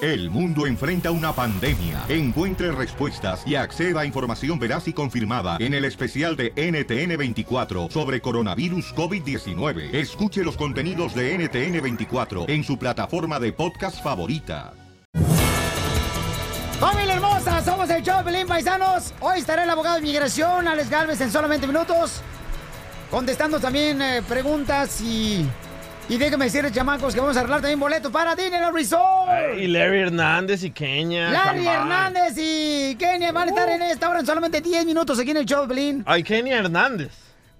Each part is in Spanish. El mundo enfrenta una pandemia. Encuentre respuestas y acceda a información veraz y confirmada en el especial de NTN24 sobre coronavirus COVID-19. Escuche los contenidos de NTN24 en su plataforma de podcast favorita. ¡Familia hermosa! Somos el show de Pelín Paisanos. Hoy estará el abogado de migración, Alex Galvez, en solamente minutos. Contestando también eh, preguntas y... Y déjenme decirles, chamacos, que vamos a arreglar también boletos para Dinero Resort. Ay, y Larry Hernández y Kenia. Larry come on. Hernández y Kenia van a Uh. estar en esta hora en solamente 10 minutos aquí en el show de Pelín. Ay, Kenia Hernández.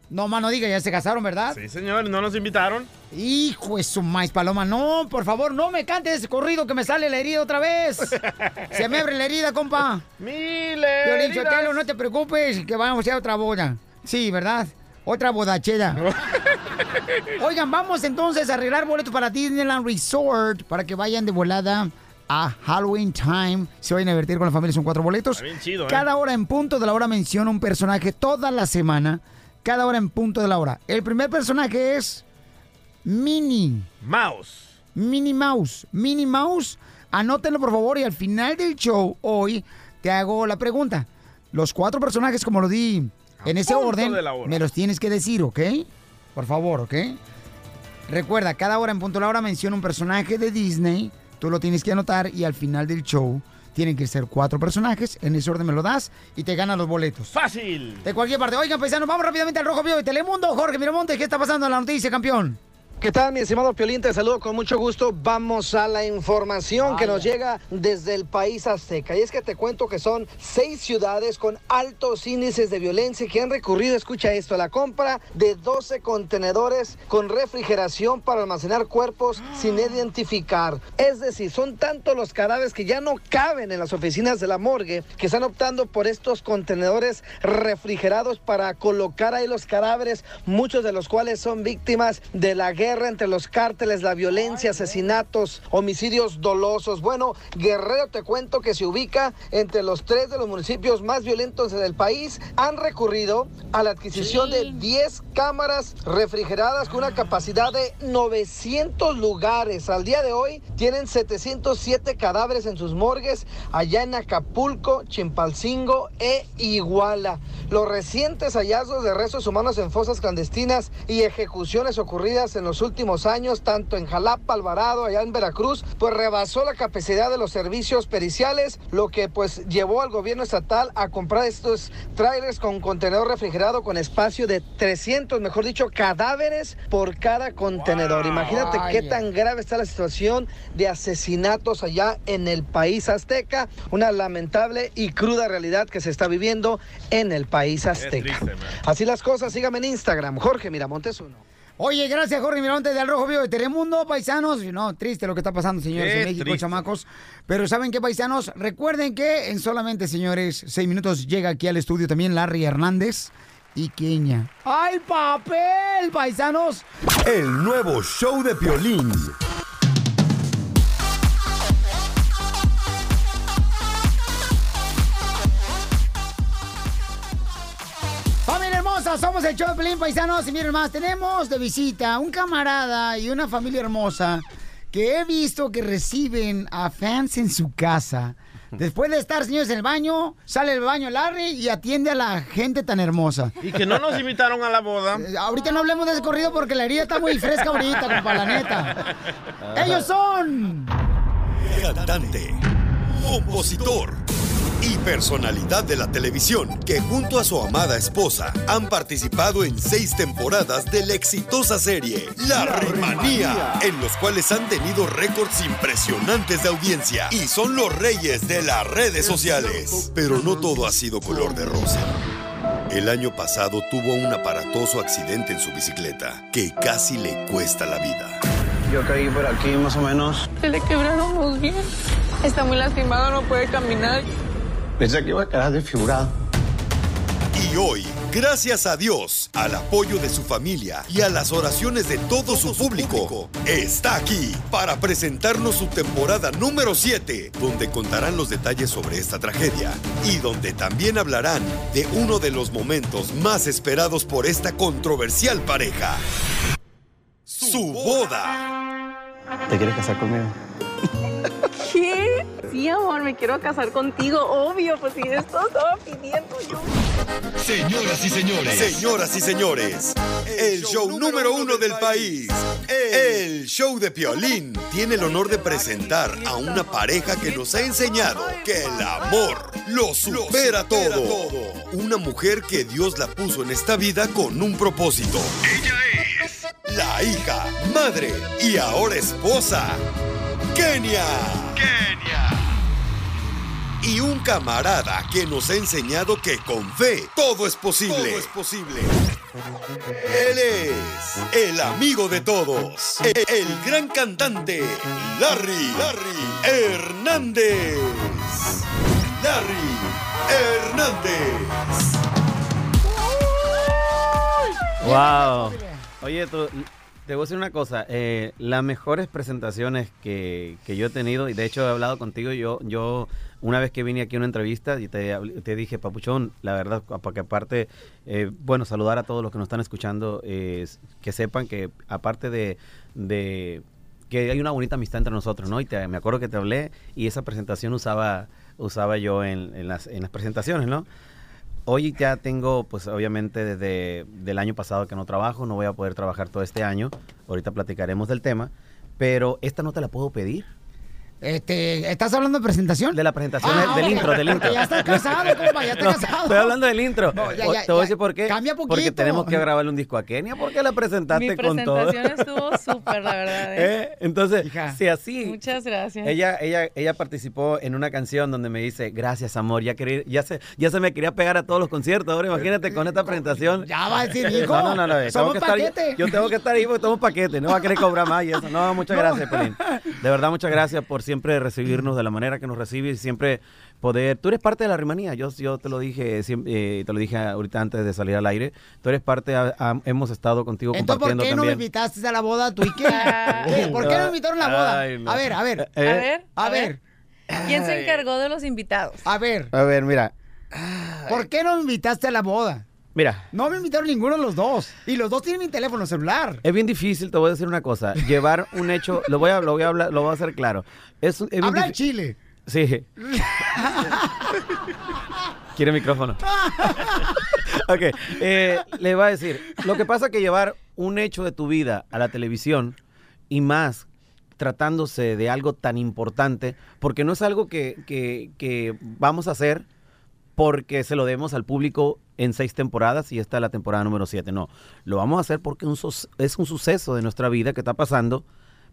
No, mano, diga, ya se casaron, ¿verdad? Sí, señor, ¿no nos invitaron? Hijo de su maíz paloma, no, por favor, no me cantes ese corrido que me sale la herida otra vez. Se me abre la herida, compa. Miles. Violín Sotelo, no te preocupes, que vamos a hacer otra boda. Sí, ¿verdad? Otra bodachera. Oigan, vamos entonces a arreglar boletos para Disneyland Resort para que vayan de volada a Halloween Time. Se vayan a divertir con la familia, son cuatro boletos. Está bien chido, ¿eh? Cada hora en punto de la hora menciona un personaje toda la semana. Cada hora en punto de la hora. El primer personaje es Minnie. Mouse. Minnie Mouse. Minnie Mouse, anótenlo por favor y al final del show hoy te hago la pregunta. Los cuatro personajes, como lo di A en ese punto orden, de la hora. me los tienes que decir, ¿ok? Por favor, ¿ok? Recuerda, cada hora en punto de la hora menciona un personaje de Disney, tú lo tienes que anotar y al final del show tienen que ser cuatro personajes, en ese orden me lo das y te ganan los boletos. Fácil. De cualquier parte. Oigan, paisanos, vamos rápidamente al Rojo Vivo de Telemundo. Jorge Miramontes, ¿qué está pasando en la noticia, campeón? ¿Qué tal, mi estimado Piolín? Te saludo con mucho gusto. Vamos a la información que nos llega desde el país azteca. Y es que te cuento que son seis ciudades con altos índices de violencia que han recurrido, escucha esto, a la compra de 12 contenedores con refrigeración para almacenar cuerpos sin identificar. Es decir, son tantos los cadáveres que ya no caben en las oficinas de la morgue que están optando por estos contenedores refrigerados para colocar ahí los cadáveres, muchos de los cuales son víctimas de la guerra entre los cárteles, la violencia, asesinatos, homicidios dolosos. Bueno, Guerrero te cuento que se ubica entre los tres de los municipios más violentos del país. Han recurrido a la adquisición de 10 cámaras refrigeradas con una capacidad de 900 lugares. Al día de hoy tienen 707 cadáveres en sus morgues allá en Acapulco, Chimpalcingo e Iguala. Los recientes hallazgos de restos humanos en fosas clandestinas y ejecuciones ocurridas en los últimos años, tanto en Jalapa, Alvarado, allá en Veracruz, pues rebasó la capacidad de los servicios periciales, lo que pues llevó al gobierno estatal a comprar estos trailers con contenedor refrigerado con espacio de 300, mejor dicho, cadáveres por cada contenedor. Wow. Imagínate qué Vaya. tan tan grave está la situación de asesinatos allá en el país azteca, una lamentable y cruda realidad que se está viviendo en el país azteca. triste, man. Así las cosas, sígame en Instagram, Jorge Miramontes uno. Oye, gracias Jorge Miramontes del Rojo Vivo de Telemundo, paisanos. No, triste lo que está pasando, señores, Qué en México, triste. chamacos. Pero ¿saben qué, paisanos? Recuerden que en solamente, señores, seis minutos llega aquí al estudio también Larry Hernández y Kenia. ¡Ay, papel, paisanos! El nuevo show de Piolín. ¡Familia hermosa! Somos el show de Pelín, paisanos. Y miren más, tenemos de visita un camarada y una familia hermosa que he visto que reciben a fans en su casa. Después de estar, señores, en el baño, sale del baño Larry y atiende a la gente tan hermosa. Y que no nos invitaron a la boda. Eh, Ahorita no hablemos de ese corrido porque la herida está muy fresca ahorita, compa, la neta. Ah. Ellos son... Cantante, compositor y personalidad de la televisión que junto a su amada esposa han participado en seis temporadas de la exitosa serie La Rimanía, en los cuales han tenido récords impresionantes de audiencia y son los reyes de las redes sociales. Pero no todo ha sido color de rosa. El año pasado tuvo un aparatoso accidente en su bicicleta que casi le cuesta la vida. Yo caí por aquí más o menos. Se le quebraron los dientes. Está muy lastimado, no puede caminar. Pensé que iba a quedar desfigurado. Y hoy, gracias a Dios, al apoyo de su familia y a las oraciones de todo su público, está aquí para presentarnos su temporada número 7, donde contarán los detalles sobre esta tragedia y donde también hablarán de uno de los momentos más esperados por esta controversial pareja. Su boda. ¿Te quieres casar conmigo? ¿Qué? Sí, amor, me quiero casar contigo, obvio, pues si esto estaba pidiendo yo. Señoras y señores. Señoras y señores. El show número uno del país. El show de Piolín tiene el honor de presentar a una pareja que nos ha enseñado que el amor lo supera todo. Una mujer que Dios la puso en esta vida con un propósito. Ella es la hija, madre y ahora esposa. Kenia. Y un camarada que nos ha enseñado que con fe todo es posible. Todo es posible. Él es el amigo de todos, e- el gran cantante Larry, Larry Hernández. Larry Hernández. Wow. Oye, tú, te voy a decir una cosa. eh, las mejores presentaciones que, que yo he tenido, y de hecho he hablado contigo, yo, yo una vez que vine aquí a una entrevista y te, habl- te dije, Papuchón, la verdad, porque aparte, eh, bueno, saludar a todos los que nos están escuchando, eh, s- que sepan que aparte de... de que hay una bonita amistad entre nosotros, ¿no? Y te- me acuerdo que te hablé y esa presentación usaba usaba yo en, en las, en las presentaciones, ¿no? Hoy ya tengo, pues obviamente desde el año pasado que no trabajo, no voy a poder trabajar todo este año. Ahorita platicaremos del tema, pero esta no te la puedo pedir. Este, ¿Estás hablando de presentación? De la presentación Ah, del ok. intro, del intro. Ya estás casado, compa, ya estás No, casado. Estoy hablando del intro. No, ya, O- ya, te voy ya. a decir por qué. Cambia Porque poquito. tenemos que grabarle un disco a Kenia porque la presentaste Mi con todo. presentación estuvo súper, la verdad. ¿eh? ¿Eh? Entonces, Hija. si así Muchas gracias. Ella, ella, ella participó en una canción donde me dice, gracias amor, ya, quería- ya, se, ya se me quería pegar a todos los conciertos. Ahora imagínate con esta presentación. Ya va a decir, hijo. No, no, no, no, tengo somos que estar, paquete. yo tengo que estar ahí pues, porque somos paquete, no va a querer cobrar más y eso. No, muchas gracias, Pelín. De verdad, muchas gracias por siempre recibirnos de la manera que nos recibes, siempre poder. Tú eres parte de la rimanía, yo, yo te lo dije siempre, eh, te lo dije ahorita antes de salir al aire. Tú eres parte, a- a- hemos estado contigo Entonces, ¿por compartiendo qué no me también. invitaste a la boda tú y qué? Ah. ¿Qué? ¿Por qué no me invitaron a la boda? Ay, no. A ver, a ver, Eh, a ver, a ver, ¿Quién se encargó de los invitados? a ver. a ver, mira, ¿Por qué no me invitaste a la boda? mira. No me invitaron ninguno de los dos. Y los dos tienen mi teléfono celular. Es bien difícil, te voy a decir una cosa. Llevar un hecho, lo voy a, lo voy a hablar, lo voy a hacer claro. Es, un- es bien Habla al difí- chile. Sí. Quiere micrófono. ok, eh, le voy a decir. Lo que pasa que llevar un hecho de tu vida a la televisión y más tratándose de algo tan importante, porque no es algo que, que- que vamos a hacer porque se lo demos al público en seis temporadas y esta es la temporada número siete. No, lo vamos a hacer porque un sus- es un suceso de nuestra vida que está pasando,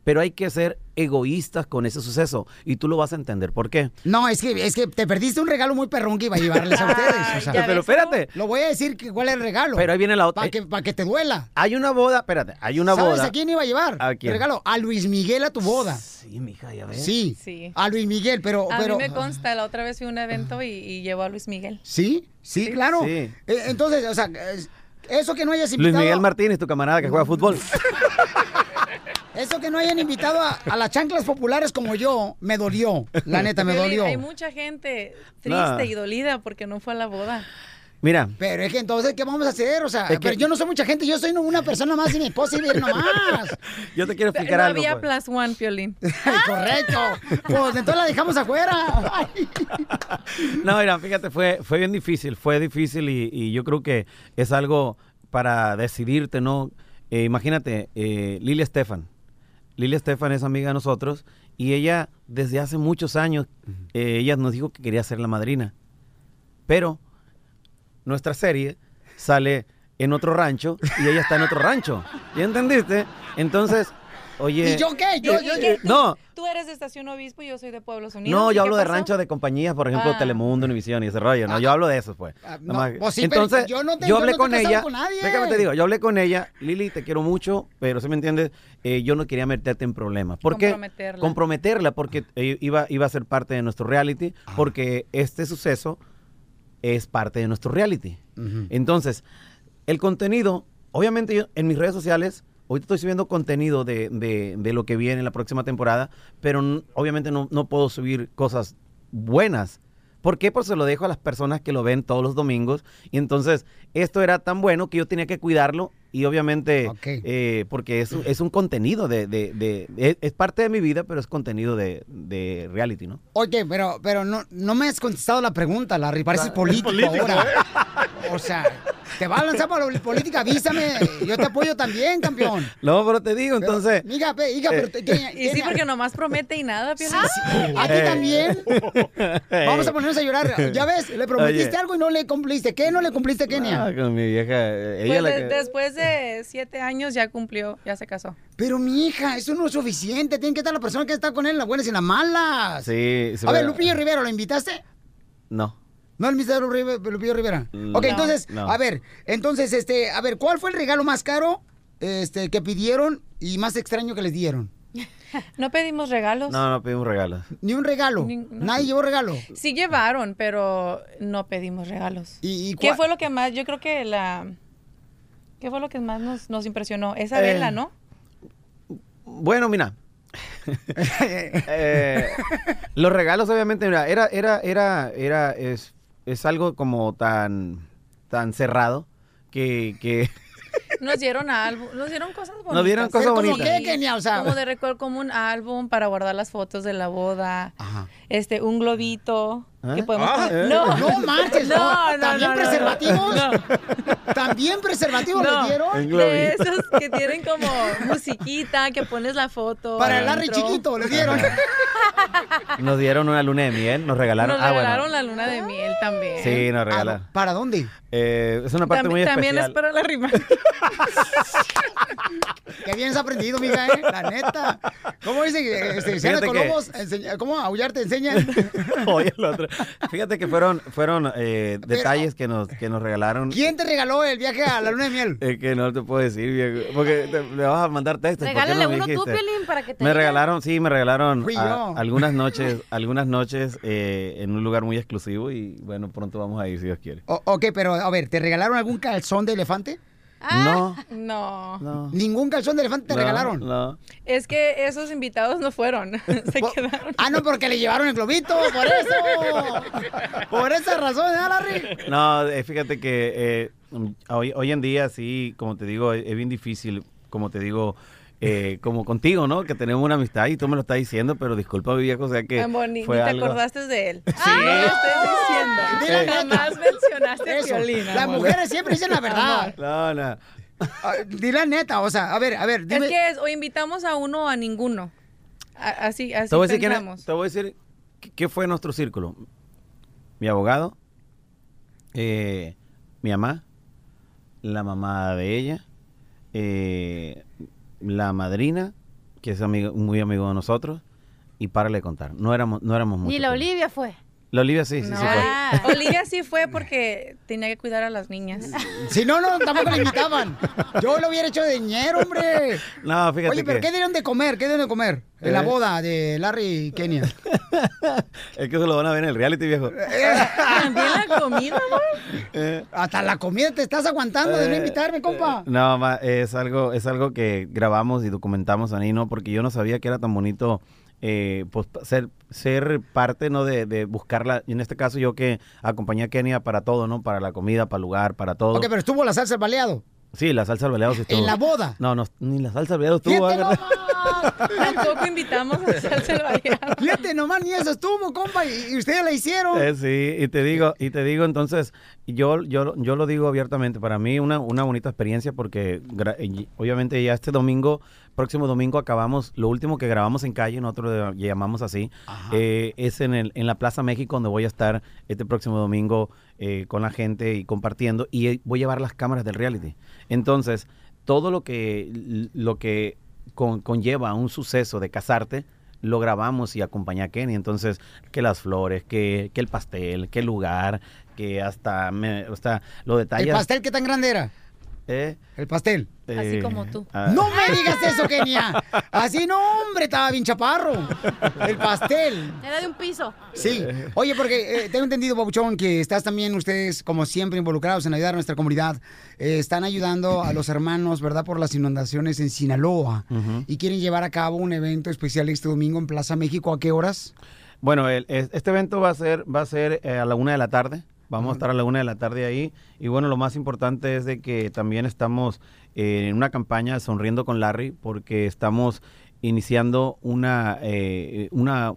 pero hay que ser egoístas con ese suceso y tú lo vas a entender. ¿Por qué? No, es que, es que te perdiste un regalo muy perrón que iba a llevarles a ustedes. O sea, Ya pero ves, ¿no? espérate, lo voy a decir que, cuál es el regalo. pero ahí viene la otra. Para que, pa' que te duela. Hay una boda, espérate, hay una ¿Sabes boda. a quién iba a llevar? ¿A quién? El regalo a Luis Miguel a tu boda. Sí, mija, ya ves. Sí. Sí. A Luis Miguel, Ah, pero. A pero ah. mí me consta, la otra vez fui a un evento y, y llevó a Luis Miguel. ¿Sí? sí, claro. Sí. Eh, entonces, o sea, eh, eso que no hayas Luis invitado. Miguel Martínez, tu camarada que juega fútbol. Eso que no hayan invitado a, a las chanclas populares como yo, me dolió. La neta, me Piolín, dolió. Hay mucha gente triste Nah. y dolida porque no fue a la boda. Mira, Pero es que entonces, ¿qué vamos a hacer? O sea, Es que- pero yo no soy mucha gente, yo soy una persona más y mi esposa y bien nomás. yo te quiero Pero explicar no algo. había pues. plus one, Piolín. Ay, correcto. Pues entonces la dejamos afuera. Ay. No, mira, fíjate, fue, fue bien difícil, fue difícil y, y yo creo que es algo para decidirte, ¿no? Eh, imagínate, eh, Lilia Estefan. Lilia Estefan es amiga de nosotros y ella desde hace muchos años, eh, ella nos dijo que quería ser la madrina. Pero nuestra serie sale en otro rancho y ella está en otro rancho. ¿Ya entendiste? Entonces, oye... eh, ¿Y yo qué? Yo, yo, yo- ¿Qué? Tú- No, Tú eres de Estación Obispo y yo soy de Pueblos Unidos. no, ¿Y qué yo hablo de pasó? ranchos de compañías, por ejemplo, Ah. Telemundo, Univisión y ese rollo, ¿no? Yo hablo de eso, pues. Ah, Nada no, más. pues sí, pero Entonces, yo no te- yo no hablé te he con casado ella. con nadie. Déjame te digo, yo hablé con ella, Lili, te quiero mucho, pero si me entiendes, Eh, yo no quería meterte en problemas. ¿Por qué? Comprometerla. Comprometerla, porque Ah. eh, iba, iba a ser parte de nuestro reality, porque este suceso es parte de nuestro reality. Eh, Entonces, el contenido, obviamente yo en mis redes sociales, hoy estoy subiendo contenido de, de- de lo que viene en la próxima temporada, pero n- obviamente no, no puedo subir cosas buenas ¿Por qué? Pues se lo dejo a las personas que lo ven todos los domingos. Y entonces, esto era tan bueno que yo tenía que cuidarlo. Y obviamente, Ok. eh, porque es, es un contenido de... de- de- e, es, es parte de mi vida, pero es contenido de, de reality, ¿no? Oye, pero, pero no, no me has contestado la pregunta, Larry. Pareces político, político, ahora. O sea, te vas a lanzar para la política, avísame. Yo te apoyo también, campeón. No, pero te digo, Pero, entonces... Miga, pe- miga, Eh. pero... te- tiene- Y sí, tiene- Ah, porque nomás promete y nada, Piolín. ¿A ti Eh. también? Vamos a Ey. ponernos a llorar. Ya ves, le prometiste Oye. algo y no le cumpliste. ¿Qué no le cumpliste, Kenia? Ah, con mi vieja. eh, Pues Ella de- la que- después de siete años ya cumplió, ya se casó. Pero mi hija, eso no es suficiente. Tiene que estar la persona que está con él, las buenas y las malas. Sí, se a ver, fue- Lupillo Rivera, ¿lo invitaste? No. No, el Mr. Rive- Lupillo Rivera. Mm. Ok, No. entonces, No. a ver, entonces, este, a ver, ¿cuál fue el regalo más caro este, que pidieron y más extraño que les dieron? No pedimos regalos. No, no pedimos regalos. Ni un regalo. Ni- no. Nadie llevó regalo. Sí llevaron, pero no pedimos regalos. ¿Y, y ¿Qué cuál- fue lo que más? Yo creo que la. ¿Qué fue lo que más nos, nos impresionó? Esa Eh. vela, ¿no? Bueno, mira. Eh, los regalos, obviamente, mira, era, era, era, era, es, es algo como tan, tan cerrado que, que Nos dieron álbum, nos dieron cosas bonitas. Nos dieron cosas ¿Pero como bonitas. qué, Kenia? O sea- Como de recuerdo, como un álbum para guardar las fotos de la boda. Ajá. Este, un globito ¿Ah? que podemos Ah, poner- ¿eh? No, No marches, no. ¿También preservativos? No, ¿También preservativos no. le dieron? Un De globito. esos que tienen como musiquita, que pones la foto. Para el Larry adentro. chiquito, le dieron. nos dieron una luna de miel, nos regalaron. Nos ah, regalaron bueno. la luna de miel también. Sí, nos Ah, regalaron. ¿Para dónde? Eh, es una parte También- muy especial. también es para la rima. Que bien has aprendido, mija, ¿eh? La neta. ¿Cómo dicen? que, Este, Sean Fíjate que- Colobos, enseña- ¿cómo aullar te enseñan? Oye, el otro. Fíjate que fueron, fueron eh, detalles que nos, que nos regalaron. ¿Quién te regaló el viaje Eh, a la luna de miel? Es que no te puedo decir, viejo. Porque te- le vas a mandar textos. ¿por qué Regálale no me uno tú, dijiste? Piolín, para que te Me diga. regalaron, sí, me regalaron Fui a- yo. algunas noches, algunas noches eh, en un lugar muy exclusivo y bueno, pronto vamos a ir si Dios quiere. O- ok, pero a ver, ¿te regalaron algún calzón de elefante? No, Ah, No. no. ¿Ningún calzón de elefante te no, regalaron? No. Es que esos invitados no fueron. Se Por- quedaron. Ah, no, porque le llevaron el globito, por eso. Por esa razón, ¿eh, Larry? No, eh, fíjate que eh, hoy, hoy en día, sí, como te digo, es bien difícil, como te digo, eh, como contigo, ¿no? Que tenemos una amistad y tú me lo estás diciendo, pero disculpa, viejo, o sea que Tan bonito, fue te algo... acordaste de él. Sí. lo estoy diciendo. Di la Nada neta. más mencionaste Eso. violín. Las mujeres siempre dicen la verdad. No, no. Ah, Di la neta, o sea, a ver, a ver, dime. Es que es, o invitamos a uno o a ninguno. A- así, así Te voy a decir, quién- pensamos. te voy a decir qué- qué fue nuestro círculo. Mi abogado, eh, mi mamá, la mamá de ella, eh, la madrina, que es amigo, muy amigo de nosotros, y párale de contar. No éramos, no éramos muchos. Ni la Olivia fue. La Olivia sí, sí, sí fue. Ah. Olivia sí fue porque tenía que cuidar a las niñas. Si no, no, tampoco le invitaban. Yo lo hubiera hecho de dinero, hombre. No, Ah, fíjate Oye, pero que, ¿qué dieron de comer? ¿Qué dieron de comer? En la ¿Eh? boda de Larry y Kenia. es que eso lo van a ver en el reality, viejo. También la comida, amor. Eh. Hasta la comida te estás aguantando de no Eh, invitarme, compa. No, ma, es algo, es algo que grabamos y documentamos ahí, ¿no? Porque yo no sabía que era tan bonito eh, pues, ser, ser parte, ¿no? De, de buscarla. Y en este caso yo que acompañé a Kenia para todo, ¿no? Para la comida, para el lugar, para Eh. todo. Ok, pero estuvo la salsa del baleado. Sí, la salsa al baleado sí estuvo. En la boda. No, no, ni la salsa al baleado estuvo. Fíjate ¿verdad? nomás. Tampoco invitamos a Salsa el Baleado. Fíjate nomás, ni eso estuvo, compa. Y, y ustedes la hicieron. Eh, sí, y te digo, y te digo, entonces, yo, yo, yo lo digo abiertamente, para mí una, una bonita experiencia porque gra- y- obviamente ya este domingo, próximo domingo acabamos, lo último que grabamos en calle, nosotros le llamamos así, eh, es en, el, en la Plaza México donde voy a estar este próximo domingo eh, con la gente y compartiendo y eh, voy a llevar las cámaras del reality. Entonces, todo lo que, lo que con- conlleva un suceso de casarte, lo grabamos y acompañé a Kenny. Entonces, que las flores, que, que el pastel, que el lugar, que hasta, me, hasta los ¿El detalles. pastel qué tan grande era? eh, El pastel. Así como tú. ah, No me digas eso, Kenia. Así no, hombre, estaba bien chaparro. El pastel. Era de un piso. Sí. Oye, porque eh, tengo entendido, Pabuchón, que estás también ustedes, como siempre, involucrados en ayudar a nuestra comunidad. Eh, están ayudando a los hermanos, ¿verdad?, por las inundaciones en Sinaloa. Ujú. Y quieren llevar a cabo un evento especial este domingo en Plaza México. ¿A qué horas? Bueno, el- es- este evento va a ser, va a ser eh, a la una de la tarde. Vamos a estar a la una de la tarde ahí. Y bueno, lo más importante es de que también estamos eh, en una campaña Sonriendo con Larry porque estamos iniciando una, eh, una,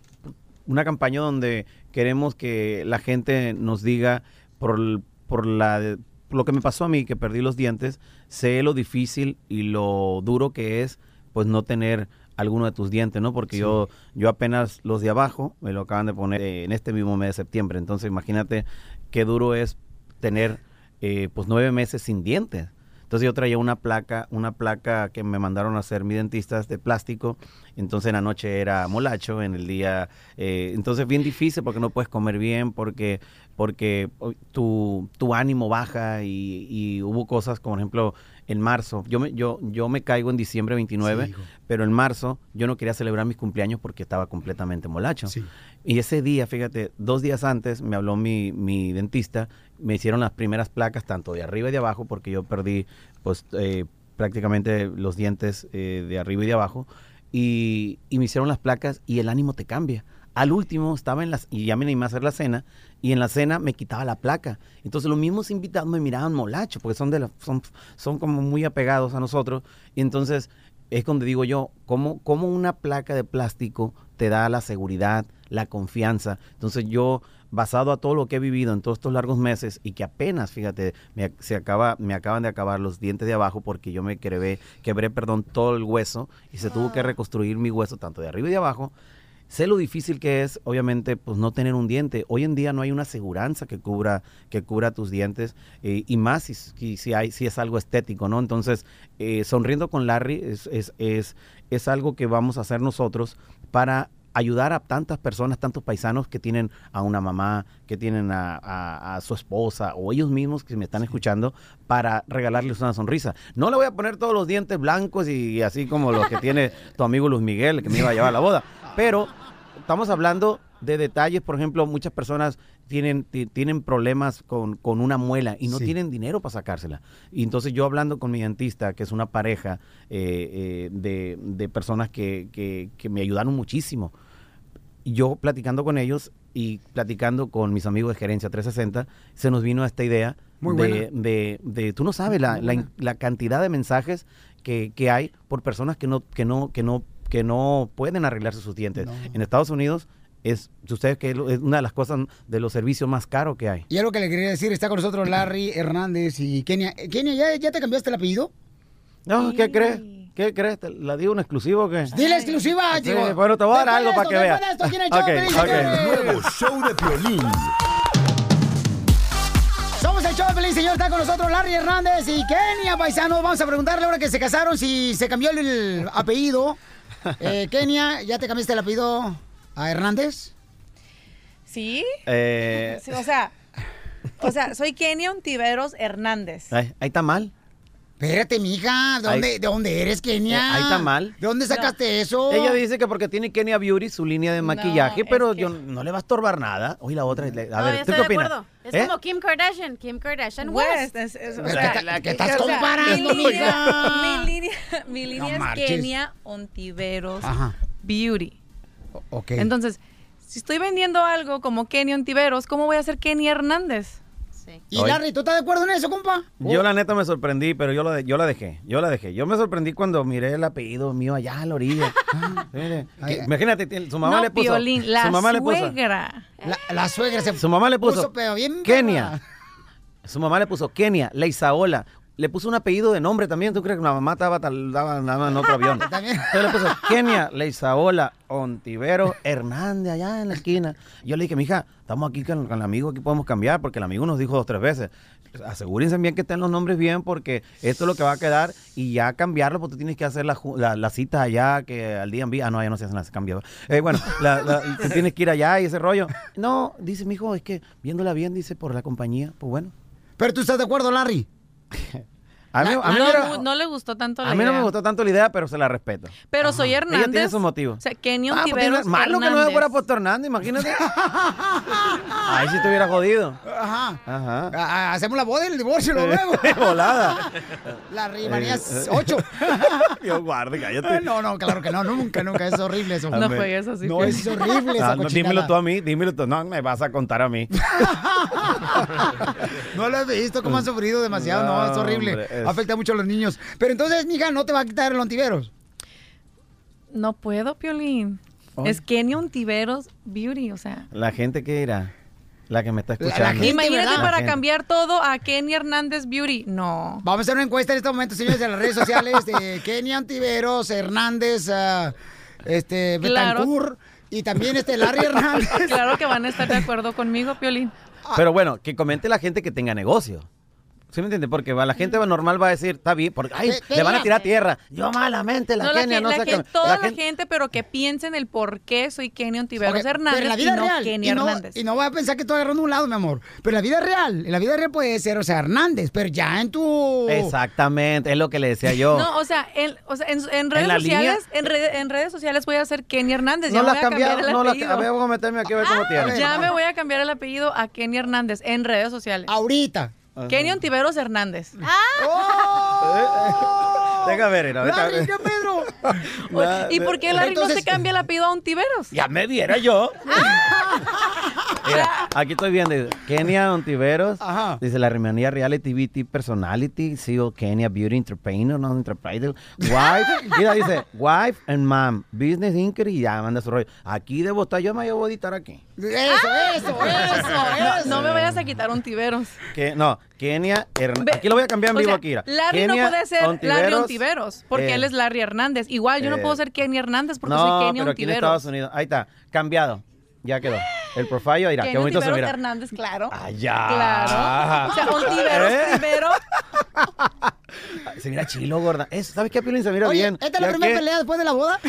una campaña donde queremos que la gente nos diga por, l- por la, por lo que me pasó a mí, que perdí los dientes, sé lo difícil y lo duro que es pues no tener alguno de tus dientes, ¿no? Porque yo yo apenas los de abajo me lo acaban de poner eh, en este mismo mes de septiembre. Entonces imagínate qué duro es tener eh, pues nueve meses sin dientes. Entonces yo traía una placa, una placa que me mandaron a hacer mis dentistas de plástico. Entonces en la noche era molacho, en el día... eh, entonces bien difícil porque no puedes comer bien, porque porque oh, tu, tu ánimo baja y, y hubo cosas como por ejemplo en marzo. Yo me, yo, yo me caigo en diciembre 29, Sí, hijo. pero en marzo yo no quería celebrar mis cumpleaños porque estaba completamente molacho. Sí. Y ese día, fíjate, dos días antes me habló mi, mi dentista, me hicieron las primeras placas, tanto de arriba y de abajo, porque yo perdí pues eh, prácticamente los dientes eh, de arriba y de abajo, y, y me hicieron las placas y el ánimo te cambia. Al último estaba en las, y ya me animé a hacer la cena, y en la cena me quitaba la placa. Entonces los mismos invitados me miraban molacho, porque son, de la, son, son como muy apegados a nosotros. Y entonces es donde digo yo, ¿cómo, cómo una placa de plástico te da la seguridad, la confianza? Entonces yo, basado a todo lo que he vivido en todos estos largos meses y que apenas, fíjate, me, ac- se acaba, me acaban de acabar los dientes de abajo porque yo me quebré, quebré perdón, todo el hueso y se tuvo que reconstruir mi hueso tanto de arriba y de abajo. Sé lo difícil que es, obviamente, pues no tener un diente. Hoy en día no hay una aseguranza que cubra, que cubra tus dientes, eh, y más si, si- si hay, si es algo estético, ¿no? Entonces, eh, sonriendo con Larry es, es, es, es algo que vamos a hacer nosotros para ayudar a tantas personas, tantos paisanos que tienen a una mamá, que tienen a, a- a su esposa o ellos mismos que me están escuchando para regalarles una sonrisa. No le voy a poner todos los dientes blancos y así como los que tiene tu amigo Luis Miguel que me iba a llevar a la boda, pero estamos hablando de detalles, por ejemplo, muchas personas tienen, ti- tienen problemas con, con una muela y no Sí. tienen dinero para sacársela. Y entonces yo hablando con mi dentista, que es una pareja eh, eh, de, de personas que, que- que me ayudaron muchísimo, y yo platicando con ellos y platicando con mis amigos de Gerencia 360, se nos vino esta idea Muy de, de, de- tú no sabes la, la, in- la cantidad de mensajes que, que hay por personas que no, que no, que no, que no pueden arreglarse sus dientes. No. En Estados Unidos es, ustedes que es lo- es una de las cosas de los servicios más caros que hay. Y es lo que le quería decir, está con nosotros Larry Hernández y Kenia. Eh, Kenia, ¿ya, ya te cambiaste el apellido? No, ¿qué Sí. crees? ¿Qué crees? ¿Te ¿La digo un exclusivo que? Dile exclusiva, Sí, digo. bueno, te voy a dar algo para que veas. veas. Ok, ok. Nuevo show de violín. Somos el show de Pelín, señor. Está con nosotros Larry Hernández y Kenia, paisanos. Vamos a preguntarle ahora que se casaron si se cambió el, el apellido. Eh, Kenia, ¿ya te cambiaste el apellido a Hernández? ¿Sí? Eh, Sí, O sea, o sea, soy Kenyon Tiveros Hernández. ay, ahí está mal. Espérate, mija. ¿De dónde, Ahí- ¿de dónde eres, Kenia? Eh, ahí está mal. ¿De dónde sacaste eso? Ella dice que porque tiene Kenia Beauty su línea de No, maquillaje, es pero que- yo no le va a estorbar nada. Hoy la otra, le- a No, yo ver, ¿tú estoy qué de opinas? acuerdo. Es ¿Eh? como Kim Kardashian, Kim Kardashian West. West. es- es- o Pero sea, ¿qué ta- la- qué estás o sea, comparando, mi línea, mija? mi línea, mi línea es marches. Kenia Ontiveros Ajá. Beauty. O- Ok. Entonces, si estoy vendiendo algo como Kenny Ontiveros, ¿cómo voy a ser Kenny Hernández? Sí. ¿Y Larry, tú estás de acuerdo en eso, compa? Yo la neta me sorprendí, pero yo la, de- yo la dejé, yo la dejé. Yo me sorprendí cuando miré el apellido mío allá a la orilla. Ah, mire, que- Ay, ay. imagínate, tiene- su mamá no, le puso. Piolín, la su mamá suegra. La, la suegra se le puso. Su mamá le puso. pero bien Kenia. brava. Su mamá le puso Kenia, la Isaola. Le puso un apellido de nombre también. ¿Tú crees que la mamá estaba, tal- estaba andando en otro avión? También. Entonces le puso Kenia, la Isaola, Ontivero, Hernández, allá en la esquina. Yo le dije, mija, estamos aquí con, con el amigo, aquí podemos cambiar, porque el amigo nos dijo dos tres veces. Asegúrense bien que estén los nombres bien, porque esto es lo que va a quedar. Y ya cambiarlo, porque tú tienes que hacer la, ju- la, la cita allá, que al día en día. Ah, no, ya no se hacen las cambios. Eh, bueno, la- la- tú tienes que ir allá y ese rollo. No, dice mi hijo, es que viéndola bien, dice, por la compañía, pues bueno. Pero tú estás de acuerdo, Larry. A mí, La- a mí no, no, era- le gu- no le gustó tanto la a mí no me idea. gustó tanto la idea, pero se la respeto. Pero soy tiene Hernández. sus motivos. O sea, Kenyon Ah, pues tiene- Tiveros malo que no me Hernández. fuera por Hernández, imagínate. Ahí sí te hubiera jodido. Ajá. Ajá. Ah, ah, Hacemos la boda del divorcio lo luego. Volada. La rivalidad Eh, eh. 8. Dios guarde, cállate. Ah, No, no, claro que no, nunca, nunca. Es horrible eso. No No juegues así. Ah, No, es horrible esa Ah, No, no, cochinada. dímelo tú a mí, dímelo tú. No, me vas a contar a mí. No lo has visto, cómo han sufrido demasiado. No, Pues, No, es horrible. hombre, es- Afecta mucho a los niños. Pero entonces, mija, no te va a quitar el ontiveros. No puedo, Piolín. Es Kenyon Tiveros Beauty, o sea. La gente que irá, la que me está La- la escuchando. gente, Imagínate ¿verdad? para Gente. cambiar todo a Kenny Hernández Beauty. No. Vamos a hacer una encuesta en este momento, señores, en las redes sociales de Kenia Antiveros, Hernández, ah, este, Claro. Betancourt y también este Larry Hernández. Claro que van a estar de acuerdo conmigo, Piolín. Ah. Pero bueno, que comente la gente que tenga negocio. ¿Sí me entiende? Porque va- la gente normal va a decir, está bien, porque ay, Pe- le van a espérate. tirar tierra. Yo malamente, la no, la Kenia gen- no la sé qué- gen- toda la gente, gen- pero que piensen el por qué soy Kenyon Ok, Tiveros Hernández pero en la vida y no real, Kenny y, no, Hernández. y no vas a pensar que estoy agarrando un lado, mi amor. Pero en la vida real, en la vida real puede ser, o sea, Hernández, pero ya en tu... Exactamente, es lo que le decía yo. No, o sea, en, o sea, en, en redes la sociales, en, red- en redes sociales voy a ser Kenny Hernández. No ya la voy has a cambiar cambiado, el no la apellido. Ah, A ver, voy a meterme aquí a ver cómo tiene. Eh, ya me voy a cambiar el apellido a Kenny Hernández en redes sociales. Ahorita. Kenyon Tiveros Hernández. Ah, eh. Deja ver, mira, deja Larry, ver. ¿qué, Pedro? la- ¿Y por qué Larry no Entonces- se cambia el apellido a un Tiveros? Ya me viera yo. Mira, aquí estoy viendo. dice, Kenia Ontiveros. Ajá. Dice la remanía Reality BT Personality. CEO Kenia Beauty Entrepreneur, no Enterprise. Wife. Mira, dice Wife and Mom. Business Inquiry. Y ya manda su rollo. Aquí debo estar. Yo me llevo a editar aquí. Eso, eso, eso, eso. Ah, No me vayas a quitar un Tiveros. Que, no, Kenia Ve- Hernández. Aquí lo voy a cambiar en o vivo, sea, Akira. Larry Kenia no puede ser Larry Ontiveros, porque eh, él es Larry Hernández. Igual yo eh, no puedo ser Kenny Hernández porque no, soy Kenny pero aquí en Ontiveros. Estados Unidos. Ahí está. Cambiado. Ya quedó. El profile, mira, qué Kenny bonito se Ontiveros mira. Hernández, claro. Ah, ya. Claro. O sea, Ontiveros ¿Eh? primero. Se mira chilo, gorda. Es- ¿Sabes qué, Piolín? Se mira Oye, bien. ¿esta es la Ya primera que- pelea después de la boda?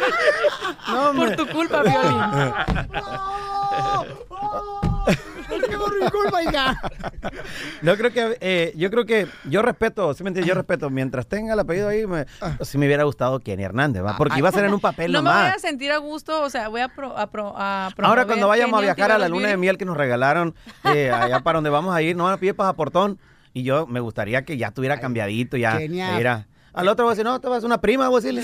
No, hombre. Por tu culpa, Violín. ¡Oh! ¡Oh! ¿Por qué por mi culpa, hija? Yo creo que, eh, yo creo que, yo respeto, sí me entiendes, yo respeto. Mientras tenga el apellido ahí, me, Ah. si me hubiera gustado Kenny Hernández, ¿va? Porque iba a ser en un papel No me voy a nomás. sentir a gusto, o sea, voy a, pro, a, pro- a Ahora promover cuando vayamos a Kenny viajar a la Ontiveros luna de Beauty. miel que nos regalaron, eh, allá para donde vamos a ir, nos van a pedir pasaportón. Y yo me gustaría que ya estuviera cambiadito, ya. Kenia. Mira. Al otro voy a decir, no, te vas a una prima, voy a decirle.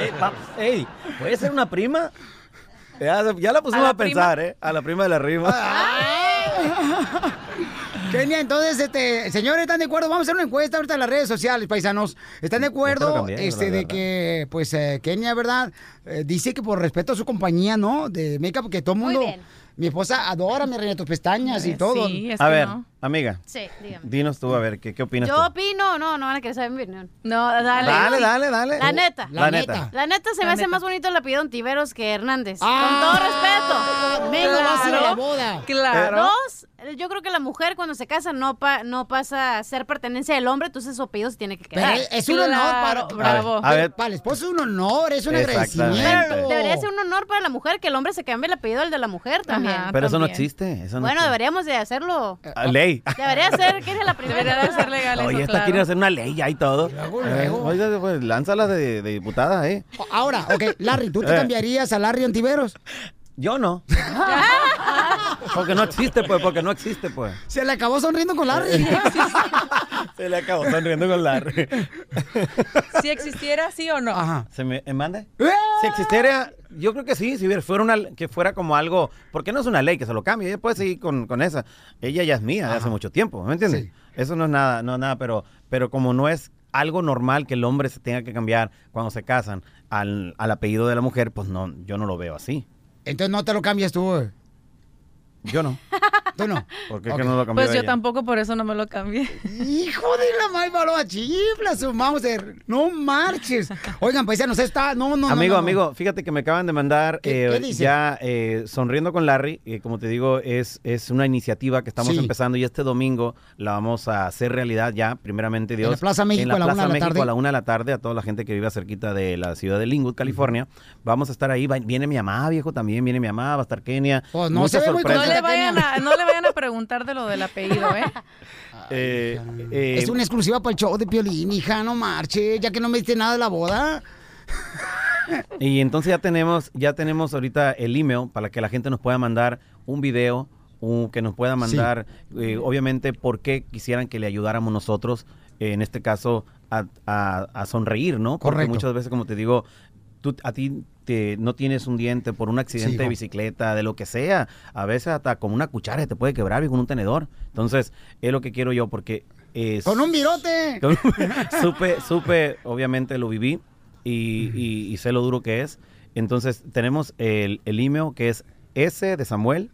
Ey, pa- ey, ¿puede ser una prima? Ya, ya la pusimos la a, pensar, ¿eh? A la prima de la rima. Kenia, entonces, este, señores, ¿están de acuerdo? Vamos a hacer una encuesta ahorita en las redes sociales, paisanos. ¿Están de Ya te acuerdo lo cambié, este, la de verdad. que, pues, eh, Kenia, ¿verdad? Eh, dice que por respeto a su compañía, ¿no? De make-up, que todo el Muy mundo... bien. Mi esposa adora, mi reina, tus pestañas y todo. Eh, Sí, es a que ver, no. amiga, Sí, dígame. dinos tú, a ver, ¿qué, qué opinas Yo tú? opino, no, no van a querer saber mi opinión. No, dale. Dale, dale, dale. La neta. La, neta. La neta se La me hace neta. más bonito el apellido Ontiveros que Hernández. Ah, Con todo respeto. pero vas a ir a la Claro. boda. Claro. Dos, yo creo que la mujer cuando se casa no, pa- no pasa a ser pertenencia del hombre, entonces su apellido se tiene que Pero quedar. Eh, es un honor Claro, para... bravo. A ver. Para el esposo es un honor, es un Exactamente. agradecimiento. Pero debería Oh. ser un honor para la mujer que el hombre se cambie el apellido al de la mujer también. Ajá. Pero eso no también. existe. Eso no Bueno, existe. deberíamos de hacerlo. Ah, Ley. Debería ser, que es la primera. Debería de ser legal eso, Oye, esta claro. quiere hacer una ley ya y todo. Luego, Eh, luego. Oye, pues lánzala de, de diputada, ¿eh? Ahora, ok, Larry, ¿tú te Eh. cambiarías a Larry Antiveros? Yo no. porque no existe, pues, porque no existe, pues. Se le acabó sonriendo con Larry. Eh. Se le acabó sonriendo con la... Si existiera, sí o no. Ajá. ¿Se me eh, mande? ¡Eh! Si existiera, yo creo que sí, si hubiera- fuera una, que fuera como algo, porque no es una ley que se lo cambie, ella puede seguir con, con esa. Ella ya es mía de hace mucho tiempo, ¿me entiendes? Sí. Eso no es nada, no es nada, pero, pero como no es algo normal que el hombre se tenga que cambiar cuando se casan al, al apellido de la mujer, pues no, yo no lo veo así. Entonces no te lo cambias tú, güey. Yo no. Tú no. Porque Ok. es que no lo cambió Pues yo ella. tampoco, por eso no me lo cambié. Hijo de la mal balón, chifla su Mauser. No marches. Oigan, paisanos, está. No, no, no, amigo, no, no. amigo, fíjate que me acaban de mandar ¿Qué- eh, qué dice? ya eh, Sonriendo con Larry, eh, como te digo, es, es una iniciativa que estamos Sí. empezando y este domingo la vamos a hacer realidad ya, primeramente Dios. Plaza México en a la una Plaza de la México tarde. a la una de la tarde, a toda la gente que vive cerquita de la ciudad de Linwood, California. Vamos a estar ahí, va- viene mi mamá, viejo, también viene mi mamá, va a estar Kenia. Pues no Muchas se ve muy sorpresas. No le, Preséntate, vayan Kenia. a, no le vayan a preguntar de lo del apellido, ¿eh? Eh, eh, es una exclusiva para el show de Piolín, hija, no marche, ya que no me diste nada de la boda. Y entonces ya tenemos, ya tenemos ahorita el email para que la gente nos pueda mandar un video, un- que nos pueda mandar, eh, obviamente, por qué quisieran que le ayudáramos nosotros, eh, en este caso, a, a- a sonreír, ¿no? Porque Correcto. muchas veces, como te digo, tú, a ti te- no tienes un diente por un accidente hijo. de bicicleta, de lo que sea. A veces hasta con una cuchara te puede quebrar y con un tenedor. Entonces, es lo que quiero yo, porque... eh, Con un virote. yo supe, supe, obviamente lo viví y, y- y sé lo duro que es. Entonces tenemos el, el email que es S de Samuel,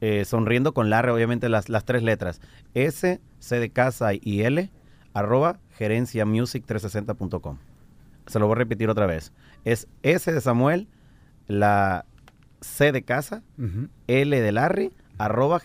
eh, sonriendo con Larry, obviamente las, las tres letras. S, C de casa y L, arroba gerenciamusic360.com. Se lo voy a repetir otra vez. Es S de Samuel, la C de casa, L de Larry, arroba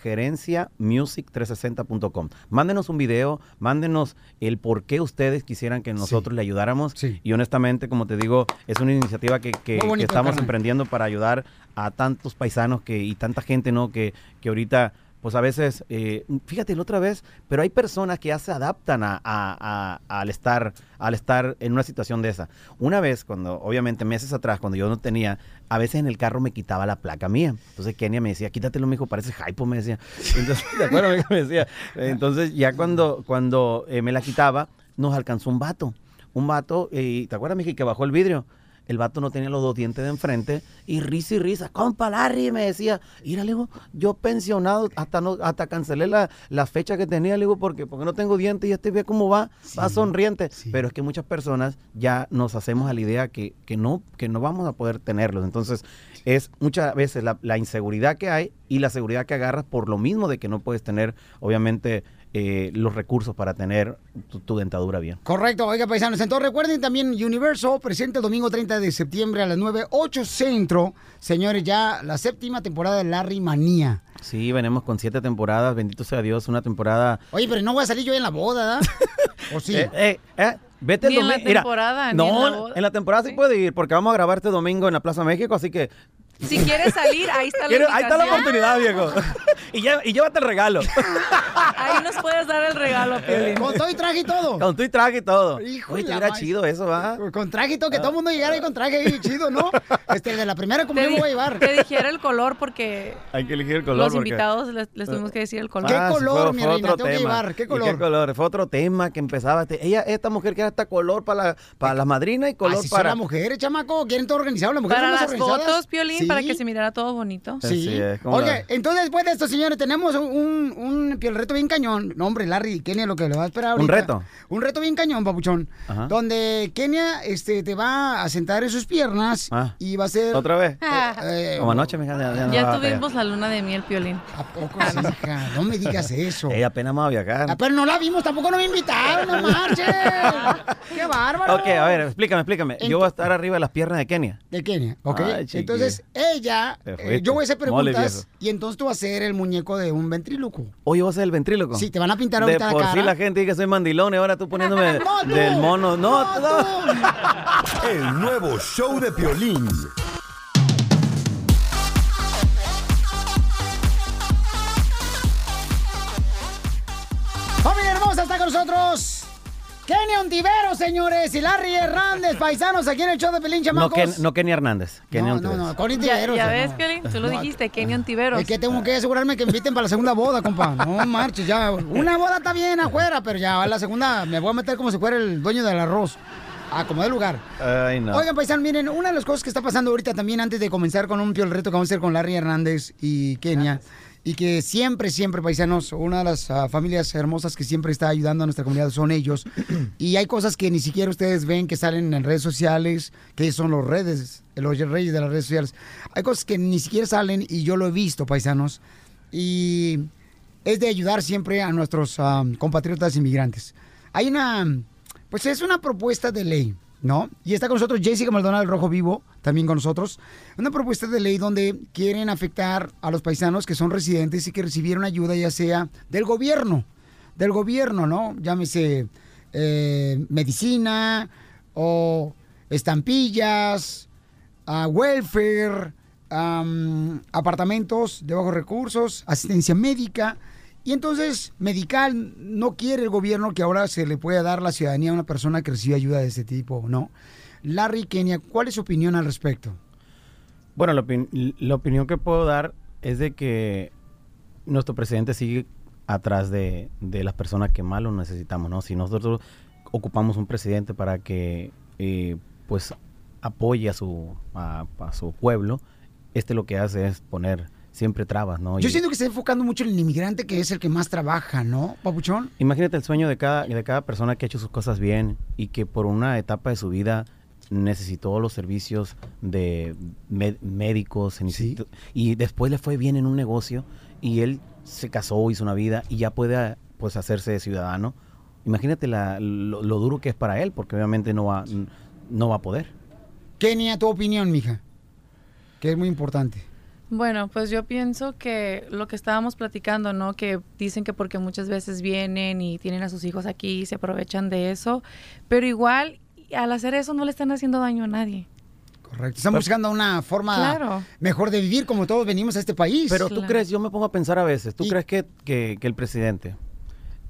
gerenciamusic360.com. Mándenos un video, mándenos el por qué ustedes quisieran que nosotros le ayudáramos. Sí. Y honestamente, como te digo, es una iniciativa que, que- Muy que bonito, estamos carnal. emprendiendo para ayudar a tantos paisanos que, y tanta gente, ¿no? Que, que ahorita... Pues a veces, eh, fíjate la otra vez, pero hay personas que ya se adaptan a, a- a- al, estar, al estar en una situación de esa. Una vez, cuando, obviamente, meses atrás, cuando yo no tenía, a veces en el carro me quitaba la placa mía. Entonces Kenia me decía, quítatelo, mijo, parece hypo, me decía. Entonces, ¿te acuerdas? Me decía. Entonces, ya cuando, cuando eh, me la quitaba, nos alcanzó un vato. Un vato, eh, ¿te acuerdas, mijo, que bajó el vidrio? El vato no tenía los dos dientes de enfrente y risa y risa. Compa Larry, me decía, mira, le digo, yo pensionado, hasta no, hasta cancelé la, la fecha que tenía, le digo, porque, porque no tengo dientes y este ve cómo va, va sonriente. Pero es que muchas personas ya nos hacemos a la idea que, que, no, que no vamos a poder tenerlos. Entonces, es muchas veces la, la inseguridad que hay y la seguridad que agarras por lo mismo de que no puedes tener, obviamente, eh, los recursos para tener tu, tu dentadura bien. Correcto, oiga, paisanos. Entonces recuerden también Universo presenta el domingo 30 de septiembre a las 9, 8 centro. Señores, ya la séptima temporada de Larry Manía. Sí, venimos con siete temporadas, bendito sea Dios, una temporada Oye, pero no voy a salir yo en la boda, ¿da? ¿O Oh, sí? Eh, eh, eh, vete el Ni en la domingo. Mira, temporada, ni no, en la boda. temporada sí. puede ir, porque vamos a grabar este domingo en la Plaza México, así que. Si quieres salir, ahí está la Quiero- ahí está la invitación. oportunidad, viejo. y, lle- y llévate el regalo. Ahí nos puedes dar el regalo, Piolín. Eh, Con todo y traje y todo. Con tu y traje y todo. Hijo Uy, de la era maíz. chido eso, ¿ah? va. Con traje y todo, que todo el mundo llegara ahí con traje y chido, ¿no? Este, de la primera Te, comunión di- voy a llevar. te dijera el color porque Hay que elegir el color. los porque- Ah, invitados les, les tuvimos que decir el color. ¿Qué sí, color, mi reina? Tengo que llevar, ¿qué ¿Y color? ¿Qué color? Fue otro tema que empezaba. este- ella, esta mujer que era hasta color para la, para la madrina y color Así son para. las mujeres, chamaco. Quieren todo organizado. Las mujeres Para son más las organizadas. fotos, Piolín, para Sí. que se mirara todo bonito. Sí. Así es, ¿cómo Oye, la- entonces después de esto, señores, tenemos un, un, un reto bien cañón. No, hombre, Larry, Kenia, lo que le va a esperar ¿Un ahorita. reto? Un reto bien cañón, papuchón. Ajá. Donde Kenia este, te va a sentar en sus piernas Ah. y va a ser... ¿Otra vez? eh, Como anoche, mija. Ya, ya no Ya va a pegar. tuvimos la luna de miel, Piolín. ¿A poco sí, hija? No me digas eso. Ella apenas vamos a viajar. Ah, pero no la vimos, tampoco no me invitaron, no marches. ¡Qué bárbaro! Ok, a ver, explícame, explícame. Yo voy a estar arriba de las piernas de Kenia. De Kenia, ¿ok? Ay, chiquilla. entonces, ella, Te eh, fuiste. yo voy a hacer Mole, preguntas viejo. y entonces tú vas a ser el muñeco de un ventríloco. Oye, ¿vas a ser el ventríloco? Sí, te van a pintar De ahorita por la sí cara. la gente dice que soy mandilón y ahora tú poniéndome No, tú. del mono. No, tú no. El nuevo show de Piolín. ¡Familia hermosa, está con nosotros! Kenia Ontivero, señores, y Larry Hernández, paisanos, aquí en el show de Pelín, No, chamacos. Ken- no Kenny Hernández. Kenny no, no, Hernández. no, con Ya, Ontivero. ya o sea, ves, no. Piolín, tú lo dijiste, Kenyon Tiveros. Es que tengo que asegurarme que me inviten para la segunda boda, compa. No marches, ya. Una boda está bien afuera, pero ya a la segunda me voy a meter como si fuera el dueño del arroz. A como de lugar. Ay, no. Oigan, paisano, miren, una de las cosas que está pasando ahorita también, antes de comenzar con un piol reto que vamos a hacer con Larry Hernández y Kenia, y que siempre, siempre, paisanos, una de las ah, familias hermosas que siempre está ayudando a nuestra comunidad son ellos. y hay cosas que ni siquiera ustedes ven que salen en redes sociales, que son los redes, los reyes de las redes sociales. Hay cosas que ni siquiera salen y yo lo he visto, paisanos. Y es de ayudar siempre a nuestros ah, compatriotas inmigrantes. Hay una, pues es una propuesta de ley, ¿no? Y está con nosotros Jessica Maldonado del Rojo Vivo, también con nosotros. Una propuesta de ley donde quieren afectar a los paisanos que son residentes y que recibieron ayuda ya sea del gobierno, del gobierno, ¿no? Llámese eh, medicina o estampillas, a welfare, am, apartamentos de bajos recursos, asistencia médica. Y entonces, medical, no quiere el gobierno que ahora se le pueda dar la ciudadanía a una persona que recibe ayuda de este tipo, ¿no? Larry Kenia, ¿cuál es su opinión al respecto? Bueno, la, opin- la opinión que puedo dar es de que nuestro presidente sigue atrás de, de las personas que más lo necesitamos, ¿no? Si nosotros ocupamos un presidente para que, eh, pues, apoye a su, a, a su pueblo, este lo que hace es poner siempre trabas, ¿no? Yo Y- siento que se está enfocando mucho en el inmigrante, que es el que más trabaja, ¿no, Papuchón? Imagínate el sueño de cada, de cada persona que ha hecho sus cosas bien y que por una etapa de su vida necesitó los servicios de mé- médicos se necesitó- y después le fue bien en un negocio y él se casó, hizo una vida y ya puede pues hacerse ciudadano. Imagínate la- lo, lo duro que es para él porque obviamente no va, no va a poder. Kenia, tu opinión, mija, que es muy importante. Bueno, pues yo pienso que lo que estábamos platicando, ¿no? Que dicen que porque muchas veces vienen y tienen a sus hijos aquí y se aprovechan de eso, pero igual al hacer eso no le están haciendo daño a nadie. Correcto. Están buscando una forma Claro. mejor de vivir, como todos venimos a este país. Pero tú crees, yo me pongo a pensar a veces, ¿tú crees que, que- que el presidente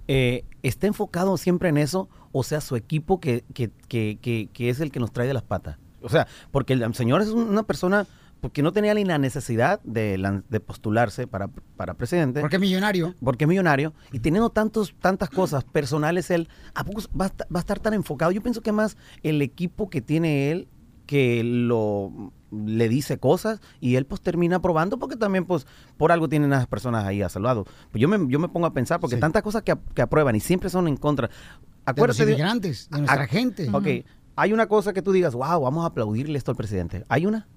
eh, está enfocado siempre en eso? O sea, su equipo que, que- que- que- que es el que nos trae de las patas. O sea, porque el señor es una persona porque no tenía ni la necesidad de, lan- de postularse para, para presidente. Porque es millonario. Porque es millonario. Y teniendo tantos, tantas cosas personales, él ¿a poco va a, esta- va a estar tan enfocado? Yo pienso que más el equipo que tiene él que lo le dice cosas y él pues termina aprobando porque también pues por algo tienen a las personas ahí a su lado. Pues yo me, yo me pongo a pensar porque tantas cosas que, ap- que aprueban y siempre son en contra. Acuérdate inmigrantes, de pues, nuestra a- gente. Ok, Ujú. hay una cosa que tú digas, wow, vamos a aplaudirle esto al presidente. ¿Hay una?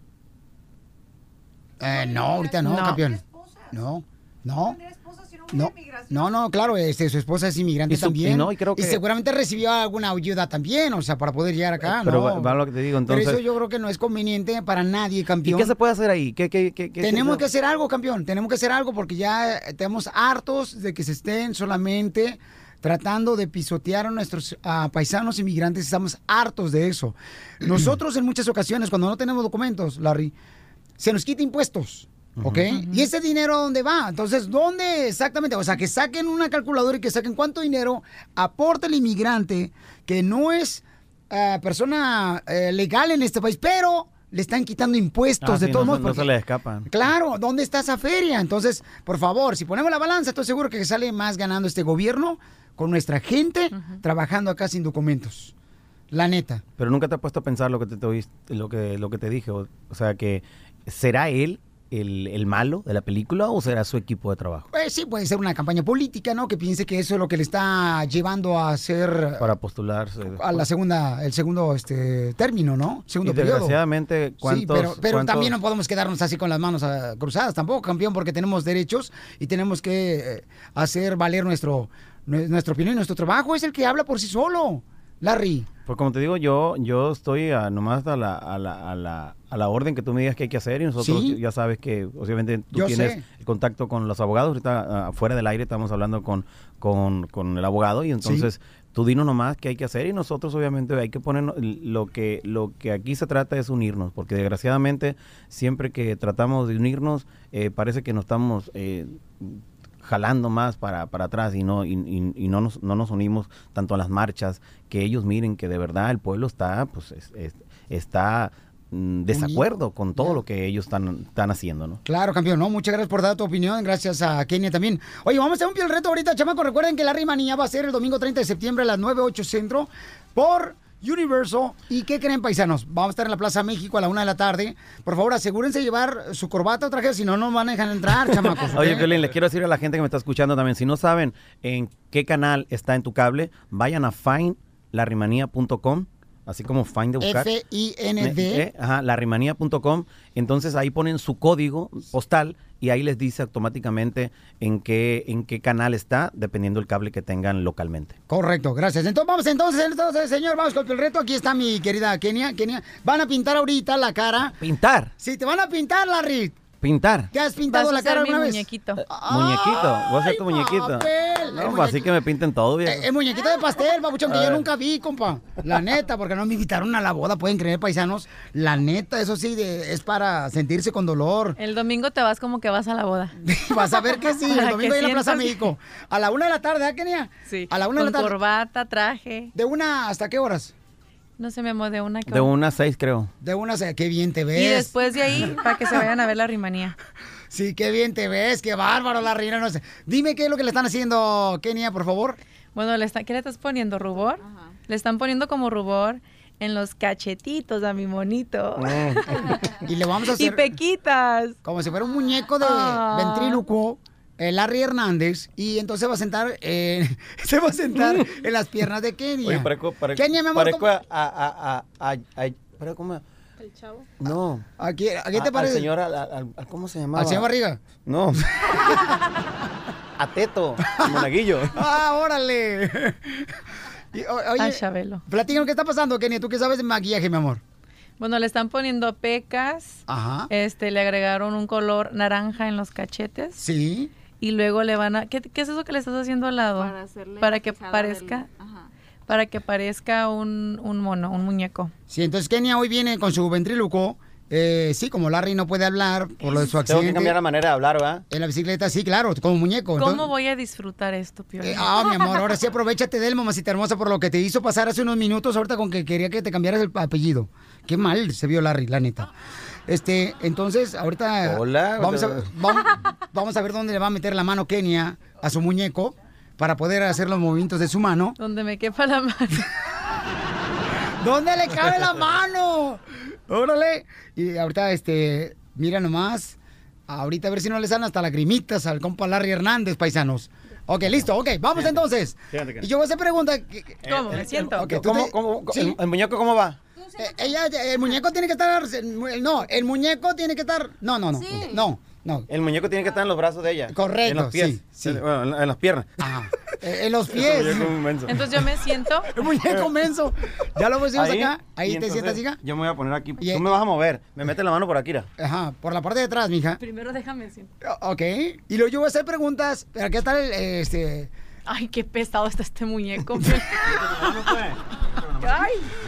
Eh, no, ahorita no, No. campeón. No, no. No, no, no, claro, este, su esposa es inmigrante Y su- también. y no, y creo que- seguramente recibió alguna ayuda también, o sea, para poder llegar acá, Pero ¿no? va, va lo que te digo, Pero entonces... eso yo creo que no es conveniente para nadie, ¿Y campeón. qué se puede hacer ahí? ¿Qué, qué, qué- qué- Tenemos qué- que hacer algo, campeón. Tenemos que hacer algo porque ya eh, estamos hartos de que se estén solamente tratando de pisotear a nuestros ah, paisanos inmigrantes. Estamos hartos de eso. Nosotros en muchas ocasiones, cuando no tenemos documentos, Larry, se nos quita impuestos. ¿Ok? ¿Y ese dinero dónde va? Entonces, ¿dónde exactamente? O sea, que saquen una calculadora y que saquen cuánto dinero aporta el inmigrante que no es ah, persona eh, legal en este país, pero le están quitando impuestos Ah, de sí, todos modos. no, se- no porque- se le escapan. Claro, ¿dónde está esa feria? Entonces, por favor, si ponemos la balanza, estoy seguro que sale más ganando este gobierno con nuestra gente trabajando acá sin documentos. La neta. Pero nunca te has puesto a pensar lo que te, te oís- lo que, lo que te dije. O, o sea, que ¿será él el, el malo de la película o será su equipo de trabajo Pues sí, puede ser una campaña política, ¿no? Que piense que eso es lo que le está llevando a hacer para postularse? a la segunda, el segundo este, término, ¿no? Segundo Pues y periodo. desgraciadamente, Sí, ¿cuántos, pero, pero cuántos- también no podemos quedarnos así con las manos ah, cruzadas tampoco, campeón, porque tenemos derechos y tenemos que eh, hacer valer nuestro, nue- nuestra opinión y nuestro trabajo. Es el que habla por sí solo, Larry. Pues como te digo, yo yo estoy a- nomás a la, a, la, a, la, a la orden que tú me digas que hay que hacer y nosotros Sí. ya sabes que obviamente tú Yo tienes sé. el contacto con los abogados, ahorita ah, fuera del aire estamos hablando con, con, con el abogado y entonces tú dinos nomás qué hay que hacer y nosotros obviamente hay que poner lo que, lo que aquí se trata es unirnos, porque desgraciadamente siempre que tratamos de unirnos eh, parece que nos estamos... eh, jalando más para, para atrás y no y, y- y no, nos, no nos unimos tanto a las marchas que ellos miren que de verdad el pueblo está pues es- es- está mm, desacuerdo con todo lo que ellos están, están haciendo no Claro, campeón, ¿no? Muchas gracias por dar tu opinión, gracias a Kenia también. Oye, vamos a hacer un piel reto ahorita, chamaco. Recuerden que Larry Manía va a ser el domingo 30 de septiembre a las 9, 8 centro por Universal. ¿Y qué creen, paisanos? Vamos a estar en la Plaza México a la 1 de la tarde. Por favor, asegúrense de llevar su corbata o traje, si no, no van a dejar entrar, chamacos. Oye, ¿ok? Piolín, les quiero decir a la gente que me está escuchando también, si no saben en qué canal está en tu cable, vayan a findlarimanía.com, así como find de buscar. F-I-N-D. Eh, Ajá, larimanía.com. Entonces ahí ponen su código postal y ahí les dice automáticamente en qué, en qué canal está, dependiendo el cable que tengan localmente. Correcto, gracias. Entonces vamos entonces, entonces, señor, vamos con el reto. Aquí está mi querida Kenia. Kenia, van a pintar ahorita la cara. ¿Pintar? Sí, te van a pintar, Larry. Pintar. Eh, ¿Te has pintado Vas a la cara ser mi alguna vez? Ah, muñequito. Muñequito, voy a ser tu muñequito. Papel. pastel. No, el pues así que me pinten todo, viejo. Eh, eh, muñequita de pastel, babuchón, que A yo ver. nunca vi, compa. La neta, porque no me invitaron a la boda, pueden creer, paisanos. La neta, eso sí, de- es para sentirse con dolor. El domingo te vas como que vas a la boda. Vas a ver que sí, el Para domingo que ahí en la Plaza sientas- México. A la una de la tarde, ¿verdad, Kenia? Sí. A la una de la Con tarde. corbata, traje. ¿De una hasta qué horas? No se me amor, de una que De una a seis, creo. De una, o sea, qué bien te ves. Y después de ahí, para que se vayan a ver la rimanía. Sí, qué bien te ves, qué bárbaro la reina. No sé. Dime qué es lo que le están haciendo, Kenia, por favor. Bueno, le está, ¿qué le estás poniendo? ¿Rubor? Le están poniendo como rubor en los cachetitos a mi monito. Y le vamos a y hacer pequitas. como si fuera un muñeco de Ah. ventrílocuo. eh, Larry Hernández y entonces va a sentar eh, se va a sentar en las piernas de Kenia. Oye, parezco, parezco, eh, Kenia, mi amor, parezco ¿cómo- a, a, a, a, a- pero ¿cómo? El chavo. No. ¿A quién- a quién te al parece? señor, al- al- al- ¿cómo se llamaba? ¿Al señor Barriga? No. a Teto, el monaguillo. ¡Ah, órale! Y, o- oye, Ay, Chabelo. platícanos qué está pasando, Kenia. ¿Tú qué sabes de maquillaje, mi amor? Bueno, le están poniendo pecas. Ajá. Este, le agregaron un color naranja en los cachetes. Sí. Y luego le van a... ¿Qué, qué es eso que le estás haciendo al lado? Para hacerle. Para que fijada parezca... del- Ajá. Para que parezca un, un mono, un muñeco. Sí, entonces Kenia hoy viene con su ventríloco. Eh, sí, como Larry no puede hablar por lo de su Tengo que accidente. cambiar la manera de hablar, ¿verdad? En la bicicleta, sí, claro, como muñeco. ¿Cómo entonces- voy a disfrutar esto, Piolín? Eh, Ah, mi amor, ahora sí aprovechate de él, mamacita hermosa, por lo que te hizo pasar hace unos minutos, ahorita con que quería que te cambiaras el apellido. Qué mal se vio Larry, la neta. Este, entonces, ahorita. Hola, Vamos a, hola. vamos, vamos a ver dónde le va a meter la mano Kenia a su muñeco para poder hacer los movimientos de su mano. Donde me quepa la mano. ¿Dónde le cabe la mano? Órale. Y ahorita, este, mira nomás. Ahorita a ver si no le salen hasta lagrimitas al compa Larry Hernández, paisanos. Ok, listo, ok, vamos entonces. Fíjate que no. Y yo voy a hacer pregunta. que- que- ¿Cómo? Me siento. Ok, tú ¿Cómo, te- cómo, cómo- sí. el, el muñeco cómo va? Eh, ella- el muñeco tiene que estar. No, el muñeco tiene que estar. No, no, no. No, no. El muñeco tiene que estar en los brazos de ella. Correcto, En los pies. sí, sí. Bueno, en, en las piernas. Ajá. Eh, en los Ese pies. muñeco es un menso. Entonces yo me siento. El muñeco menso. Ya lo pusimos Ahí, acá. Ahí y te entonces sientas, hija. Yo me voy a poner aquí. Y- Tú me vas a mover. Me metes la mano por aquí. mira. Ajá, por la parte de atrás, mija. Primero déjame siento. Ok. Y luego yo voy a hacer preguntas. Pero aquí está el. eh, Este, Ay, qué pesado está este muñeco.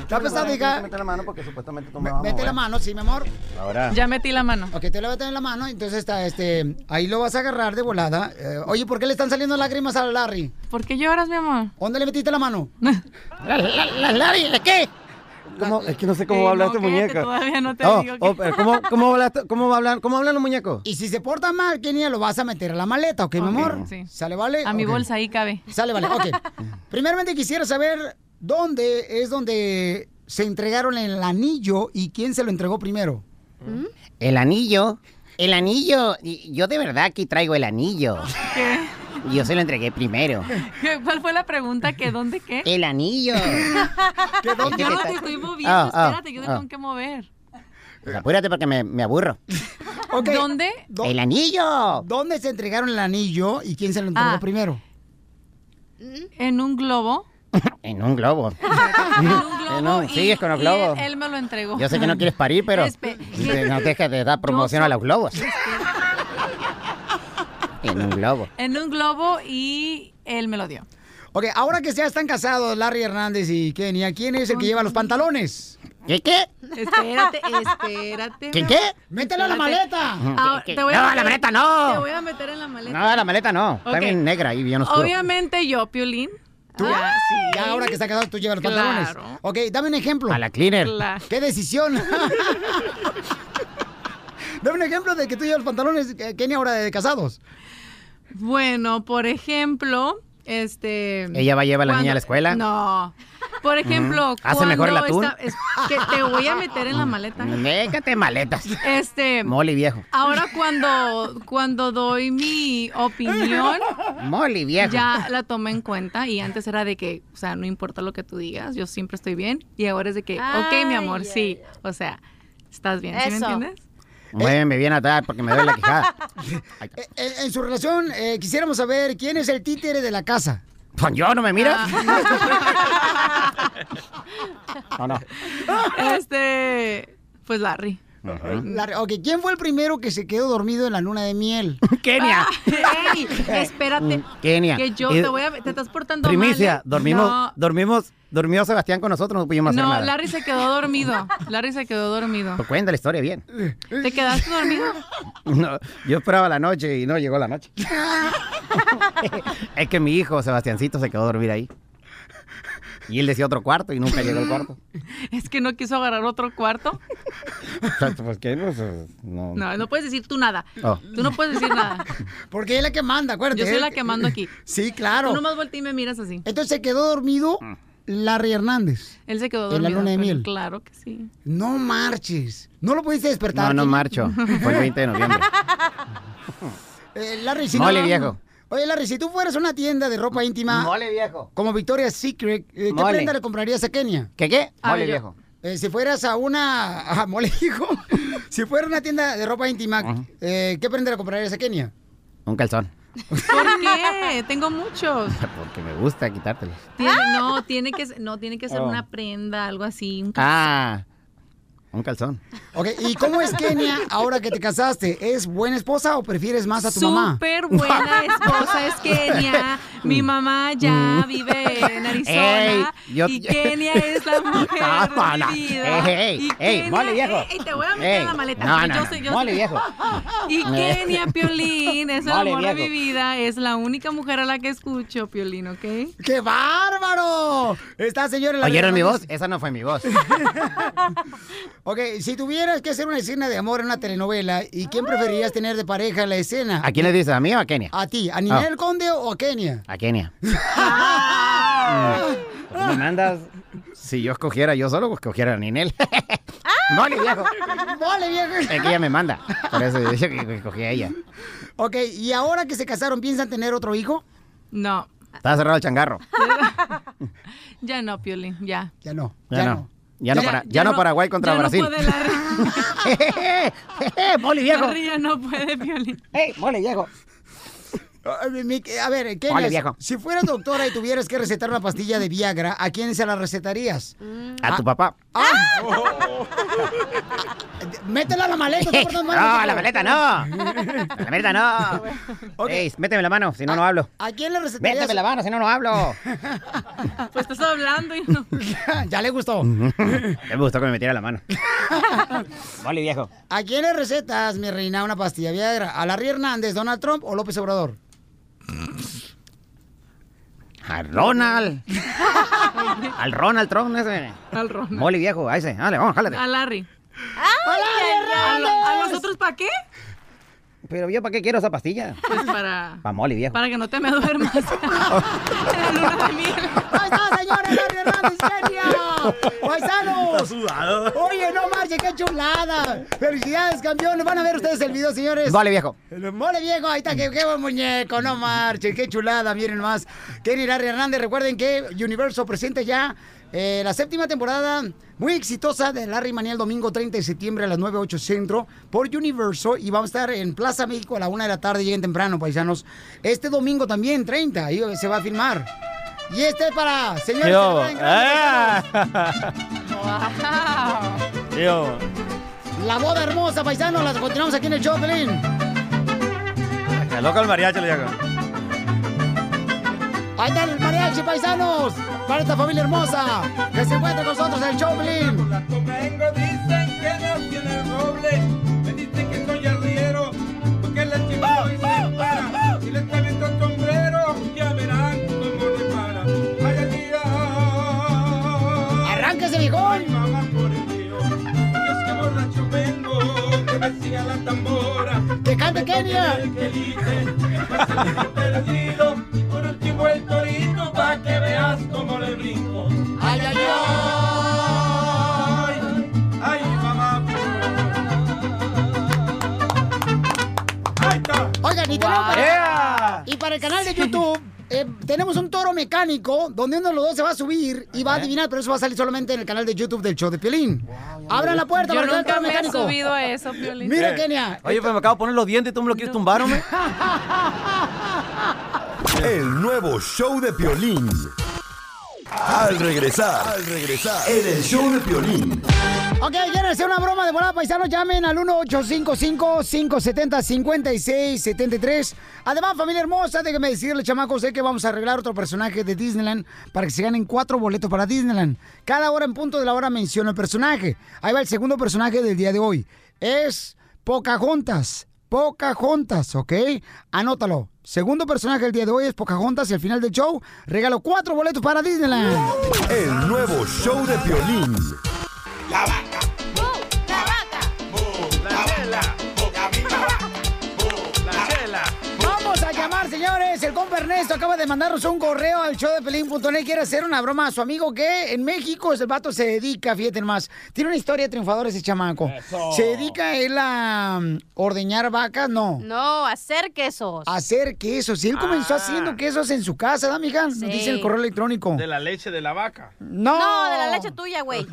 está pesado, hija. Mete la mano porque supuestamente tú me vas a Mete la mover. mano, sí, mi amor. Ahora. ya metí la mano. Ok, te lo voy a tener en la mano. Entonces está, este. Ahí lo vas a agarrar de volada. Eh, oye, ¿por qué le están saliendo lágrimas a Larry? ¿Por qué lloras, mi amor? ¿Dónde le metiste la mano? la, la- la- Larry, ¿de qué? ¿Cómo? Es que no sé cómo Ey, va a hablar no, este cállate, muñeco. todavía no te Oh, digo que- oh, pero ¿cómo, cómo, va a hablar- cómo va a hablar? ¿Cómo hablan los muñecos? Y si se porta mal, Kenia, lo vas a meter a la maleta, ¿ok, mi Ok, amor? sí. ¿Sale, vale? A mi Ok. bolsa ahí cabe. Sale, vale, ok. Primeramente quisiera saber dónde es donde se entregaron el anillo y quién se lo entregó primero. Mm. El anillo. El anillo. y- Yo de verdad aquí traigo el anillo. ¿Qué? Y Yo se lo entregué primero. ¿Qué- ¿Cuál fue la pregunta? ¿Qué? ¿Dónde qué? El anillo. Yo no te estoy moviendo, Ah, ah, espérate, yo te ah. tengo que mover. Pues apúrate porque me, me aburro. Ok. ¿Dónde? Do- El anillo. ¿Dónde se entregaron el anillo y quién se lo entregó Ah. primero? Mm. En un globo. En un globo. En un globo. En un- y- sigues con los y él- globos. Él, me lo entregó. Yo sé que no quieres parir, pero Espe- te- no dejes de dar promoción a los globos. En un globo. En un globo y él me lo dio. Ok, ahora que ya están casados Larry Hernández y Kenia, ¿quién es el que lleva los pantalones? ¿Qué qué? Espérate, espérate. ¿Qué qué? ¡Mételo a la maleta! Ahora, ¿Qué, qué? te voy a no, meter- la maleta Te no. voy a meter en la maleta. No, la maleta no. Está Ok. bien negra y bien oscura. Obviamente yo, Piolín. ¿Tú? Ya, sí. Ya ahora que están casados tú llevas los Claro. pantalones. Ok, dame un ejemplo. A la cleaner. La- ¡Qué decisión! Dame un ejemplo de que tú llevas los pantalones, eh, Kenia, ahora de casados. Bueno, por ejemplo, este... Ella va a llevar a la cuando- niña a la escuela. Mm. No. Por ejemplo, Hace mejor el cuando atún. Mm. esta- es- que te voy a meter en la maleta. Déjate maletas. Este, Molly viejo. ahora cuando cuando doy mi opinión, Molly viejo. ya la tomo en cuenta y antes era de que, o sea, no importa lo que tú digas, yo siempre estoy bien y ahora es de que, ok, Ay, mi amor, ya, sí, o sea, estás bien, ¿sí me Eso. entiendes? Muéveme bien atrás porque me duele la quijada. Ay, Eh, eh, en su relación, eh, quisiéramos saber quién es el títere de la casa. Ah. pues yo no me miras. No, no. Este, pues Larry. La- ok, ¿quién fue el primero que se quedó dormido en la luna de miel? Ah, Kenia. Ey, espérate. Mm. Kenia. Que yo Y- te voy a. Te estás portando eh, Primicia, mal. ¿eh? dormimos, No. dormimos, dormió Sebastián con nosotros, no pudimos hacer No, nada. Larry se quedó dormido. Larry se quedó dormido. Pues cuenta la historia bien. ¿Te quedaste dormido? No, yo esperaba la noche y no llegó la noche. es que mi hijo, Sebastiancito, se quedó a dormir ahí. Y él decía otro cuarto y nunca llegó al cuarto. Es que no quiso agarrar otro cuarto. Pues que no, no. No, no puedes decir tú nada. Oh. Tú no puedes decir nada. Porque es la que manda, acuérdate. Yo soy ¿eh? la que mando aquí. Sí, claro. Tú nomás volteas y me miras así. Entonces se quedó dormido Larry Hernández. Él se quedó dormido. En la luna de pero miel. Claro que sí. No marches. No lo pudiste despertar. No, no Kenia? marcho. Fue el 20 de noviembre. Eh, Larry, si Mole no- viejo. Oye, Larry, si tú fueras una tienda de ropa íntima. Mole viejo. Como Victoria's Secret, eh, ¿qué Mole. prenda le comprarías a Kenia? ¿Qué qué? A Mole ver, yo. viejo. Eh, si fueras a una. A mole, hijo. si fuera una tienda de ropa íntima, Ajá. eh, ¿qué prenda le comprarías a Kenia? Un calzón. ¿Por qué? Tengo muchos. Porque me gusta quitártelo. Tiene- no, tiene que, ser- no, tiene que ser Oh. una prenda, algo así. un Ah, un calzón. Ok, ¿y cómo es Kenia ahora que te casaste? ¿Es buena esposa o prefieres más a tu mamá? Súper buena esposa es Kenia. Mi mamá ya vive en Arizona. Ey, yo- Y Kenia es la mujer Tapa, de Ah, no. mi vida. Ey, ey, y ey, Kenia- mole viejo. Ey, te voy a meter Ey, en la maleta. no, porque no, yo no, sé- yo mole sé. viejo. Y Eh. Kenia Piolín es el Mole amor de mi viejo. vida. Es la única mujer a la que escucho, Piolín, ¿ok? ¡Qué bárbaro! Está, señora. la ¿Oyeron mi verdad, voz? Esa no fue mi voz. Ok, si tuvieras que hacer una escena de amor en una telenovela, ¿y quién preferirías tener de pareja en la escena? ¿A quién Ah. le dices? ¿A mí o a Kenia? ¿A ti? ¿A Ninel Conde o a Kenia? A Kenia. Mm, ¿Me mandas? Si yo escogiera yo solo, pues escogiera a Ninel. Mole viejo. ¡Mole, viejo! Es que ella me manda. Por eso yo dije que escogí a ella. Ok, ¿y ahora que se casaron, piensan tener otro hijo? No, Estaba cerrado el changarro. ya no, Piolín, ya. Ya no. Ya, no. Ya no, para, ya no Paraguay contra ya Brasil. No puede la... Eh, Mole viejo. Larry ya no puede, Piolín. ¡Ey, mole viejo! A ver, mi- A ver, Kenia, Ole, viejo. si fueras doctora y tuvieras que recetar una pastilla de Viagra, ¿a quién se la recetarías? Ah. A tu papá. Métela a la maleta. está portando no, mal, métela. la maleta no. La maleta no. Ey, méteme la mano, si no, no hablo. ¿A quién le recetarías? Méteme la mano, si no, no hablo. Pues estás hablando y no. ya le gustó. Me gustó que me metiera la mano. Mole viejo. ¿A quién le recetas, mi reina, una pastilla de Viagra? ¿A Larry Hernández, Donald Trump o López Obrador? A Ronald. Al Ronald Trump ese. Al Ron. Mole viejo, a ese. Dale, vamos, jálate. A Larry. ¡A Larry ¿A, lo- a Hernández! los otros para qué? Pero yo, ¿para qué quiero esa pastilla? Pues para, Pa' mole viejo. para que no te me duermas. En la luna de miel. ¡Ahí está, señores! ¡Larry Hernández, Kenia! ¡Paisanos! Sudado. Oye, no marche, qué chulada. Felicidades, campeones. Van a ver ustedes el video, señores. Mole viejo. El Mole viejo, ahí está, qué, qué buen muñeco, no marchen, qué chulada, miren más. Kenny Larry Hernández, recuerden que Universo presenta ya eh, la séptima temporada muy exitosa de Larry Manía el domingo 30 de septiembre a las 9, 8 centro por Universo y vamos a estar en Plaza México a la 1 de la tarde, lleguen temprano, paisanos. Este domingo también, 30, ahí se va a filmar. Y este es para señores. que Yo. traen grandes ¡Ah! paisanos. Wow. Yo. La boda hermosa, paisanos, la continuamos aquí en el show, Pelín. Loco el mariachi le llega. Ahí está el mariachi, paisanos, para esta familia hermosa que se encuentra con nosotros en el Choplin. Vengo, dicen que nací en el roble. Me dicen que soy arriero. Porque le chivado y se para. Si le está viendo el sombrero, ya verán cómo le para. Ay, ay, ay. ¡Arráncase, viejón! Ay, mamá, por el mío. Dios, que borracho vengo. Que me siga la tambora. ¡Que cante Kenia! El que dice, después el que perdido. Y por último el torito, pa' que veas cómo le brinco. ¡Ay, ay, ay! Ay, ay, mamá. Ahí está. Oigan, y tenemos para- Y para el canal de YouTube eh, tenemos un toro mecánico donde uno de los dos se va a subir y va a adivinar, pero eso va a salir solamente en el canal de YouTube del show de Piolín. Abran la puerta Yo para el nunca toro me he mecánico. subido a eso, Piolín. Mira, Kenia. Oye, pues me acabo de poner los dientes y tú me lo quieres tumbar, hombre. ah, El nuevo show de Piolín. Al regresar, al regresar, en el show de Piolín. Ok, quieren hacer una broma de volada, paisano, llamen al 1-855-570-5673. Además, familia hermosa, déjenme decirle, chamacos, sé que vamos a arreglar otro personaje de Disneyland para que se ganen cuatro boletos para Disneyland. Cada hora en punto de la hora menciono el personaje. Ahí va el segundo personaje del día de hoy. Es Pocahontas. Pocahontas, ¿ok? Anótalo. Segundo personaje del día de hoy es Pocahontas y al final del show regalo cuatro boletos para Disneyland. El nuevo show de violín. La vaca. La vaca. La vela. La misma vaca. La chela. Vamos a llamar, señores. El compa Ernesto acaba de mandarnos un correo al show de Pelín.net. Quiere hacer una broma a su amigo que en México ese vato se dedica, fíjate más. Tiene una historia triunfadora ese chamaco. Eso. Se dedica él a mm, ordeñar vacas, no. No, hacer quesos. a Hacer quesos. Y él Ah. comenzó haciendo quesos en su casa, ¿da, mija? Nos dice el correo electrónico. De la leche de la vaca. No. No, de la leche tuya, güey.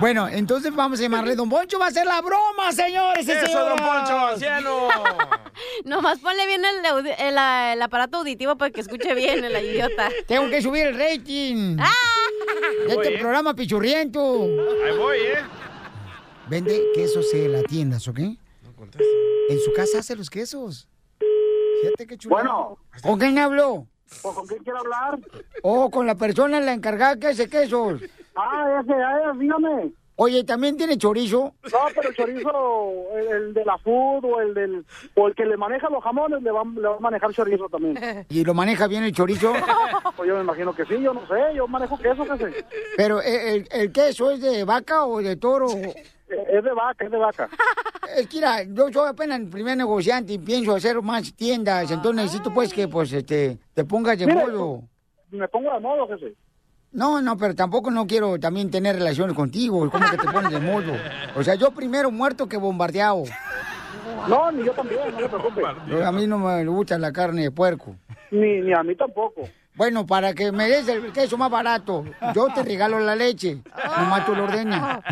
Bueno, entonces vamos a llamarle. Don Poncho va a hacer la broma, señores. y Eso, señoras. don Poncho, anciano. Nomás ponle bien el, audi- el, ah, el aparato auditivo para que escuche bien el idiota. Ah, Tengo que subir el rating. De Voy, este ¿eh? programa pichurriento. Ahí voy, ¿eh? Vende quesos en las tiendas, ¿ok? En su casa hace los quesos. Fíjate qué chulo. Bueno. ¿Con quién habló? ¿Con quién quiero hablar? Oh, con la persona la encargada que hace quesos. Ah, ese, ah, dígame. Oye, ¿también tiene chorizo? No, pero el chorizo, el, el de la food o el, del, o el que le maneja los jamones, le va, le va a manejar chorizo también. ¿Y lo maneja bien el chorizo? Pues yo me imagino que sí, yo no sé, yo manejo queso, jefe. Pero ¿e- el, el queso es de vaca o de toro. Es de vaca, es de vaca. Es que mira, yo soy apenas el primer negociante y pienso hacer más tiendas, entonces necesito pues que pues este te pongas de Mire, modo. Me pongo de modo, jefe. No, no, pero tampoco no quiero también tener relaciones contigo. ¿Cómo que te pones de modo? O sea, yo primero muerto que bombardeado. No, ni yo también, no se preocupe. A mí no me gusta la carne de puerco. Ni, ni a mí tampoco. Bueno, para que me des el queso más barato, yo te regalo la leche. Nomás tú lo ordeñas.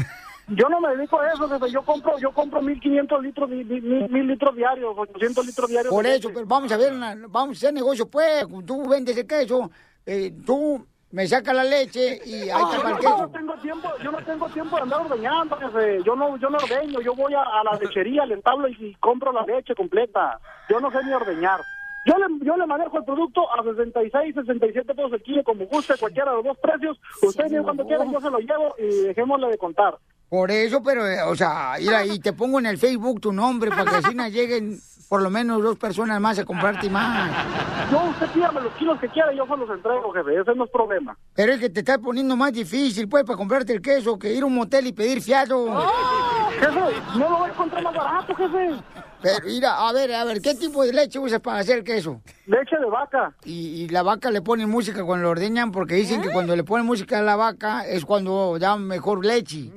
Yo no me dedico a eso, jefe. Yo compro, yo compro 1500 litros, di- di- mil, mil litros diarios, 800 litros diarios. Por de eso, leche. pero vamos a ver, una- vamos a hacer negocio, pues. Tú vendes el queso, eh, tú me sacas la leche y ahí está No, para el Ah, yo no queso. tengo tiempo, yo no tengo tiempo de andar ordeñando, jefe. Yo no, yo no ordeño, yo voy a, a la lechería, al establo y, y compro la leche completa. Yo no sé ni ordeñar. Yo le, yo le manejo el producto a 66, 67 pesos el kilo, como guste, cualquiera de los dos precios. Usted viene cuando quiera, yo se lo llevo y dejémosle de contar. Por eso, pero, eh, o sea, ir ahí, te pongo en el Facebook tu nombre para que así no lleguen por lo menos dos personas más a comprarte más. Yo, usted pídame los kilos que quiera, y yo se los entrego, jefe. Ese no es problema. Pero es que te está poniendo más difícil, pues, para comprarte el queso que ir a un motel y pedir fiado. Jefe, no lo voy a encontrar más barato, jefe. Pero mira, a ver, a ver, ¿qué tipo de leche usas para hacer queso? Leche de vaca. ¿Eh? Y, y la vaca le ponen música cuando lo ordeñan porque dicen que cuando le ponen música a la vaca es cuando da mejor leche.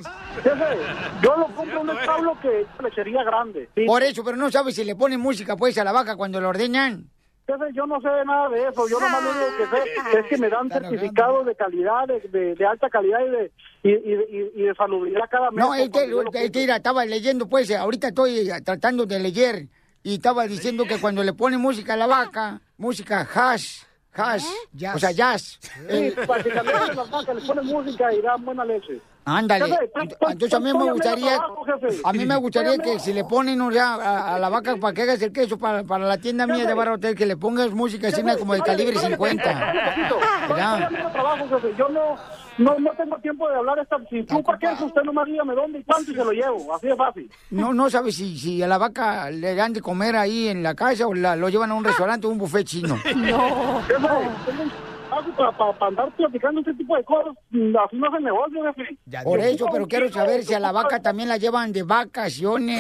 Jefe, yo lo compro en un establo que es lechería grande. Sí. Por eso, pero no sabes si le ponen música pues a la vaca cuando lo ordeñan. Jefe, yo no sé de nada de eso. Yo nomás lo único que sé es que me dan certificados de calidad, de, de- de alta calidad y de, y, y- y- y de salubridad cada mes. No, es que, Porque yo lo- es que, mira, estaba leyendo pues, ahorita estoy tratando de leer y estaba diciendo que cuando le ponen música a la vaca, música hash, hash, o sea, jazz. ¿Eh? Sí, eh, para que calienten las vacas, les ponen música y dan buena leche. Ándale. Jefe, estoy- estoy- Entonces a mí estoy me medio gustaría, trabajo, jefe. a mí me gustaría Estoy a que medio- si le ponen o sea, a, a la vaca para que hagas el queso para, para la tienda mía de Barra Hotel, que le pongas música así una como de Oye, calibre espérate, 50. espérate pues, un poquito. Estoy ¿Verdad? haciendo trabajo, jefe. Yo no, no, no tengo tiempo de hablar esta. Si tú para qué, usted nomás dígame dónde y cuánto y se lo llevo. Así de fácil. No, no sabes si, si a la vaca le dan de comer ahí en la calle o la- lo llevan a un Ah. restaurante o un buffet chino. Jefe, tengo trabajo para, para, para andar platicando este tipo de cosas. Así no se negocio, jefe. Por eso, pero quiero saber si a la vaca también la llevan de vacaciones,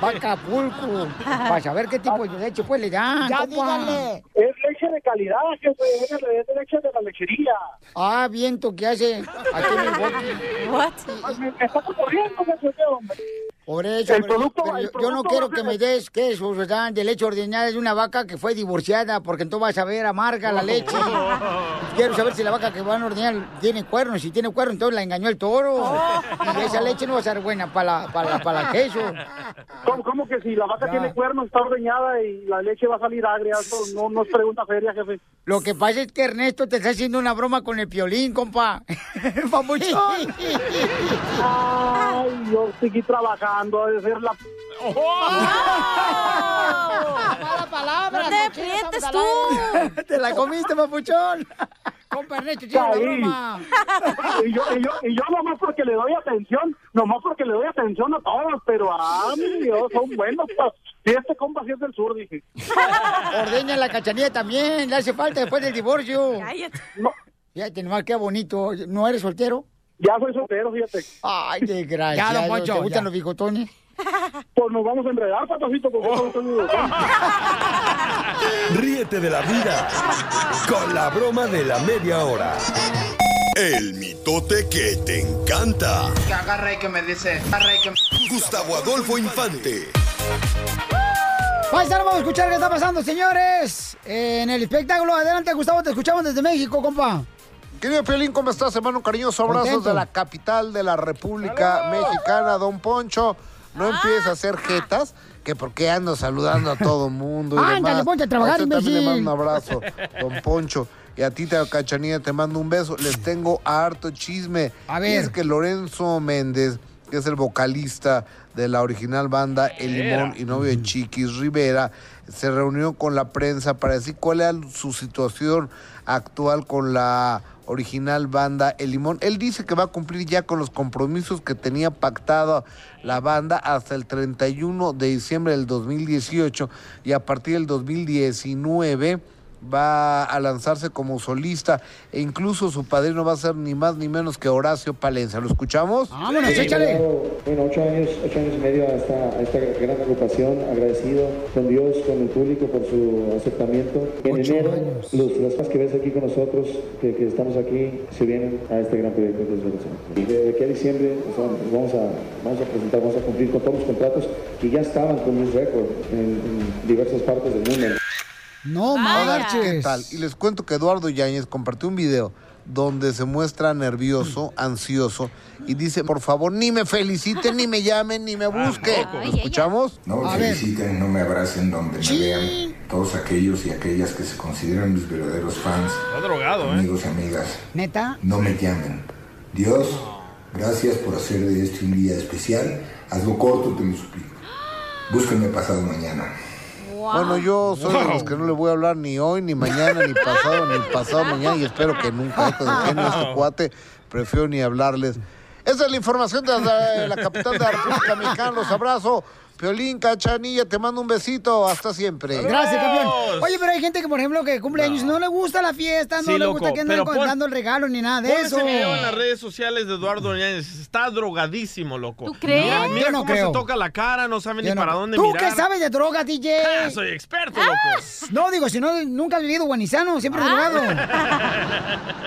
vaca pulco, para saber qué tipo de leche pues le dan. Ya díganle. Es leche de calidad, jefe. Es de- es de leche de la lechería. Ah, viento, ¿qué hace? Aquí en el bote. Me, me está corriendo, jefe, hombre. Por eso, El pero yo- producto- pero el yo, yo no producto quiero va a que ser- me des quesos, ¿verdad? De leche ordinaria de una vaca que fue divorciada, porque entonces vas a ver amarga la leche. Quiero saber si la vaca que van a ordeñar tiene cuernos. Si tiene cuernos, entonces la engañó el toro. Oh. Y esa leche no va a ser buena para la, para la- para el queso. ¿Cómo, cómo que si la vaca tiene cuernos, está ordeñada y la leche va a salir agria? Eso no, no es pregunta seria, jefe. Lo que pasa es que Ernesto te está haciendo una broma con el piolín, compa. Papuchón. Ay, yo seguí trabajando, ha de ser la... Oh. ¡Mala palabra! No te cochino, aprietes estamos tú. al aire. ¡Te la comiste, papuchón! Compa Ernesto, tiene la Caí. broma. Y yo, y yo, y yo nomás porque le doy atención, nomás porque le doy atención a todos, pero ah, a mi Dios, son buenos. pa- Si este compa sí es del sur, dije. Ordeña la cachanilla también, le hace falta después del divorcio. Cállate. Fíjate nomás, qué bonito. ¿No eres soltero? Ya soy soltero, fíjate. Ay, desgraciado. Ya, don Poncho, ¿Te gustan ya. los bigotones? Pues nos vamos a enredar, papacito, porque yo no tengo botón. Ríete de la vida con la broma de la media hora. El mitote que te encanta. Que agarra y que me dice, agarra y que Gustavo Adolfo Infante. Paisano, vamos a escuchar qué está pasando, señores. En el espectáculo, adelante, Gustavo, te escuchamos desde México, compa. Querido Piolín, ¿cómo estás, hermano? Cariñosos abrazos Contento. de la capital de la República Mexicana, Don Poncho. No empieces a hacer jetas, que porque ando saludando a todo mundo y Ándale, demás. ponte a trabajar, usted también le imbécil. mando un abrazo, Don Poncho. Y a ti, te- Cachanilla, te mando un beso. Les tengo harto chisme. A ver. Y es que Lorenzo Méndez, que es el vocalista de la original banda El Limón y novio de Chiquis Rivera, se reunió con la prensa para decir cuál era su situación actual con la original banda El Limón. Él dice que va a cumplir ya con los compromisos que tenía pactado la banda hasta el 31 de diciembre del 2018 y a partir del 2019 va a lanzarse como solista e incluso su padrino va a ser ni más ni menos que Horacio Palencia. ¿Lo escuchamos? Sí, he dado, Bueno, ocho años, ocho años y medio a esta, a esta gran agrupación, agradecido con Dios, con el público por su aceptamiento. En enero, los, las personas que ves aquí con nosotros, que, que estamos aquí, se vienen a este gran proyecto que es Venezuela. Y de aquí a diciembre o sea, nos vamos, a, vamos a presentar, vamos a cumplir con todos los contratos que ya estaban con un récord en, en diversas partes del mundo. No ¿Qué tal? Y les cuento que Eduardo Yáñez compartió un video donde se muestra nervioso, ansioso y dice, por favor, ni me feliciten, ni me llamen, ni me busquen. Ah, ¿Lo escuchamos? No me A ver. feliciten, no me abracen donde me vean todos aquellos y aquellas que se consideran mis verdaderos fans, Está drogado, ¿eh? amigos y amigas. ¿Neta? No me llamen. Dios, gracias por hacer de este un día especial. Hazlo corto, te lo suplico. Búsquenme pasado mañana. Bueno, yo soy de los que no le voy a hablar ni hoy, ni mañana, ni pasado, ni pasado mañana, y espero que nunca este genio, este cuate, prefiero ni hablarles. Esa es la información de la, la capital de la República Mexicana. Los abrazo. Piolín, Cachanilla, te mando un besito. Hasta siempre. Gracias, campeón. Oye, pero hay gente que, por ejemplo, que cumple años, no le gusta la fiesta, no Sí, le loco, gusta que anden pero pon- dando el regalo ni nada Ah, de Pon eso. ese video en las redes sociales de Eduardo Yáñez. Está drogadísimo, loco. ¿Tú crees? Mira, No, mira yo no cómo creo. se toca la cara, no sabe Yo ni no- para dónde ¿Tú mirar. qué sabes de droga, DJ? Ah, soy experto, loco. Ah. No, digo, si no, nunca has vivido guanizano, siempre drogado.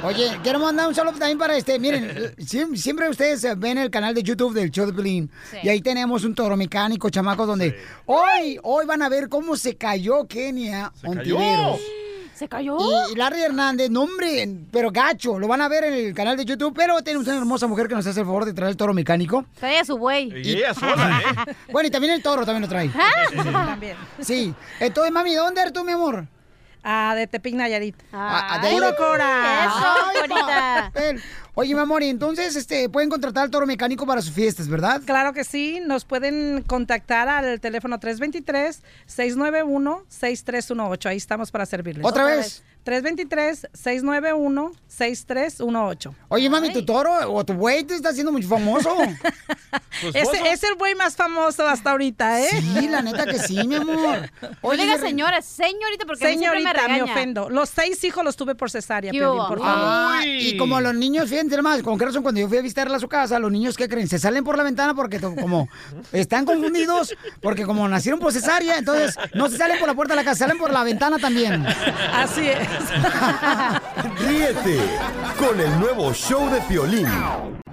Oye, quiero mandar un saludo también para este. Miren, siem- siempre ustedes eh, ven el canal de YouTube del show de Pelín. Y ahí tenemos un toro mecánico, chamaco, donde hoy, hoy van a ver cómo se cayó Kenia cayó. Ontiveros. Se cayó. Y Larry Hernández, no hombre, pero gacho, lo van a ver en el canal de YouTube, pero tenemos una hermosa mujer que nos hace el favor de traer el toro mecánico. Trae a su güey. Y ella sola, ¿eh? Bueno, y también el toro también lo trae. Ah. También. Sí. Entonces, mami, ¿de dónde eres tú, mi amor? Ah, de Tepic Nayarit. Ah, Puro Cora. Ay, papel. Oye, mi amor, y entonces este, pueden contratar al toro mecánico para sus fiestas, ¿verdad? Claro que sí, nos pueden contactar al teléfono 323-691-6318. Ahí estamos para servirles. ¿Otra vez? 323-691-6318. Oye, mami, tu toro o tu güey te está haciendo muy famoso. Ese es el güey más famoso hasta ahorita, ¿eh? Sí, la neta que sí, mi amor. No le digas señora, señorita, porque a mí siempre Señorita, me me, regaña. ofendo. Los seis hijos los tuve por cesárea, ¿Qué Piolín, hubo? por favor. Ah, y como los niños, fíjense hermano, con Carson, cuando yo fui a visitarla a su casa, los niños, ¿qué creen? Se salen por la ventana porque to- como están confundidos, porque como nacieron por cesárea, entonces no se salen por la puerta de la casa, salen por la ventana también. Así es. Ríete con el nuevo show de Piolín.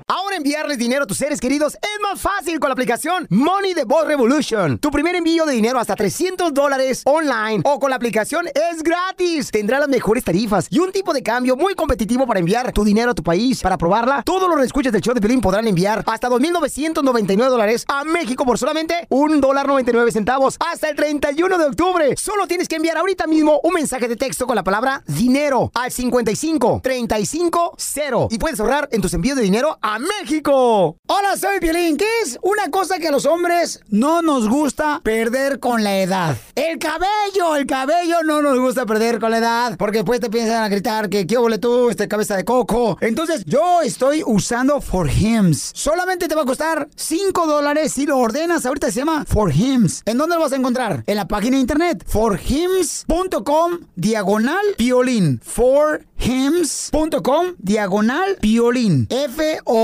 Ahora enviarles dinero a tus seres queridos es más fácil con la aplicación Money the Boss Revolution. Tu primer envío de dinero hasta 300 dólares online o con la aplicación es gratis. Tendrá las mejores tarifas y un tipo de cambio muy competitivo para enviar tu dinero a tu país. Para probarla, todos los escuchas del show de Pelín podrán enviar hasta 2.999 dólares a México por solamente $1.99 centavos hasta el 31 de octubre. Solo tienes que enviar ahorita mismo un mensaje de texto con la palabra dinero al 55 35 0 y puedes ahorrar en tus envíos de dinero a México. Hola, soy Piolín. ¿Qué es una cosa que a los hombres no nos gusta perder con la edad? El cabello, el cabello no nos gusta perder con la edad, porque después te piensan a gritar que qué huele tú, este cabeza de coco. Entonces, yo estoy usando For Hims. Solamente te va a costar 5 dólares si lo ordenas. Ahorita se llama For Hims. ¿En dónde lo vas a encontrar? En la página de internet forhims.com diagonal piolín. forhims.com diagonal piolín.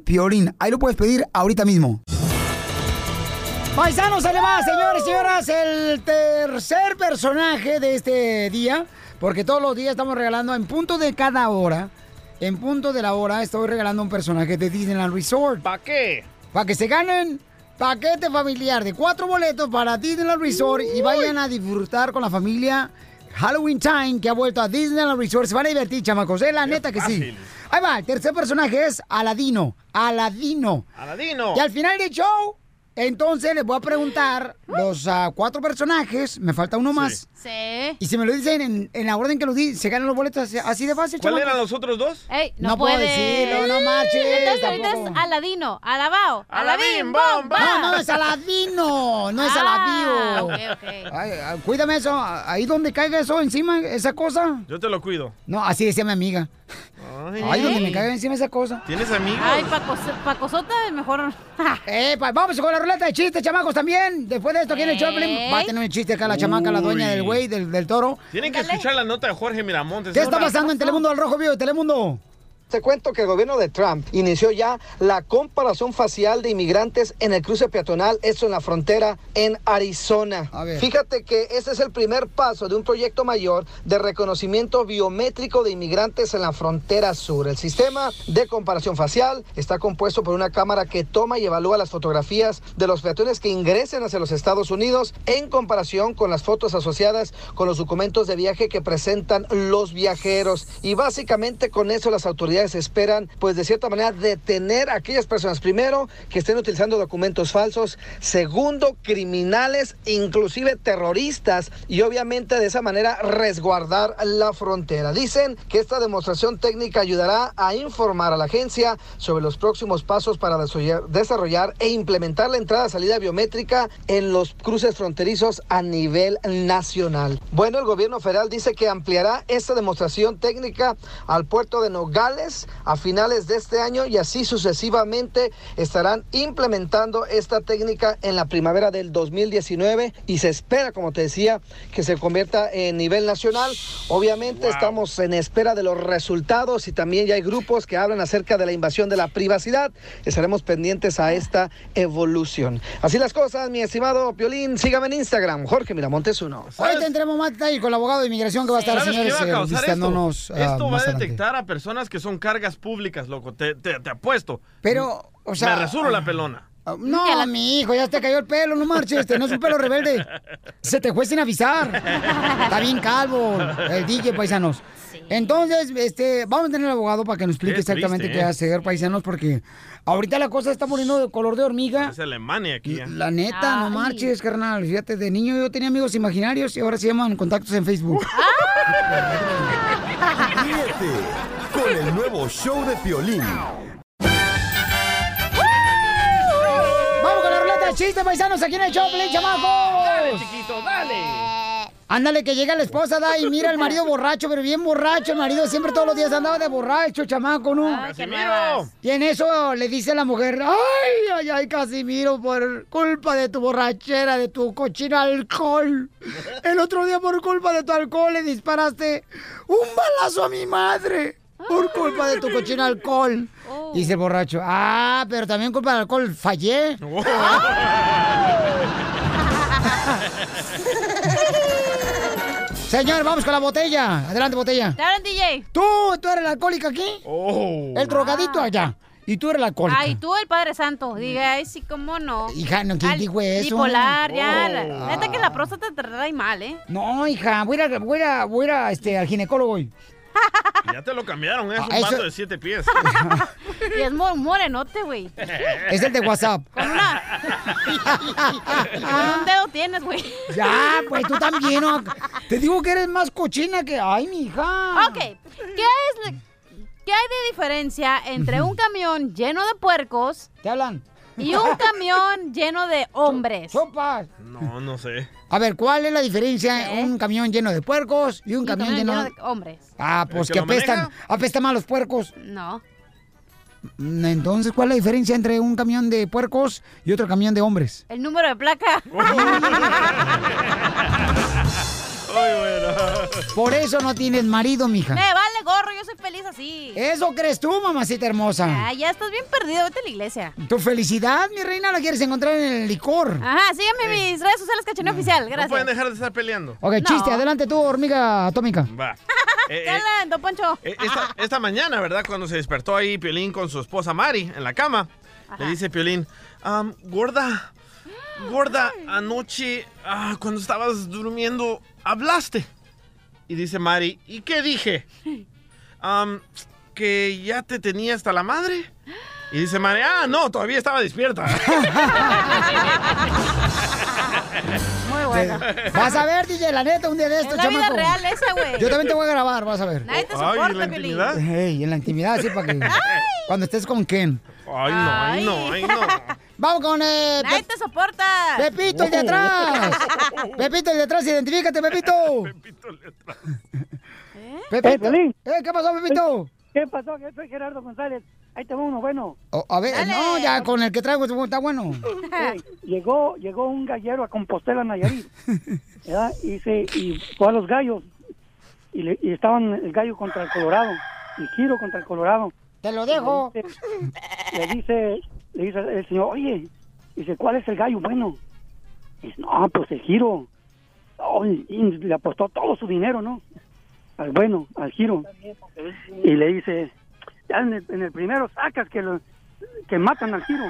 piolín. Ahí lo puedes pedir ahorita mismo. Paisanos, además, señores y señoras, el tercer personaje de este día, porque todos los días estamos regalando en punto de cada hora, en punto de la hora, estoy regalando un personaje de Disneyland Resort. ¿Para qué? Para que se ganen paquete familiar de cuatro boletos para Disneyland Resort y vayan a disfrutar con la familia Halloween Time que ha vuelto a Disneyland Resort. Se van a divertir, chamacos, es la neta que sí. fácil. Ahí va, el tercer personaje es Aladino. Aladino. Aladino. Y al final del show, entonces les voy a preguntar los ah, cuatro personajes. Me falta uno más. Sí. Y si me lo dicen en, en la orden que los di, se ganan los boletos así, así de fácil, ¿Cuáles chamacos. eran los otros dos? Ey, No no, puedo puede. decirlo, no marches, Entonces ahorita es tampoco. Aladino, Alabao, Alabín, bomba. No, no, es Aladino, no es Ah, Alabío. ok, ok. Ay, ay, cuídame eso, ahí donde caiga eso encima, esa cosa. Yo te lo cuido. No, así decía mi amiga. Ahí donde me caiga encima esa cosa. ¿Tienes amigos? Ay, Paco, Pacosota es mejor. Eh, pa- vamos con la ruleta de chistes, chamacos, también. Después de esto, ¿quién el Choplin? Va a tener un chiste acá la chamaca, la dueña del güey, del, del toro. Tienen que escuchar la nota de Jorge Miramontes. ¿Qué está Ahora, pasando en Telemundo al Rojo Vivo de Telemundo? Te cuento que el gobierno de Trump inició ya la comparación facial de inmigrantes en el cruce peatonal, esto en la frontera en Arizona. ver. Fíjate que este es el primer paso de un proyecto mayor de reconocimiento biométrico de inmigrantes en la frontera sur. El sistema de comparación facial está compuesto por una cámara que toma y evalúa las fotografías de los peatones que ingresen hacia los Estados Unidos en comparación con las fotos asociadas con los documentos de viaje que presentan los viajeros. Y básicamente con eso las autoridades esperan, pues de cierta manera, detener a aquellas personas, primero, que estén utilizando documentos falsos, segundo, criminales, inclusive terroristas, y obviamente de esa manera resguardar la frontera. Dicen que esta demostración técnica ayudará a informar a la agencia sobre los próximos pasos para desarrollar- desarrollar e implementar la entrada-salida biométrica en los cruces fronterizos a nivel nacional. Bueno, el gobierno federal dice que ampliará esta demostración técnica al puerto de Nogales a finales de este año y así sucesivamente estarán implementando esta técnica en la primavera del 2019 y se espera, como te decía, que se convierta en nivel nacional. Obviamente estamos en espera de los resultados y también ya hay grupos que hablan acerca de la invasión de la privacidad. Estaremos pendientes a esta evolución. Así las cosas, mi estimado Piolín, sígame en Instagram, Jorge Miramontes 1. Hoy tendremos más detalles con el abogado de inmigración que va a estar, ¿Sabes qué señores, va a eh, causar esto? visitándonos. ah, Esto va más a adelante. detectar a personas que son cargas públicas, loco. Te, te- te apuesto. Pero, o sea, ah. Me resuro la pelona. No, mi hijo, ya te cayó el pelo, no marches, este no es un pelo rebelde. Se te fue sin avisar. Está bien calvo el DJ, paisanos. Entonces, este, vamos a tener al abogado para que nos explique Qué triste, exactamente qué ¿eh? hacer, paisanos, porque ahorita la cosa está muriendo de color de hormiga. Es Alemania aquí. ¿eh? La neta, no marches, carnal. Fíjate, de niño yo tenía amigos imaginarios y ahora se llaman contactos en Facebook. Ríete con el nuevo show de Piolín. Este ¡Vamos con la ruleta de chistes, paisanos! ¡Aquí en el Choplin, chamacos! Dale, chiquito, dale. Ándale, que llega la esposa, da, y mira el marido borracho, pero bien borracho. El marido siempre todos los días andaba de borracho, chamaco, ¿no? ¡Casimiro! Y en eso le dice la mujer, ay, ay, ay, Casimiro, por culpa de tu borrachera, de tu cochino alcohol. El otro día por culpa de tu alcohol le disparaste un balazo a mi madre. Por culpa de tu cochino alcohol. Dice el borracho, ah, pero también culpa del alcohol fallé. Señor, vamos con la botella. Adelante, botella. ¿Te hablan, DJ? Tú, tú eres la alcohólica aquí. El drogadito allá. Y tú eres la alcohólica. Ah. Ay, tú, el Padre Santo. Diga, ay, sí, cómo no. Hija, no, ¿quién Al- dijo eso? Bipolar, ya. la- Oh. Neta que la próstata te trae mal, ¿eh? No, hija, voy a ir, a- voy a ir a- voy a ir a, este, al ginecólogo hoy. Ya te lo cambiaron, ¿eh? es un Ah, eso- vato de siete pies. Y es mo- morenote, güey. Es el de WhatsApp. Con un dedo tienes, güey. Ya, pues tú también. ¿no? Te digo que eres más cochina que. Ay, mija. Ok, ¿qué es la- qué hay de diferencia entre un camión lleno de puercos... ¿Te hablan? Y un camión lleno de hombres. ¡Sopas! No, no sé. A ver, ¿cuál es la diferencia en un camión lleno de puercos y un camión lleno de... hombres. Ah, pues ¿El que, que lo apestan, maneja? apestan más los puercos. No. Mm, Entonces, ¿cuál es la diferencia entre un camión de puercos y otro camión de hombres? El número de placa. Por eso no tienes marido, Me mija. vale gorro, yo soy feliz así. Eso crees tú, mamacita hermosa. Ay, ya estás bien perdido, vete a la iglesia. Tu felicidad, mi reina, la quieres encontrar en el licor. Ajá, síganme en mis redes sociales, cachoneo oficial, gracias. No pueden dejar de estar peleando. Ok, chiste, adelante tú, hormiga atómica. Va. Eh, eh, Alan, don Poncho. eh, esta, esta mañana, ¿verdad? Cuando se despertó ahí Piolín con su esposa Mari en la cama, le dice Piolín, "Am, gorda, gorda, anoche ah, cuando estabas durmiendo, hablaste. Y dice Mari, ¿y qué dije? Am, que ya te tenía hasta la madre. Y dice Mari, ah, no, todavía estaba despierta. Muy bueno. Vas a ver, DJ, la neta, un día de estos, Es la vida chamaco. real esa, güey. Yo también te voy a grabar, vas a ver. Pues. Nadie te Ay, ¿en la soporta, Piolín. intimidad? Ey, en la intimidad, sí, para que... Cuando estés con Ken. Ay, no, ay, no, ay, no. Vamos con... Eh, Nadie Pep- te soporta. Pepito, el de atrás. Pepito, el de atrás, identifícate, Pepito. Eh, Pepito, Piolín. Eh, ¿Qué pasó, Pepito? ¿Qué pasó? Yo soy Gerardo González. Ahí te va uno bueno. Oh, a ver, no, ya con el que traigo está bueno. Eh, llegó, llegó un gallero a Compostela, Nayarit. ¿verdad? Y, se, y fue a los gallos. Y, le- y estaban el gallo contra el Colorado. Y giro contra el Colorado. Te lo dejo. Le dice, le dice, le dice el señor, oye, dice, ¿cuál es el gallo bueno? Dice, no, pues el giro. Oh, y- y le apostó todo su dinero, ¿no? Al bueno, al giro. Y le dice, ya en el, en el primero sacas que, lo- que matan al giro.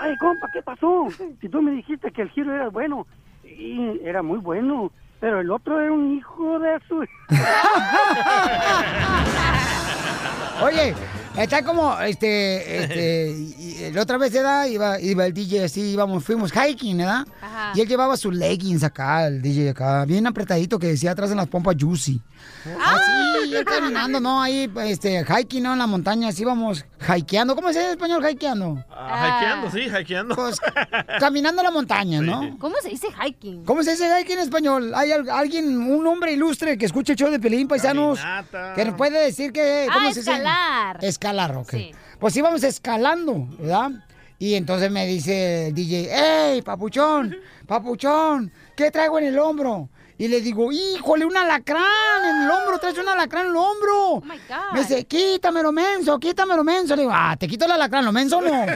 Ay, compa, ¿qué pasó? Si tú me dijiste que el giro era bueno, y era muy bueno, pero el otro era un hijo de su... Oye, está como, este, este, y- y la otra vez ¿verdad? iba, iba el DJ así, íbamos, fuimos hiking, ¿verdad? Y él llevaba sus leggings acá, el DJ acá, bien apretadito que decía atrás en las pompas juicy. Así, y él caminando, ¿no? Ahí, este, hiking, ¿no? En la montaña, así íbamos hikeando. ¿Cómo se dice en español hikeando? Ah, hackeando, sí, hackeando. pues Caminando en la montaña, ¿no? ¿Cómo se dice hiking? ¿Cómo se dice hiking en español? ¿Hay al- alguien, un hombre ilustre que escuche el show de Pelín Paisanos? Que nos puede decir que... Ah, escalar. Escalar, ok. Sí. Pues íbamos escalando, ¿verdad? Y entonces me dice el DJ, ¡Ey, papuchón! ¡Papuchón! ¿Qué traigo en el hombro? Y le digo, ¡híjole, un alacrán en el hombro! ¡Traes un alacrán en el hombro! Oh Me dice, quítamelo, menso, quítamelo, menso. Le digo, ah, te quito el alacrán, lo menso no.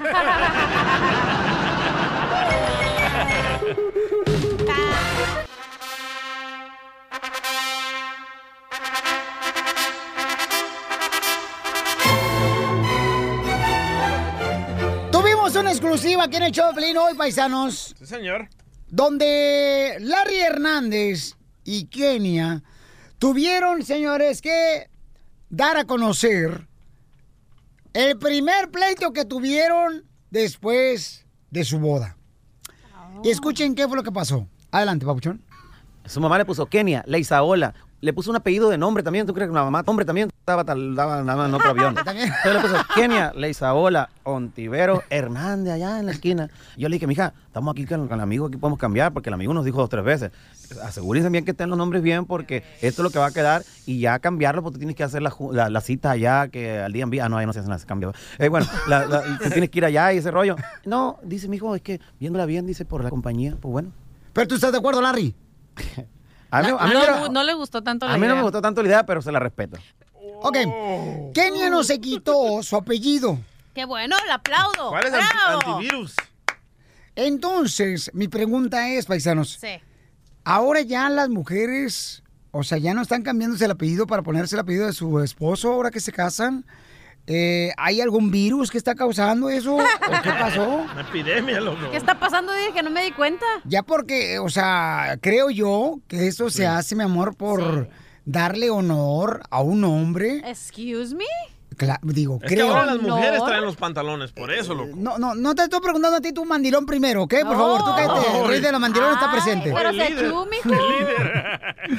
Tuvimos una exclusiva aquí en el show de Pelín hoy, paisanos. Sí, señor. donde Larry Hernández y Kenia tuvieron, señores, que dar a conocer el primer pleito que tuvieron después de su boda. Y escuchen qué fue lo que pasó. Adelante, papuchón. Su mamá le puso Kenia, la Isaola. Le puso un apellido de nombre también. ¿Tú crees que una mamá? Hombre también. daba, tal- daba nada más en otro avión. Entonces le puso Kenia, Leizaola, Ontivero, Hernández, allá en la esquina. Yo le dije, mija, estamos aquí con, con el amigo, aquí podemos cambiar, porque el amigo nos dijo dos tres veces. Asegúrense bien que estén los nombres bien, porque esto es lo que va a quedar, y ya cambiarlo, porque tienes que hacer la, ju- la- la cita allá, que al día en Ah, no, ahí no se hace nada, se cambia. Eh, bueno, la- la- tú tienes que ir allá y ese rollo. No, dice mi hijo, es que viéndola bien, dice, por la compañía, pues bueno. Pero tú estás de acuerdo, Larry. A mí, a mí no, era- no le gustó tanto la a mí no me idea. gustó tanto la idea, pero se la respeto. Oh. Ok. Kenia no se quitó su apellido. Qué bueno, le aplaudo. ¡Bravo! Entonces, mi pregunta es, paisanos, Sí. ahora ya las mujeres, o sea, ya no están cambiándose el apellido para ponerse el apellido de su esposo ahora que se casan. Eh, ¿Hay algún virus que está causando eso? ¿O qué pasó? Una epidemia, loco. ¿Qué está pasando? Dije que no me di cuenta. Ya porque, o sea, creo yo que eso se hace, mi amor, por darle honor a un hombre. Excuse me. Cla- digo, Es que creo. ahora las mujeres traen los pantalones, por eso, loco. No, no, no te estoy preguntando a ti tu mandilón primero, ¿ok? Por No. favor, tú cállate. El Ay. rey de los mandilones está Ay, presente. pero El se líder. echó, mijo. El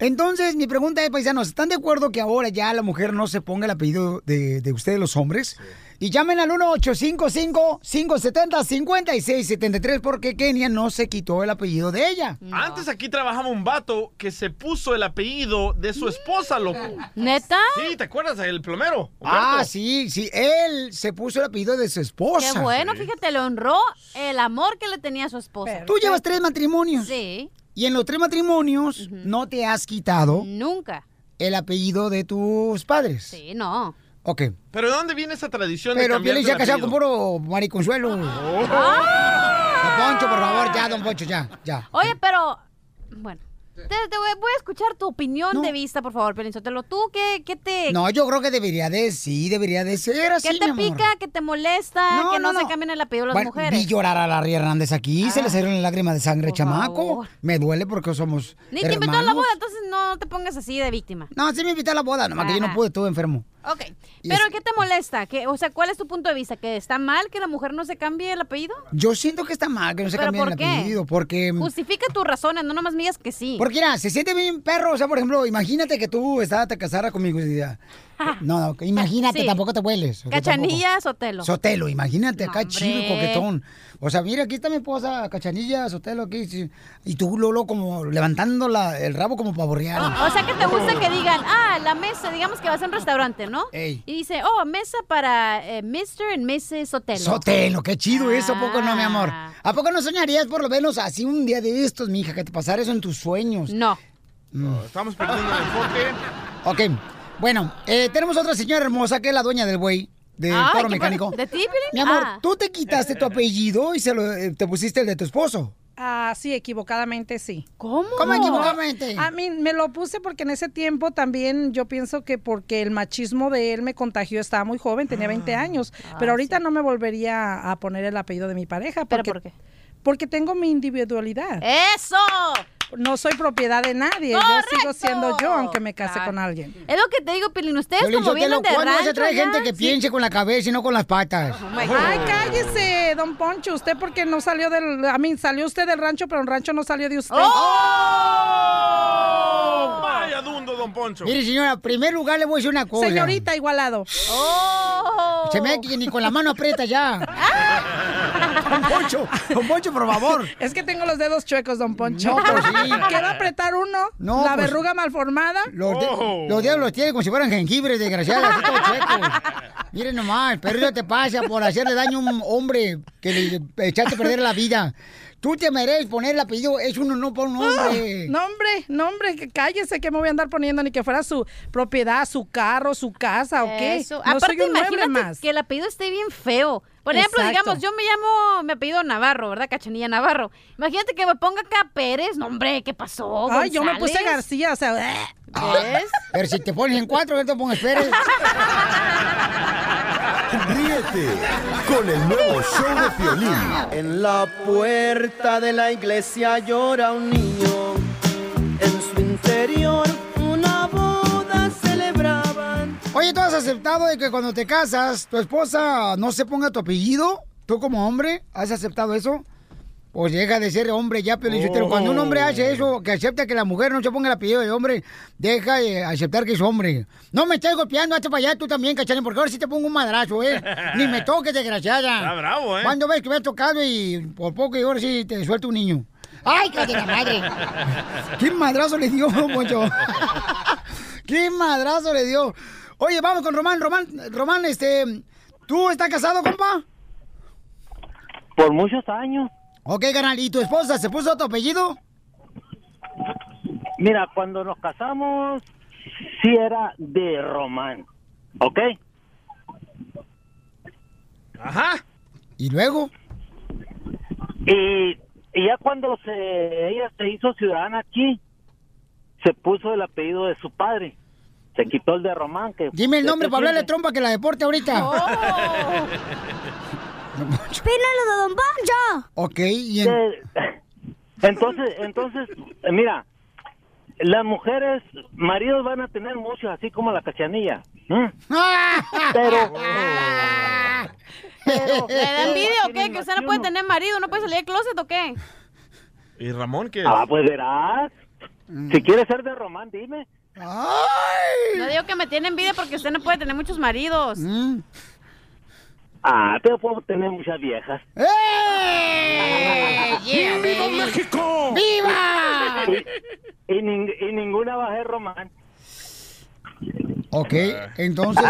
Entonces, mi pregunta es, paisanos, ¿están de acuerdo que ahora ya la mujer no se ponga el apellido de, de ustedes los hombres? Y llamen al 1-855-570-5673 porque Kenia no se quitó el apellido de ella. Antes aquí trabajaba un vato que se puso el apellido de su esposa, loco. ¿Neta? Sí, ¿te acuerdas? El plomero. Ah, sí, sí. Él se puso el apellido de su esposa. Qué bueno, fíjate, le honró el amor que le tenía a su esposa. Tú llevas tres matrimonios. Sí. Y en los tres matrimonios no te has quitado Nunca. el apellido de tus padres. Sí, no. Ok. Pero ¿de dónde viene esa tradición de Pero cambiarte Piolín se ha el casado con apellido? puro mariconsuelo. Ah. Don Poncho, por favor, ya, don Poncho, ya, ya. Oye, pero. Bueno. Te, te voy, voy a escuchar tu opinión de vista, por favor, Pelinzotelo. ¿Tú qué, qué te. No, yo creo que debería de, sí, debería de ser así, ¿Qué te mi amor. pica? ¿Qué te molesta? No, que no, no, no. se cambien el apellido de las Bueno, mujeres. Ah. vi llorar a Larry Hernández aquí, se le salieron las lágrimas de sangre, chamaco. favor. Me duele porque somos Ni te invitó a hermanos. la boda, entonces no te pongas así de víctima. No, sí me invitó a la boda, nomás que yo no Ajá. pude, estuve enfermo. Ok. Y ¿Pero es- qué te molesta? ¿Qué, o sea, ¿cuál es tu punto de vista? ¿Que está mal que la mujer no se cambie el apellido? Yo siento que está mal que no se ¿Pero cambie el por qué? apellido, porque... Justifica tus razones, no nomás me digas que sí. Em. Porque mira, se siente bien perro, o sea, por ejemplo, imagínate que tú estabas te casara conmigo y diría, No, no, imagínate, Sí. tampoco te hueles. o sea, Cachanilla, tampoco. Sotelo. Sotelo, imagínate, acá hombre. chido y coquetón. O sea, mira, aquí está mi esposa, Cachanilla, Sotelo, aquí. sí. Y tú, Lolo, como levantando la- el rabo como para borrear. O sea que te gusta que digan, ah, la mesa, digamos que vas a un restaurante, ¿no? Y dice, oh, mesa para eh, Mr. and Mrs. Sotelo. Ah. Sotelo, qué chido eso, ¿a poco no, mi amor? ¿A poco no soñarías por lo menos así un día de estos, mija, que te pasara eso en tus sueños? Mm. No. Estamos perdiendo el enfoque. Ok, bueno, eh, tenemos otra señora hermosa que es la dueña del buey, del Ay, toro ¿qué mecánico. pa- ¿De ti, Piolín? Mi amor, Ah. tú te quitaste tu apellido y se lo, eh, te pusiste el de tu esposo. Ah, sí, equivocadamente sí. ¿Cómo? ¿Cómo equivocadamente? A mí me lo puse porque en ese tiempo también yo pienso que porque el machismo de él me contagió, estaba muy joven, tenía 20 Ah. años, pero ahorita no me volvería a poner el apellido de mi pareja. Porque, por qué? Porque tengo mi individualidad. ¡Eso! No soy propiedad de nadie, yo sigo siendo yo aunque me case con alguien. Es lo que te digo, Pilín, ustedes Piolín como vienen Sotelo, de ¿cuándo vas rancho a traer ya? gente que Sí. Oh piense con la cabeza y no con las patas? Ay, cállese, don Poncho, usted porque no salió del, a mí salió usted del rancho, pero el rancho no salió de usted. ¡Oh! Vaya dundo, don Poncho. Mire, señora, en primer lugar le voy a decir una cosa. Señorita, igualado. Se me da que ni con la mano aprieta ya. Don Poncho, don Poncho, por favor. Es que tengo los dedos chuecos, don Poncho. No, pues sí. Quiero apretar uno, No, la pues- verruga malformada. Los, de- los dedos los tiene como si fueran jengibres, desgraciados, así todos chuecos. Miren nomás, pero eso te pasa por hacerle daño a un hombre que le echaste a perder la vida. Tú te mereces poner el apellido, es un no para un hombre. Ah. No, hombre, no, hombre, que cállese que me voy a andar poniendo ni que fuera su propiedad, su carro, su casa o qué. Eso. No Aparte, soy un mueble imagínate más. que el apellido esté bien feo. Por ejemplo, Exacto. digamos, yo me llamo, me apellido Navarro, ¿verdad? Cachanilla Navarro. Imagínate que me ponga acá Pérez. No, hombre, ¿qué pasó? Ay, yo me González? puse García, o sea, eh. ¿Ves? Pero si te pones en cuatro, no te pongas Pérez. Ríete con el nuevo show de Piolín. En la puerta de la iglesia llora un niño. En su interior una boda celebraban. Oye, ¿tú has aceptado de que cuando te casas, tu esposa no se ponga tu apellido? ¿Tú como hombre has aceptado eso? Pues deja de ser hombre ya, Piolín. Oh. Sotelo. Cuando un hombre hace eso, que acepta que la mujer no se ponga el apellido de hombre, deja de aceptar que es hombre. No me estés golpeando, hazte para allá tú también, cachanilla, porque ahora sí te pongo un madrazo, ¿eh? Ni me toques, desgraciada. Está bravo, ¿eh? ¿Cuándo ves que me has tocado y por poco y ahora sí te suelto un niño? ¡Ay, cállate la madre! ¿Qué madrazo le dio, don Poncho? ¿Qué madrazo le dio? Oye, vamos con Román. Román, Román, este, ¿tú estás casado, compa? Por muchos años. Ok, canal. ¿Y tu esposa se puso tu apellido? Mira, cuando nos casamos, sí era de Román. ¿Ok? Ajá. ¿Y luego? Y, y ya cuando se, ella se hizo ciudadana aquí, se puso el apellido de su padre. Se quitó el de Román. Que Dime el nombre para hablarle trompa que la deporte ahorita. de Don Banjo! Ok, y Entonces, entonces, eh, mira, las mujeres, maridos van a tener muchos, así como la cachanilla. ¿eh? Ah, Pero... Ah. ¿Le da envidia o qué? ¿Que usted no puede tener marido? ¿No puede salir del closet o qué? ¿Y Ramón qué? Ah, pues verás. Mm. Si quieres ser de Román, dime. No digo que me tiene envidia porque usted no puede tener muchos maridos. Mm. Ah, pero puedo tener muchas viejas. ¡Eh! Yeah, ¡Viva baby. México! ¡Viva! Y, ning- y ninguna va a ser Román. Ok, entonces,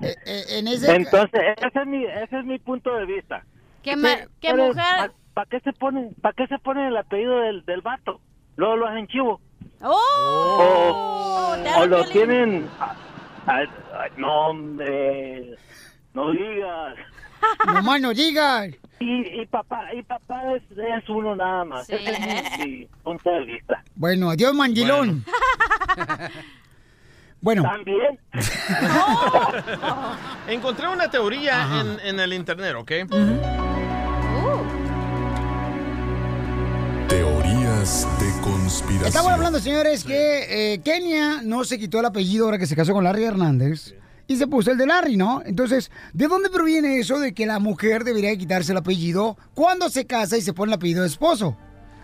eh, eh, en ese... Entonces, ese es mi, ese es mi punto de vista. Que ma- que mujer- ¿Para qué se ponen, para qué se ponen el apellido del, del vato? Luego lo hacen chivo. O, ¡Oh! o lo tienen. ah, ah, ah, no, hombre. No digas. Nomás no digas. Y, y papá, y papá es, es uno nada más. Ese es mi- mi punto de vista. Bueno, adiós, mandilón. Bueno. También. Encontré una teoría en, en el internet, ¿ok? Uh. Teorías de conspiración. Estamos hablando, señores, que eh, Kenia no se quitó el apellido ahora que se casó con Larry Hernández y se puso el de Larry, ¿no? Entonces, ¿de dónde proviene eso de que la mujer debería quitarse el apellido cuando se casa y se pone el apellido de esposo?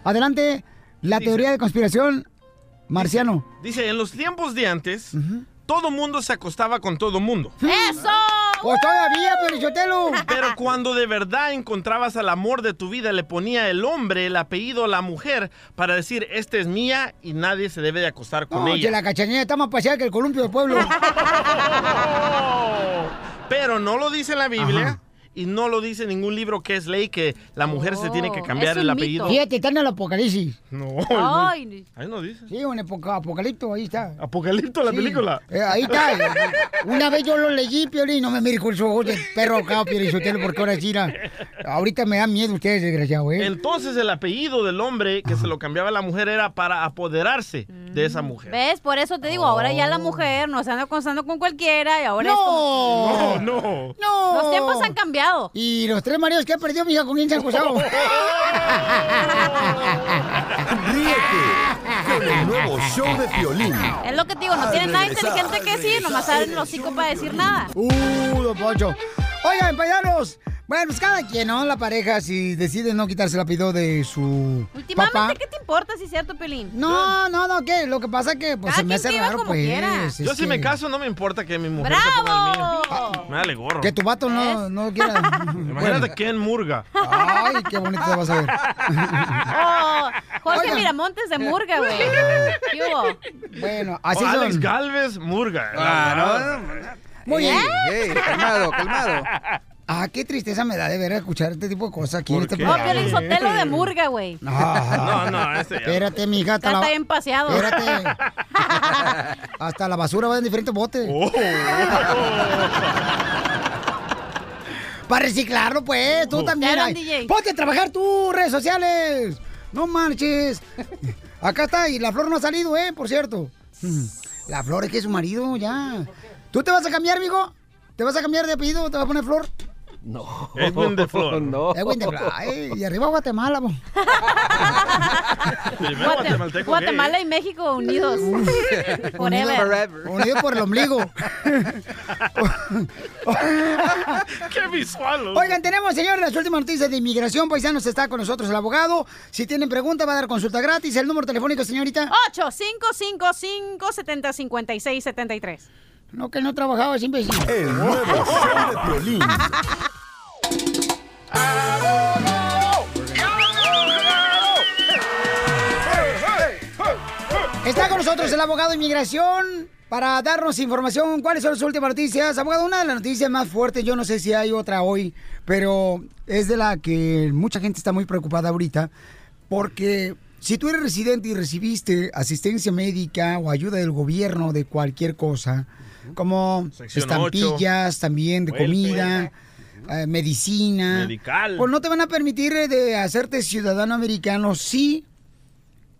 Adelante, la teoría de conspiración, Marciano. Dice, en los tiempos de antes, todo mundo se acostaba con todo mundo. ¡Eh! Mm. ¡Eso! Pues todavía, Pelichotelo. Pero cuando de verdad encontrabas al amor de tu vida, le ponía el hombre el apellido a la mujer para decir, esta es mía y nadie se debe de acostar con No, ella. que la cachanilla está más paseada que el columpio del pueblo. Pero no lo dice la Biblia y no lo dice ningún libro que es ley que la mujer se tiene Oh, que cambiar el apellido. Fíjate, está en el apocalipsis. No. Ay. Ahí no dice. Sí, un apoca- apocalipto, ahí está. Apocalipto, la Sí. película. Eh, ahí está. Una vez yo lo leí, Piolín, no me mire con su ojos de perro acá, Piolín, Sotelo, porque ahora sí, na- ahorita me dan miedo ustedes, desgraciado, ¿eh? Entonces el apellido del hombre que se lo cambiaba a la mujer era para apoderarse de esa mujer. ¿Ves? Por eso te digo, ahora ya la mujer no se anda acostando con cualquiera y ahora es ¡No! como... no. ¡No! Los tiempos han cambiado. Y los tres maridos que ha perdido, mija, ¿con quién se ha acusado? Ríete con el nuevo show de violín. Es lo que te digo, no tienen nada inteligente que decir, nomás saben los hocico para decir nada. ¡Uh, don Poncho! Oigan, paisanos. Bueno, pues cada quien, ¿no? La pareja, si decide no quitarse el apellido de su Últimamente, papá. ¿qué te importa si es cierto, Pelín? No, no, no, ¿qué? Lo que pasa es que pues, se me hace raro, pues. es Yo si que- me caso no me importa que mi mujer se ponga el mío. Ah, ¡Bravo! Me vale gorro. Que tu vato no, no quiera. Imagínate Ken Murga. Ay, qué bonito te vas a ver. Oh, Ah. Jorge Oigan. Miramontes de Murga, güey. ¿Qué hubo? Bueno, así O Alex son. Galvez Murga. Ah, La verdad. Muy bien. ¿Eh? Ey, ey, calmado, calmado. Ah, qué tristeza me da de ver escuchar este tipo de cosas aquí en este Oh, Piolín programa. Sotelo de Murga, güey. Ah, No, no, este ya. Espérate, mija. Ya Hasta está la, bien paseado. Espérate. hasta la basura va en diferentes botes. Oh. Para reciclarlo, pues. Oh. Tú también. Claro, ay. DJ. Ponte a trabajar tú, redes sociales. No marches. Acá está, y la flor no ha salido, ¿eh? Por cierto. La flor es que es su marido, ya. ¿Tú te vas a cambiar, amigo? ¿Te vas a cambiar de apellido? ¿Te vas a poner flor? No. Edwin de Flor. No. Edwin de Flor. Ay, y arriba Guatemala, mo. Primero Guate- guatemalteco Guatemala y México unidos. Unido, Forever. unido por el ombligo. este- ¡Qué visual! hombre. Oigan, tenemos, señores, las últimas noticias de inmigración. Paisanos, está con nosotros el abogado. Si tienen preguntas, va a dar consulta gratis. El número telefónico, señorita. 855-570-5673. No, que no trabajaba, siempre. El nuevo show de Piolín. Está con nosotros el abogado de inmigración para darnos información. ¿Cuáles son las últimas noticias? Abogado, una de las noticias más fuertes, yo no sé si hay otra hoy, pero es de la que mucha gente está muy preocupada ahorita, porque si tú eres residente y recibiste asistencia médica o ayuda del gobierno de cualquier cosa, como Sección estampillas también de Welfare. comida. eh, medicina. Medical. Pues no te van a permitir eh, de hacerte ciudadano americano si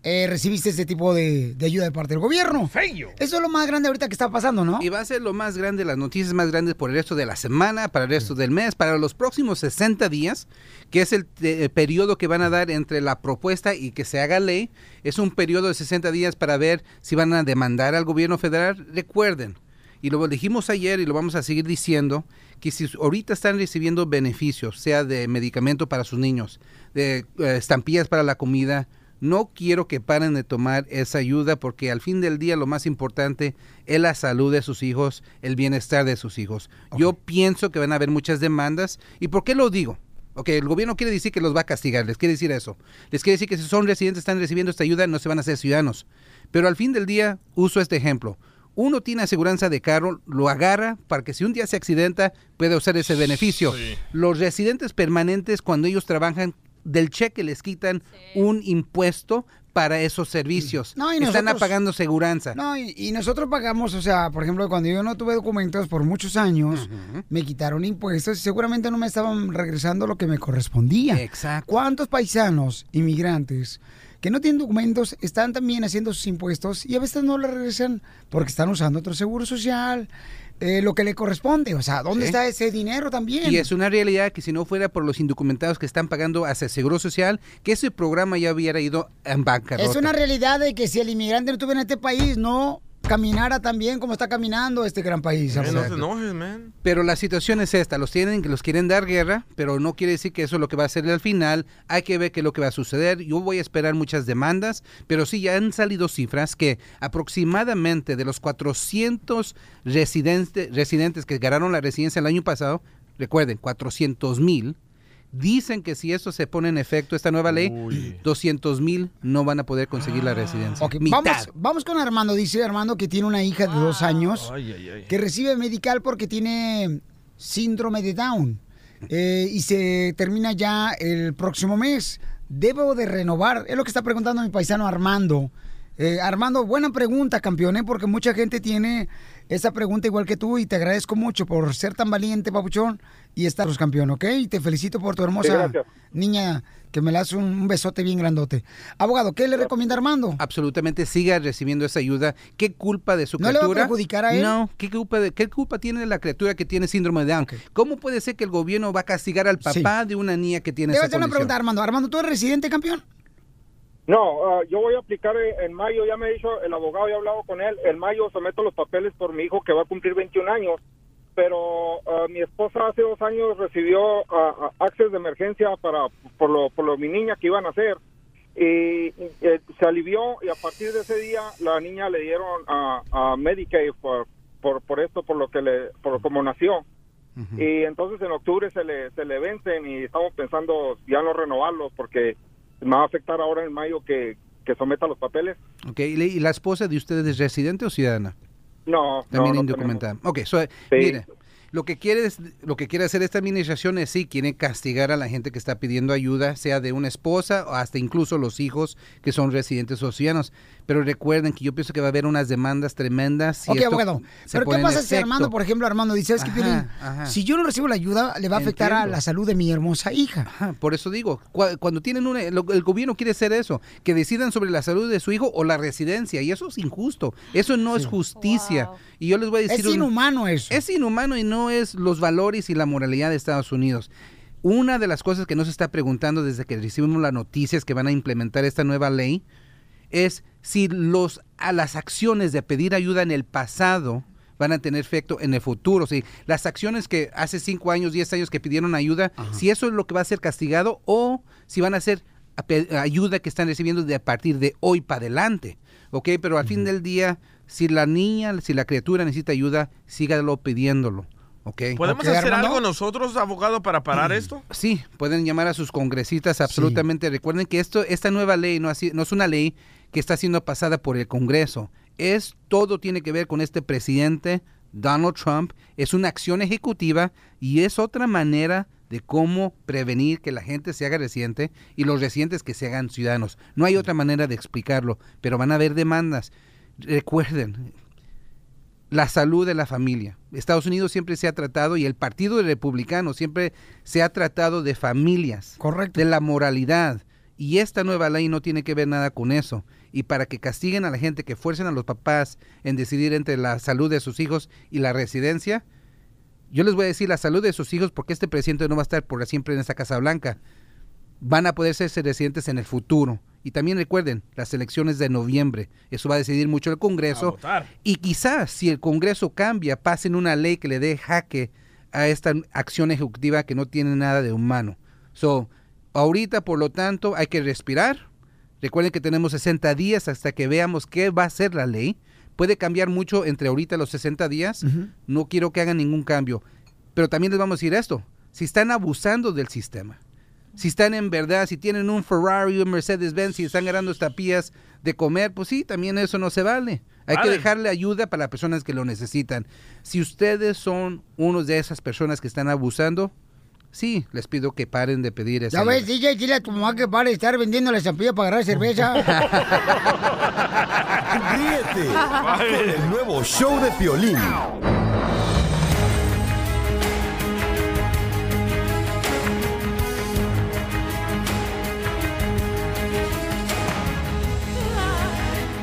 eh, recibiste este tipo de, de ayuda de parte del gobierno. Eso es lo más grande ahorita que está pasando, ¿no? Y va a ser lo más grande, las noticias más grandes por el resto de la semana, para el resto del mes, para los próximos 60 días, que es el, eh, periodo que van a dar entre la propuesta y que se haga ley. Es un periodo de 60 días para ver si van a demandar al gobierno federal. Recuerden, y lo dijimos ayer y lo vamos a seguir diciendo, que si ahorita están recibiendo beneficios, sea de medicamento para sus niños, de eh, estampillas para la comida, no quiero que paren de tomar esa ayuda porque al fin del día lo más importante es la salud de sus hijos, el bienestar de sus hijos. Yo pienso que van a haber muchas demandas. ¿Y por qué lo digo? Ok, el gobierno quiere decir que los va a castigar, les quiere decir eso. Les quiere decir que si son residentes, están recibiendo esta ayuda, no se van a hacer ciudadanos. Pero al fin del día, uso este ejemplo. Uno tiene aseguranza de carro, lo agarra para que si un día se accidenta, pueda usar ese beneficio. Los residentes permanentes, cuando ellos trabajan, del cheque les quitan un impuesto para esos servicios. No, y Están nosotros- apagando seguranza. No, y, y nosotros pagamos, o sea, por ejemplo, cuando yo no tuve documentos por muchos años, me quitaron impuestos y seguramente no me estaban regresando lo que me correspondía. Exacto. ¿Cuántos paisanos, inmigrantes, que no tienen documentos, están también haciendo sus impuestos y a veces no les regresan porque están usando otro seguro social, eh, lo que le corresponde? O sea, ¿dónde Sí. está ese dinero también? Y es una realidad que si no fuera por los indocumentados que están pagando hacia el Seguro Social, que ese programa ya hubiera ido en bancarrota. Es una realidad de que si el inmigrante no estuviera en este país, no caminara tan bien como está caminando este gran país. Eh, no abogado. se No enojes, man. Pero la situación es esta, los tienen, los quieren dar guerra, pero no quiere decir que eso es lo que va a ser al final, hay que ver qué es lo que va a suceder, yo voy a esperar muchas demandas, pero sí ya han salido cifras que aproximadamente de los 400 residente- residentes que ganaron la residencia el año pasado, recuerden, 400 mil, dicen que si esto se pone en efecto, esta nueva ley, 200 mil no van a poder conseguir la residencia. Mitad. Vamos, vamos con Armando. Dice Armando que tiene una hija de dos años que recibe medical porque tiene síndrome de Down eh, y se termina ya el próximo mes. ¿Debo de renovar? Es lo que está preguntando mi paisano Armando. Eh, Armando, buena pregunta, campeón, ¿eh? porque mucha gente tiene esa pregunta igual que tú y te agradezco mucho por ser tan valiente, papuchón, y estar los campeón, ¿ok? Y te felicito por tu hermosa gracias. niña que me la hace un, un besote bien grandote. Abogado, ¿qué le recomienda Armando? absolutamente siga recibiendo esa ayuda. ¿Qué culpa de su ¿No le va a criatura? perjudicar a él? No, ¿qué culpa, de, qué culpa tiene la criatura que tiene síndrome de Down? ¿Cómo puede ser que el gobierno va a castigar al papá de una niña que tiene Te voy a esa hacer una condición? pregunta, Armando. Armando, ¿tú eres residente, campeón? No, ah, yo voy a aplicar en, en mayo, ya me ha dicho el abogado, ya he hablado con él, en mayo someto los papeles por mi hijo que va a cumplir 21 años, pero ah, mi esposa hace dos años recibió ah, ah, access de emergencia para por lo, por lo mi niña que iban a hacer y eh, se alivió y a partir de ese día la niña le dieron a, a Medicaid por, por, por esto, por lo que le, por como nació. Y entonces en octubre se le, se le vencen y estamos pensando ya no renovarlos porque me va a afectar ahora en mayo que, que someta los papeles. Ok, ¿Y la- ¿Y la esposa de ustedes es residente o ciudadana? No, También no, no indocumentada. Ok, so, eh, mire, lo que, quiere, es- lo que quiere hacer esta administración es sí, quiere castigar a la gente que está pidiendo ayuda, sea de una esposa o hasta incluso los hijos que son residentes o ciudadanos. Pero recuerden que yo pienso que va a haber unas demandas tremendas. Si ok, esto abogado. se Pero ¿qué pone en pasa si efecto. Armando, por ejemplo, Armando dice, ¿sabes qué, Ajá, Piolín? ajá. Si yo no recibo la ayuda, le va a afectar a Entiendo. la salud de mi hermosa hija. Por eso digo, cua- cuando tienen una, lo- el gobierno quiere hacer eso, que decidan sobre la salud de su hijo o la residencia, y eso es injusto, eso no es justicia. Y yo les voy a decir... Es inhumano eso. Es inhumano y no no es los valores y la moralidad de Estados Unidos. Una de las cosas que nos está preguntando desde que recibimos las noticias que van a implementar esta nueva ley es si los, a las acciones de pedir ayuda en el pasado van a tener efecto en el futuro. Si las acciones que hace 5 años, 10 años que pidieron ayuda, si eso es lo que va a ser castigado o si van a ser a pe- ayuda que están recibiendo de a partir de hoy para adelante. ¿Ok? Pero al fin del día, si la niña, si la criatura necesita ayuda, sígalo pidiéndolo. ¿Ok? ¿Podemos hacer algo nosotros, abogado, para parar esto? Sí, pueden llamar a sus congresitas absolutamente. Recuerden que esto, esta nueva ley no, ha si- no es una ley que está siendo pasada por el Congreso. Es todo tiene que ver con este presidente Donald Trump. Es una acción ejecutiva y es otra manera de cómo prevenir que la gente se haga residente y los residentes que se hagan ciudadanos. No hay otra manera de explicarlo, pero van a haber demandas. Recuerden, la salud de la familia. Estados Unidos siempre se ha tratado y el Partido Republicano siempre se ha tratado de familias, de la moralidad. Y esta nueva ley no tiene que ver nada con eso. Y para que castiguen a la gente, que fuercen a los papás en decidir entre la salud de sus hijos y la residencia, yo les voy a decir la salud de sus hijos porque este presidente no va a estar por siempre en esta Casa Blanca. Van a poder ser residentes en el futuro. Y también recuerden, las elecciones de noviembre. Eso va a decidir mucho el Congreso. Y quizás si el Congreso cambia, pasen una ley que le dé jaque a esta acción ejecutiva que no tiene nada de humano. So, ahorita, por lo tanto, hay que respirar. Recuerden que tenemos 60 días hasta que veamos qué va a ser la ley. Puede cambiar mucho entre ahorita y los 60 días. No quiero que hagan ningún cambio. Pero también les vamos a decir esto. Si están abusando del sistema, si están en verdad, si tienen un Ferrari, un Mercedes-Benz, si están ganando estapillas de comer, pues sí, también eso no se vale. Hay que Vale. dejarle ayuda para las personas que lo necesitan. Si ustedes son uno de esas personas que están abusando, sí, les pido que paren de pedir esa Ya ayuda. ves, DJ, dile a tu mamá que pare de estar vendiendo la estampilla para agarrar cerveza. Ríete con el nuevo show de Piolín.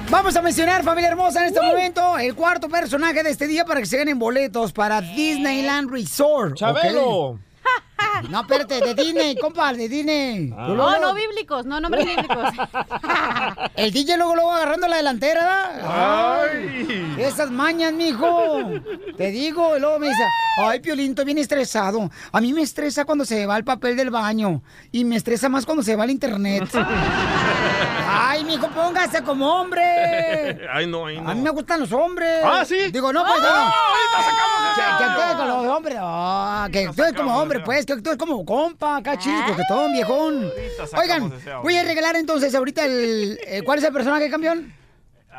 Vamos a mencionar, familia hermosa, en este momento, el cuarto personaje de este día para que se ganen boletos para Disneyland Resort. ¿ok? Chabelo. No, espérate, de Disney, compa, de Disney. Ah. No, no bíblicos, no nombres bíblicos. El DJ luego, luego agarrando la delantera, ¿da? Ay. Esas mañas, mijo. Te digo, y luego me dice, ay, Piolín, estoy bien estresado. A mí me estresa cuando se va el papel del baño. Y me estresa más cuando se va el internet. ay, mijo, póngase como hombre. Ay, no, ay, A mí no. me gustan los hombres. Ah, ¿sí? Digo, no, pues no. ¡Ah, Que- eso! que actúe con los hombres. Ah, que actúe como hombre, pues. Que actúe como compa, acá chido, coquetón, viejón. Ah. sacamos Oigan, ese audio. voy a regalar entonces ahorita el... eh, ¿Cuál es el personaje, campeón?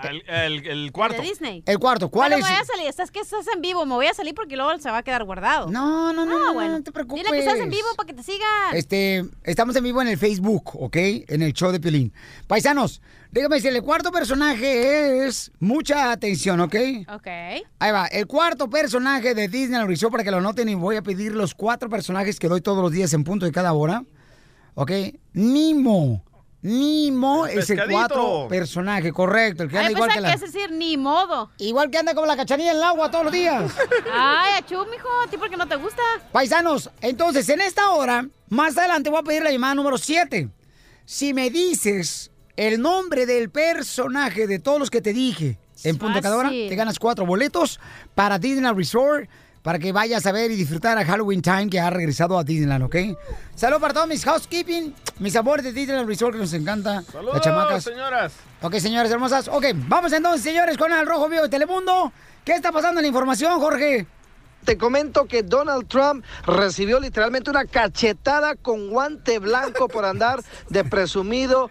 El, el- el cuarto. pues. De Disney. El cuarto, ¿cuál Bueno, es? me voy a salir. Estás que estás en vivo. Me voy a salir porque luego se va a quedar guardado. No, no, no, no, no te preocupes. Dile que estás en preocupes. vivo para que te sigan. Este, estamos en vivo en el Facebook, ¿ok? En el show de Piolín. Paisanos, déjame decirle, el cuarto personaje es... Mucha atención, ¿ok? Ah. Ok. Ahí va, el cuarto personaje de Disney Resort para que lo noten y voy a pedir los cuatro personajes que doy todos los días en punto de cada hora. ¿Ok? Nimo. Nimo es el pescadito. cuatro personaje, correcto. El que anda Ay, igual pensaba que que la. es decir, ni modo. Igual que anda como la cachanilla en el agua todos los días. Ay, achú, mijo, a ti porque no te gusta. Paisanos, entonces en esta hora, más adelante voy a pedir la llamada número 7. Si me dices el nombre del personaje de todos los que te dije en punto de cada hora, Fácil. te ganas cuatro boletos para Disneyland Resort para que vayas a ver y disfrutar a Halloween Time que ha regresado a Disneyland, ¿ok? Saludos para todos mis housekeeping, mis amores de Disneyland Resort que nos encanta. Saludos, las chamacas. señoras. Ok, señores hermosas. Ok, vamos entonces, señores, con el Rojo Vivo de Telemundo. ¿Qué está pasando en la información, Jorge? Te comento que Donald Trump recibió literalmente una cachetada con guante blanco por andar de presumido,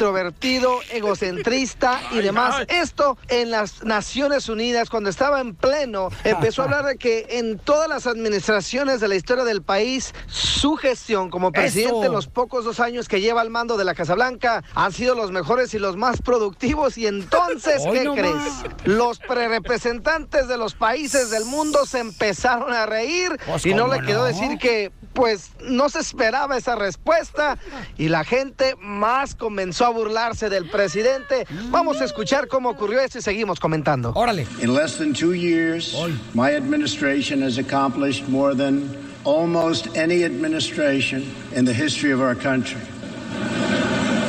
extrovertido, egocentrista y demás. Esto en las Naciones Unidas, cuando estaba en pleno, empezó a hablar de que en todas las administraciones de la historia del país, su gestión como presidente Eso. en los pocos dos años que lleva al mando de la Casa Blanca han sido los mejores y los más productivos. Y entonces, Hoy ¿qué nomás. crees? Los pre-representantes de los países del mundo se empezaron empezaron a reír Pues, y no ¿cómo le quedó no? decir que pues no se esperaba esa respuesta y la gente más comenzó a burlarse del presidente. Vamos a escuchar cómo ocurrió esto y seguimos comentando. Órale. In less than two years, my administration has accomplished more than almost any administration in the history of our country.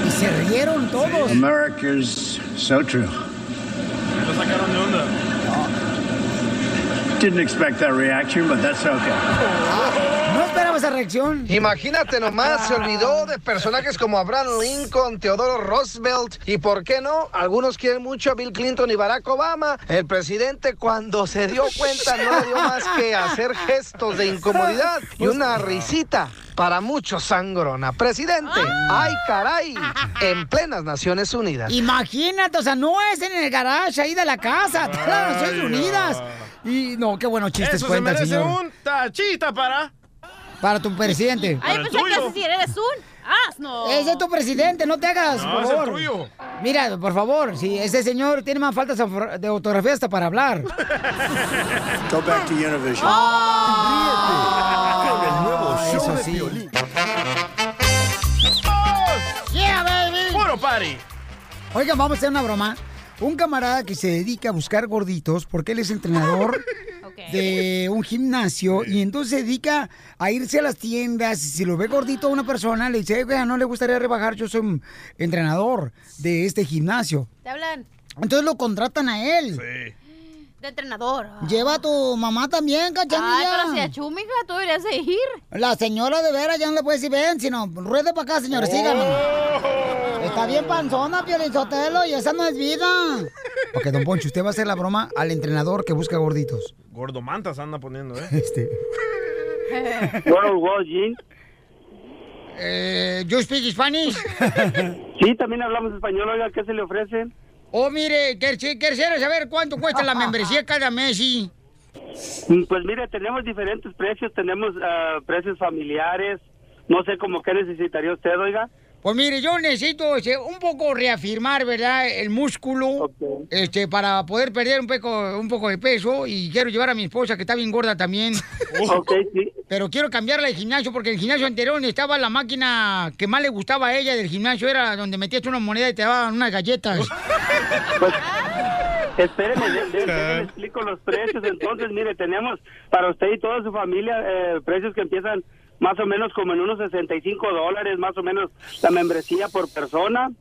Y se rieron todos. America's so true. Didn't expect that reaction, but that's okay. No esperaba esa reacción. Ah. Imagínate nomás, se olvidó de personajes como Abraham Lincoln, Teodoro Roosevelt y, ¿por qué no? Algunos quieren mucho a Bill Clinton y Barack Obama. El presidente cuando se dio cuenta no le dio más que hacer gestos de incomodidad y una risita para muchos sangrona. Presidente, Ah. ay caray, en plenas Naciones Unidas. Imagínate, o sea, no es en el garage ahí de la casa, está Ah. en las Naciones Unidas. Y no, qué buenos chistes Eso se cuenta el merece señor. un tachita para. Para tu presidente. Ay, Ah, pensé que así eres un asno. Ese es tu presidente, no te hagas, No, por es el favor. tuyo. Mira, por favor, si ese señor tiene más faltas of- de ortografía hasta para hablar. Go back to Univision. Ah, Eso sí. Yeah, baby. Puro party. Oigan, vamos a hacer una broma. Un camarada que se dedica a buscar gorditos porque él es entrenador de un gimnasio y entonces se dedica a irse a las tiendas y si lo ve gordito a una persona le dice, "Oiga, no le gustaría rebajar, yo soy un entrenador de este gimnasio. Te hablan Entonces lo contratan a él. de entrenador. Lleva a tu mamá también, cachanilla. Ay, pero si a Chumica tú deberías de ir. La señora de veras ya no le puede decir, ven, sino ruede para acá, señor, síganme. Está bien panzona, Piolizotelo, y esa no es vida. Ok, don Poncho, usted va a hacer la broma al entrenador que busca gorditos. Gordo mantas anda poniendo, ¿eh? Este. Bueno, Jin. Eh, ¿You speak Spanish? Sí, también hablamos español, oiga, ¿qué se le ofrece? Oh, mire, quer- si- quisiera saber cuánto cuesta la membresía cada mes, sí. Mm, Pues mire, tenemos diferentes precios, tenemos ah, precios familiares, no sé cómo qué necesitaría usted, oiga. Pues mire, yo necesito este, un poco reafirmar, ¿verdad? El músculo este, para poder perder un poco, un poco de peso y quiero llevar a mi esposa que está bien gorda también. Pero quiero cambiarla de gimnasio porque en el gimnasio anterior donde estaba la máquina que más le gustaba a ella del gimnasio era donde metías una moneda y te daban unas galletas. Espéreme, de- de- déjeme explico los precios. Entonces, mire, tenemos para usted y toda su familia eh, precios que empiezan más o menos como en unos 65 dólares, más o menos la membresía por persona.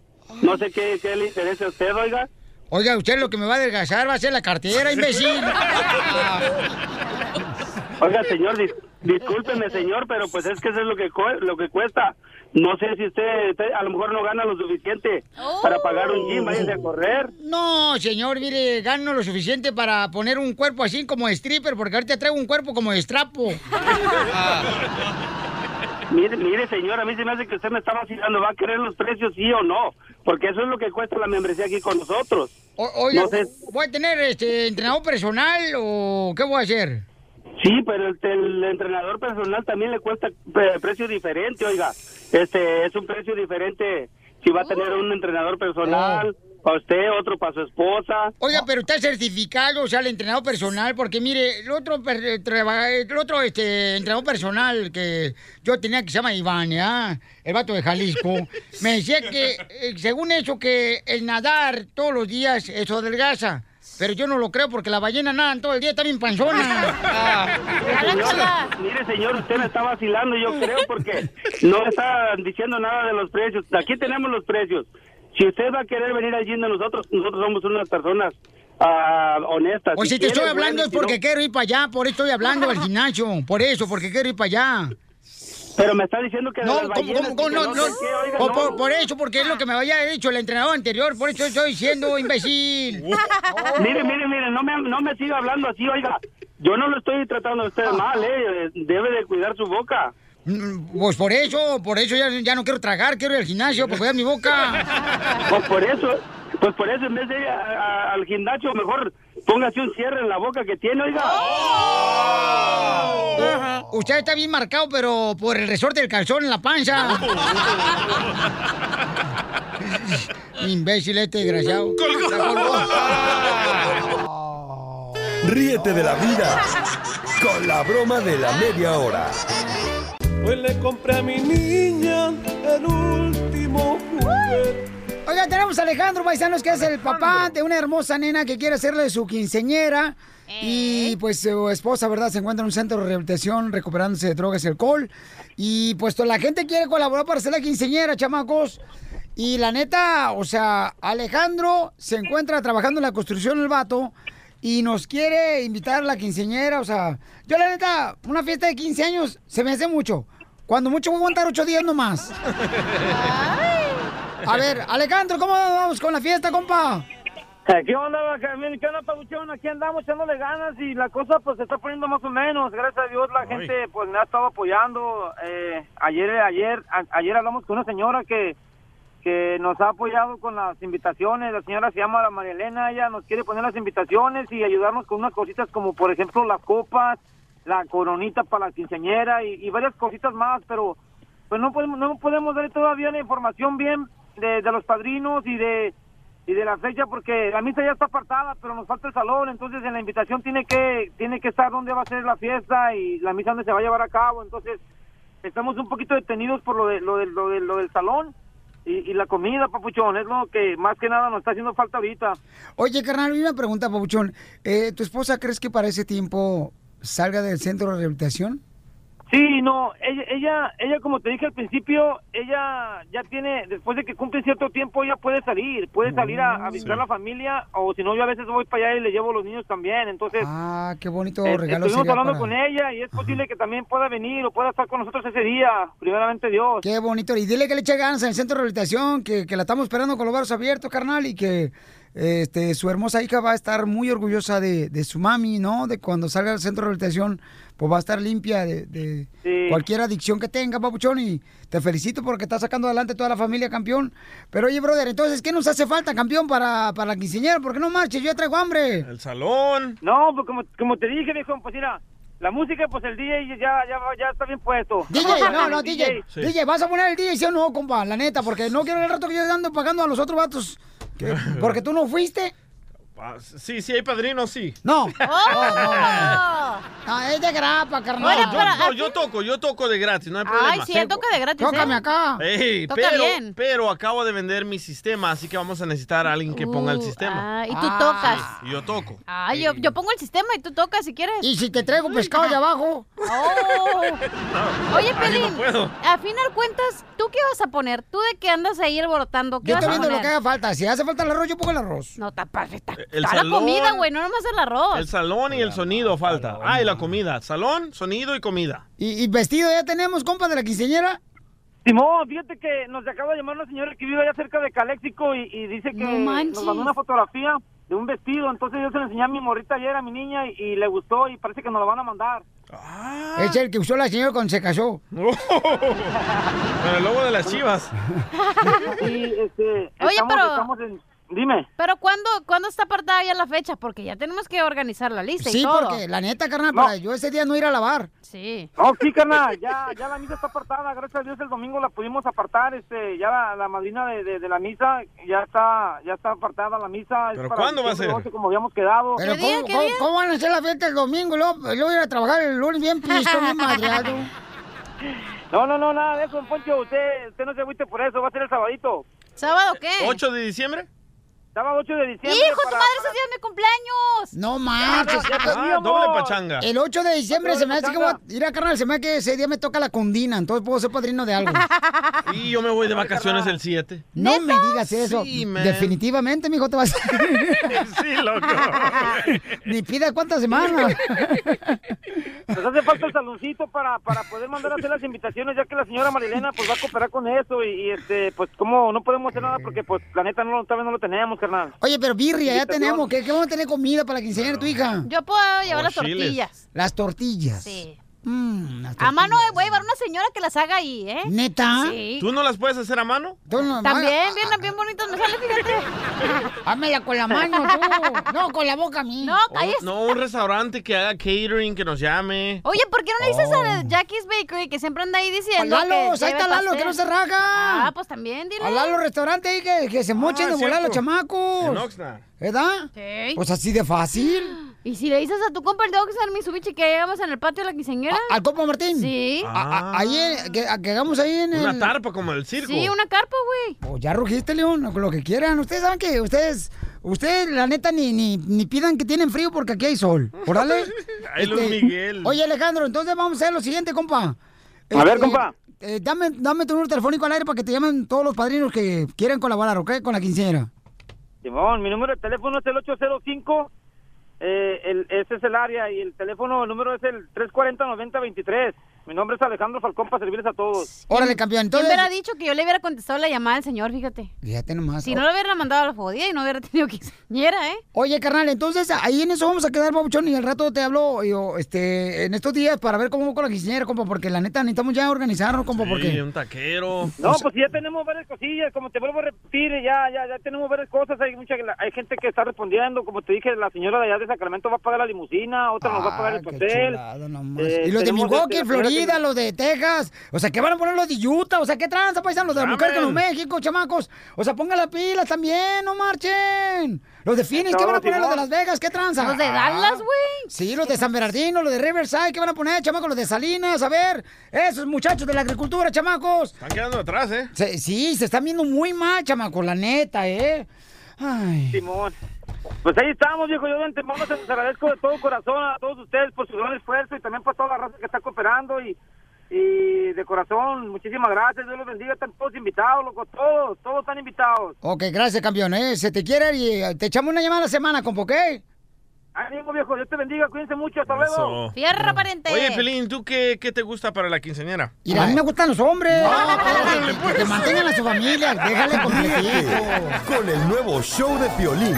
No sé qué, qué le interesa a usted, oiga. Oiga, usted lo que me va a adelgazar va a ser la cartera, imbécil. Oiga, señor, dis- discúlpeme, señor, pero pues es que eso es lo que, co- lo que cuesta. No sé si usted, usted a lo mejor no gana lo suficiente para pagar un gym, váyase a correr. No, señor, mire, gano lo suficiente para poner un cuerpo así como de stripper, porque ahorita traigo un cuerpo como de strapo. Mire, mire, señor, a mí se me hace que usted me está vacilando. ¿Va a querer los precios, sí o no? Porque eso es lo que cuesta la membresía aquí con nosotros. O- oiga, No sé. ¿voy a tener este entrenador personal o qué voy a hacer? Sí, pero el, este, el entrenador personal también le cuesta eh, precio diferente, oiga. Este es un precio diferente si va a tener Oh. un entrenador personal, para usted, otro para su esposa. Oiga, pero está certificado, o sea, el entrenador personal, porque mire, el otro, per- eh, traba- el otro este, entrenador personal que yo tenía que se llama Iván, ¿ya? el vato de Jalisco, me decía que, eh, según eso, que el nadar todos los días, eso adelgaza. Pero yo no lo creo porque la ballena nadan todo el día, está bien panzona. Mire, señor, mire, señor, usted me está vacilando, yo creo, porque no me está diciendo nada de los precios. Aquí tenemos los precios. Si usted va a querer venir al gym de nosotros, nosotros somos unas personas ah, honestas. O si te quiere, estoy bueno, hablando es si no- porque quiero ir para allá, por eso estoy hablando al gimnasio, por eso, porque quiero ir para allá. Pero me está diciendo que de No, las ¿cómo, ballenas cómo, y que cómo? no, no no. sé qué, oiga, Por, no. por- por eso, porque es lo que me había dicho el entrenador anterior, por eso estoy diciendo imbécil. Mire, mire, mire, no me, no me siga hablando así, oiga. Yo no lo estoy tratando a usted mal, ¿eh? Debe de cuidar su boca. Mm, Pues por eso, por eso ya, ya no quiero tragar, quiero ir al gimnasio para cuidar mi boca. Pues por eso, pues por eso en vez de ir a- a- al gimnasio, mejor póngase un cierre en la boca que tiene, oiga. ¡Oh! Usted está bien marcado, pero por el resorte del calzón en la panza. imbécil este desgraciado. La colgó. Ríete de la vida Con la broma de la media hora. Hoy le compré a mi niña el último juguete. Oiga, tenemos a Alejandro Paisanos, que es el papá de una hermosa nena que quiere hacerle su quinceñera. Y pues su esposa, ¿verdad? Se encuentra en un centro de rehabilitación recuperándose de drogas y alcohol. Y pues toda la gente quiere colaborar para hacer la quinceñera, chamacos. Y la neta, o sea, Alejandro se encuentra trabajando en la construcción del vato y nos quiere invitar a la quinceñera. O sea, yo la neta, una fiesta de 15 años se me hace mucho. Cuando mucho voy a aguantar 8 días nomás. A ver, Alejandro, ¿cómo vamos con la fiesta, compa? Eh, ¿Qué onda, Carmen? ¿Qué onda, Pabuchón? Aquí andamos echándole ganas y la cosa pues se está poniendo más o menos. Gracias a Dios la gente pues me ha estado apoyando. Eh, ayer, ayer, a- ayer hablamos con una señora que que nos ha apoyado con las invitaciones. La señora se llama María Elena, ella nos quiere poner las invitaciones y ayudarnos con unas cositas como por ejemplo las copas, la coronita para la quinceañera y, y varias cositas más, pero pues no podemos no podemos dar todavía la información bien de, de los padrinos y de y de la fecha porque la misa ya está apartada, pero nos falta el salón, entonces en la invitación tiene que tiene que estar dónde va a ser la fiesta y la misa dónde se va a llevar a cabo, entonces estamos un poquito detenidos por lo de lo del lo, de, lo del salón y, y la comida, papuchón, es lo que más que nada nos está haciendo falta ahorita. Oye, carnal, una pregunta, Pabuchón. Eh, ¿Tu esposa crees que para ese tiempo salga del centro de rehabilitación? Sí, no, ella, ella, ella, como te dije al principio, ella ya tiene, después de que cumple cierto tiempo, ella puede salir, puede salir a, a visitar Mm, Sí. la familia, o si no, yo a veces voy para allá y le llevo los niños también, entonces... Ah, qué bonito eh, regalo estuvimos sería hablando para- con ella y es posible que también pueda venir o pueda estar con nosotros ese día, primeramente Dios. Qué bonito. Y dile que le eche ganas en el centro de rehabilitación, que, que la estamos esperando con los brazos abiertos, carnal, y que este, su hermosa hija va a estar muy orgullosa de, de su mami, ¿no? De cuando salga del centro de rehabilitación, pues va a estar limpia de, de Sí. cualquier adicción que tenga, papuchón. Y te felicito porque estás sacando adelante toda la familia, campeón. Pero oye, brother, entonces, ¿qué nos hace falta, campeón, para, para la quinceañera? ¿Por qué no marches? Yo ya traigo hambre. El salón. No, pues como, como te dije, viejo, pues mira, la música, pues el DJ ya, ya, ya está bien puesto. DJ, no, no, DJ. DJ, vas a poner el DJ, sí o no, compa, la neta, porque no quiero el rato que yo ando pagando a los otros vatos. que- Porque tú no fuiste. Oh, Ah, sí, sí, hay padrinos, sí. Oh. No. No, no, es de grapa, carnal. yo, ah, no, yo toco, yo toco de gratis, no hay problema. Ay, sí, él toca de gratis. Tócame ¿eh? acá. Ey, Toca pero, bien. pero acabo de vender mi sistema, así que vamos a necesitar a alguien que ponga el Uh, sistema. ah, y tú tocas. Sí, yo toco. Ay, yo, yo pongo el sistema y tú tocas si quieres. Mm. Y si te traigo pescado de abajo. Oye, Ay, Pelín, no puedo. a final cuentas, ¿tú qué vas a poner? ¿Tú de qué andas ahí alborotando? ¿Qué Yo vas te a vendo poner? lo que haga falta. Si hace falta el arroz, yo pongo el arroz. No, tapas, está El toda la comida, güey, no nomás el arroz. El salón y el sonido falta. Ah, y la comida. Salón, sonido y comida. ¿Y, y vestido ya tenemos, compa, de la quinceñera? Simón, fíjate que nos acaba de llamar una señora que vive allá cerca de Caléxico y, y dice que No manches. nos mandó una fotografía de un vestido, entonces yo se la enseñé a mi morrita ayer, a mi niña, y, y le gustó y parece que nos lo van a mandar. Es el que usó la señora cuando se casó. Con el logo de las chivas. Y, este, Oye, estamos- pero- estamos en- Dime. Pero ¿cuándo, ¿cuándo está apartada ya la fecha? Porque ya tenemos que organizar la lista y Sí, todo. porque la neta, carnal, para yo ese día no ir a lavar. Sí. No, sí, carnal, ya, ya la misa está apartada, gracias a Dios el domingo la pudimos apartar, este, ya la, la madrina de, de- de la misa ya está, ya está apartada la misa. es ¿Pero para cuándo va a diciembre ser? 11, Como habíamos quedado. Pero ¿cómo, cómo- cómo van a hacer la fiesta el domingo? Y luego, y luego ir a trabajar el lunes bien pisto, bien Ah, madreado. No, no, no, nada de eso, don Poncho, usted, usted no se agüite por eso, va a ser el sabadito. ¿Sábado qué? ¿8 de diciembre? Sábado 8 de diciembre. ¡Hijo, tu para- madre, esos días es mi cumpleaños! No manches. Ya sabíamos. Ah, doble pachanga. El 8 de diciembre Doble se me hace que voy a pachanga. ir a carnal, se me hace que ese día me toca la condina, entonces puedo ser padrino de algo. Y yo me voy de vacaciones el 7. No me digas eso. Sí, man. Definitivamente, mijo, te vas. Sí, loco. Ni pida cuántas semanas. Nos hace falta el saloncito para, para poder mandar a hacer las invitaciones, ya que la señora Marilena pues va a cooperar con eso y, y, este pues como no podemos hacer nada porque pues la neta no lo tal vez no lo tenemos, carnal. Oye, pero birria, ya tenemos. ¿Qué, qué vamos a tener comida para la quinceañera de tu hija? Yo puedo llevar O las chiles. tortillas. Las tortillas. Sí. Mm, las A mano eh, voy a llevar una señora que las haga ahí, ¿eh? ¿Neta? Sí. ¿Tú no las puedes hacer a mano? También, bien, bien bonitas me sale, fíjate. Hámela con la mano, tú. No, con la boca a mí. No, O- cállese. Oh, No, un restaurante que haga catering, que nos llame. Oye, ¿por qué no le dices Oh. a Jackie's Bakery que siempre anda ahí diciendo A Lalo, que ahí lleve está Lalo, pastel? que no se raga. Ah, pues también, dile. A los restaurantes ahí Ah, que, que se mochen de volar los chamacos. En Oxnard. ¿Verdad? Sí. Pues así de fácil. Y si le dices a tu compa el de Oxford Mitsubishi que llegamos en el patio de la quinceañera. ¿Al compa Martín? Sí. A- a- ahí, eh, que, a- que hagamos ahí en Una el- tarpa como el circo. Sí, una carpa, güey. Pues ya rugiste, León, con lo que quieran. Ustedes saben que ustedes, ustedes la neta ni, ni, ni pidan que tienen frío porque aquí hay sol. Órale. Ay, Luis Miguel. Oye, Alejandro, entonces vamos a hacer lo siguiente, compa. A ver, compa. eh, dame, dame tu número telefónico al aire para que te llamen todos los padrinos que quieran colaborar, ¿ok? Con la quinceañera. Simón, mi número de teléfono es el 805. Eh, el, ese es el área y el teléfono, el número es el 340-9023. Mi nombre es Alejandro Falcón para servirles a todos. Órale, campeón. ¿Quién Entonces, hubiera dicho que yo le hubiera contestado la llamada al señor, fíjate? fíjate nomás. Si no lo hubiera mandado a la jodida y no hubiera tenido quinceañera, ¿eh? Oye, carnal, entonces ahí en eso vamos a quedar, babuchón, y al rato te hablo yo, este, en estos días para ver cómo va con la quinceañera, compa, porque la neta necesitamos ya organizarnos, compa, Sí, porque... un taquero. No, pues ya tenemos varias cosillas, como te vuelvo a repetir, ya, ya, ya tenemos varias cosas, hay mucha, hay gente que está respondiendo, como te dije, la señora de allá de Sacramento va a pagar la limusina, otra nos va a pagar Ah, el pastel. Eh, y los de tenemos, Milwaukee, este, la señora Florida, los de Texas, o sea, ¿qué van a poner los de Utah? O sea, ¿qué tranza, paisanos? Los de Albuquerque, los de México, chamacos. O sea, pongan las pilas también, no marchen. Los de Phoenix, ¿qué No, van a poner? Los de Las Simón. Vegas, ¿qué tranza? Los de Dallas, güey. Sí, los de San Bernardino, los de Riverside, ¿qué van a poner, chamacos? Los de Salinas, a ver, esos muchachos de la agricultura, chamacos. Están quedando atrás, ¿eh? Se- sí, se están viendo muy mal, chamaco, la neta, ¿eh? Ay. Simón. Pues ahí estamos, viejo. Yo de antemano se los agradezco de todo corazón a todos ustedes por su gran esfuerzo y también por toda la raza que está cooperando. Y, y de corazón, muchísimas gracias. Dios los bendiga. Están todos invitados, loco. Todos, todos están invitados. Ok, gracias, campeón, ¿eh? Se te quiere y eh, te echamos una llamada a la semana, compa, ¿ok? Ánimo, viejo. Dios te bendiga. Cuídense mucho. Hasta luego. Eso. Tierra pariente. Oye, Pelín, ¿tú qué, qué te gusta para la quinceañera? Mira, a mí me gustan los hombres. órale, que, pues. que mantengan a su familia, déjale con mi Ríete Con el nuevo show de Piolín.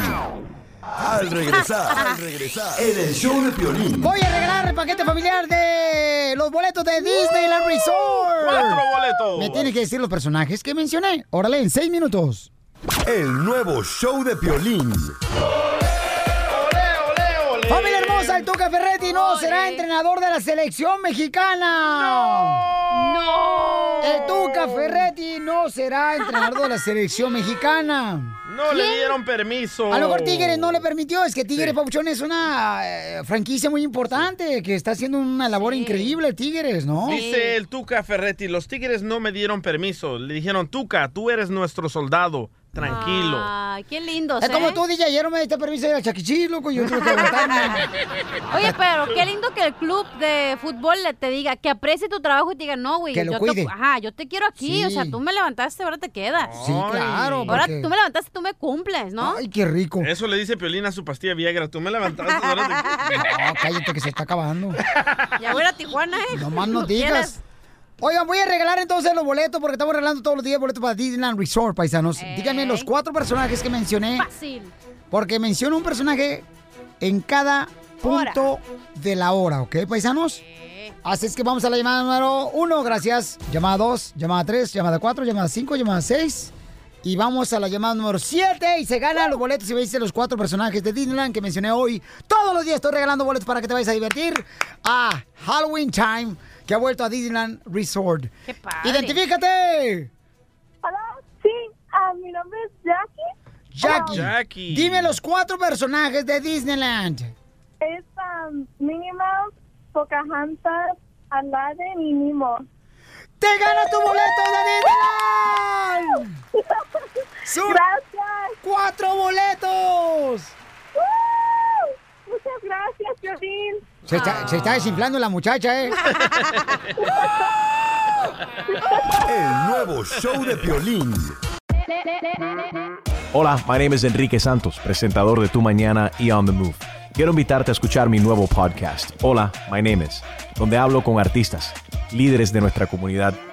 Al regresar, al regresar, en el show de Piolín. Voy a regalar el paquete familiar de Eh, los boletos de Disneyland Resort. Cuatro boletos. Me tienes que decir los personajes que mencioné. Órale, en seis minutos. El nuevo show de Piolín. Familia hermosa, el Tuca Ferretti no será entrenador de la selección mexicana. No. El Tuca Ferretti no será entrenador de la selección mexicana. No le dieron permiso. A lo mejor Tigres no le permitió, es que Tigres Papuchón es una eh, franquicia muy importante que está haciendo una labor increíble Tigres, ¿no? Dice el Tuca Ferretti, los Tigres no me dieron permiso. Le dijeron, Tuca, tú eres nuestro soldado. Tranquilo. Ah. Ay, qué lindo, ¿eh? Es como tú, DJ, ayer no me diste permiso de ir al Chaquichí, loco, yo tuve que aguantarme. Oye, pero qué lindo que el club de fútbol le- te diga que aprecie tu trabajo y te diga, no, güey, Que lo yo cuide. te, ajá, yo te quiero aquí, Sí. o sea, tú me levantaste, ahora te quedas. Sí, claro, Ahora porque- tú me levantaste, tú me cumples, ¿no? Ay, qué rico. Eso le dice Piolín a su pastilla Viagra. Tú me levantaste. ahora te- No, cállate que se está acabando. Ya voy a ir a Tijuana, ¿eh? Nomás no Cuando digas. quieras. Oigan, voy a regalar entonces los boletos porque estamos regalando todos los días boletos para Disneyland Resort, paisanos. Díganme los cuatro personajes que mencioné. Fácil. Porque menciono un personaje en cada punto de la hora, ¿ok, paisanos? Así es que vamos a la llamada número uno, gracias. Llamada dos, llamada tres, llamada cuatro, llamada cinco, llamada seis. Y vamos a la llamada número siete y se gana los boletos y veis los cuatro personajes de Disneyland que mencioné hoy. Todos los días estoy regalando boletos para que te vayas a divertir a Halloween Time que ha vuelto a Disneyland Resort. ¡Qué padre! ¡Identifícate! Hola, sí, ah, mi nombre es Jackie. Jackie. Hola. Dime los cuatro personajes de Disneyland. Es um, Minnie Mouse, Pocahontas, Aladdin y Nemo. ¡Te gana tu boleto de Disneyland! Son ¡Gracias! ¡Cuatro boletos! ¡Woo! Muchas gracias, Jolín. Se está, se está desinflando la muchacha, ¿eh? El nuevo show de Piolín. Hola, my name is Enrique Santos, presentador de Tu Mañana y On the Move. Quiero invitarte a escuchar mi nuevo podcast, Hola, my name is, donde hablo con artistas, líderes de nuestra comunidad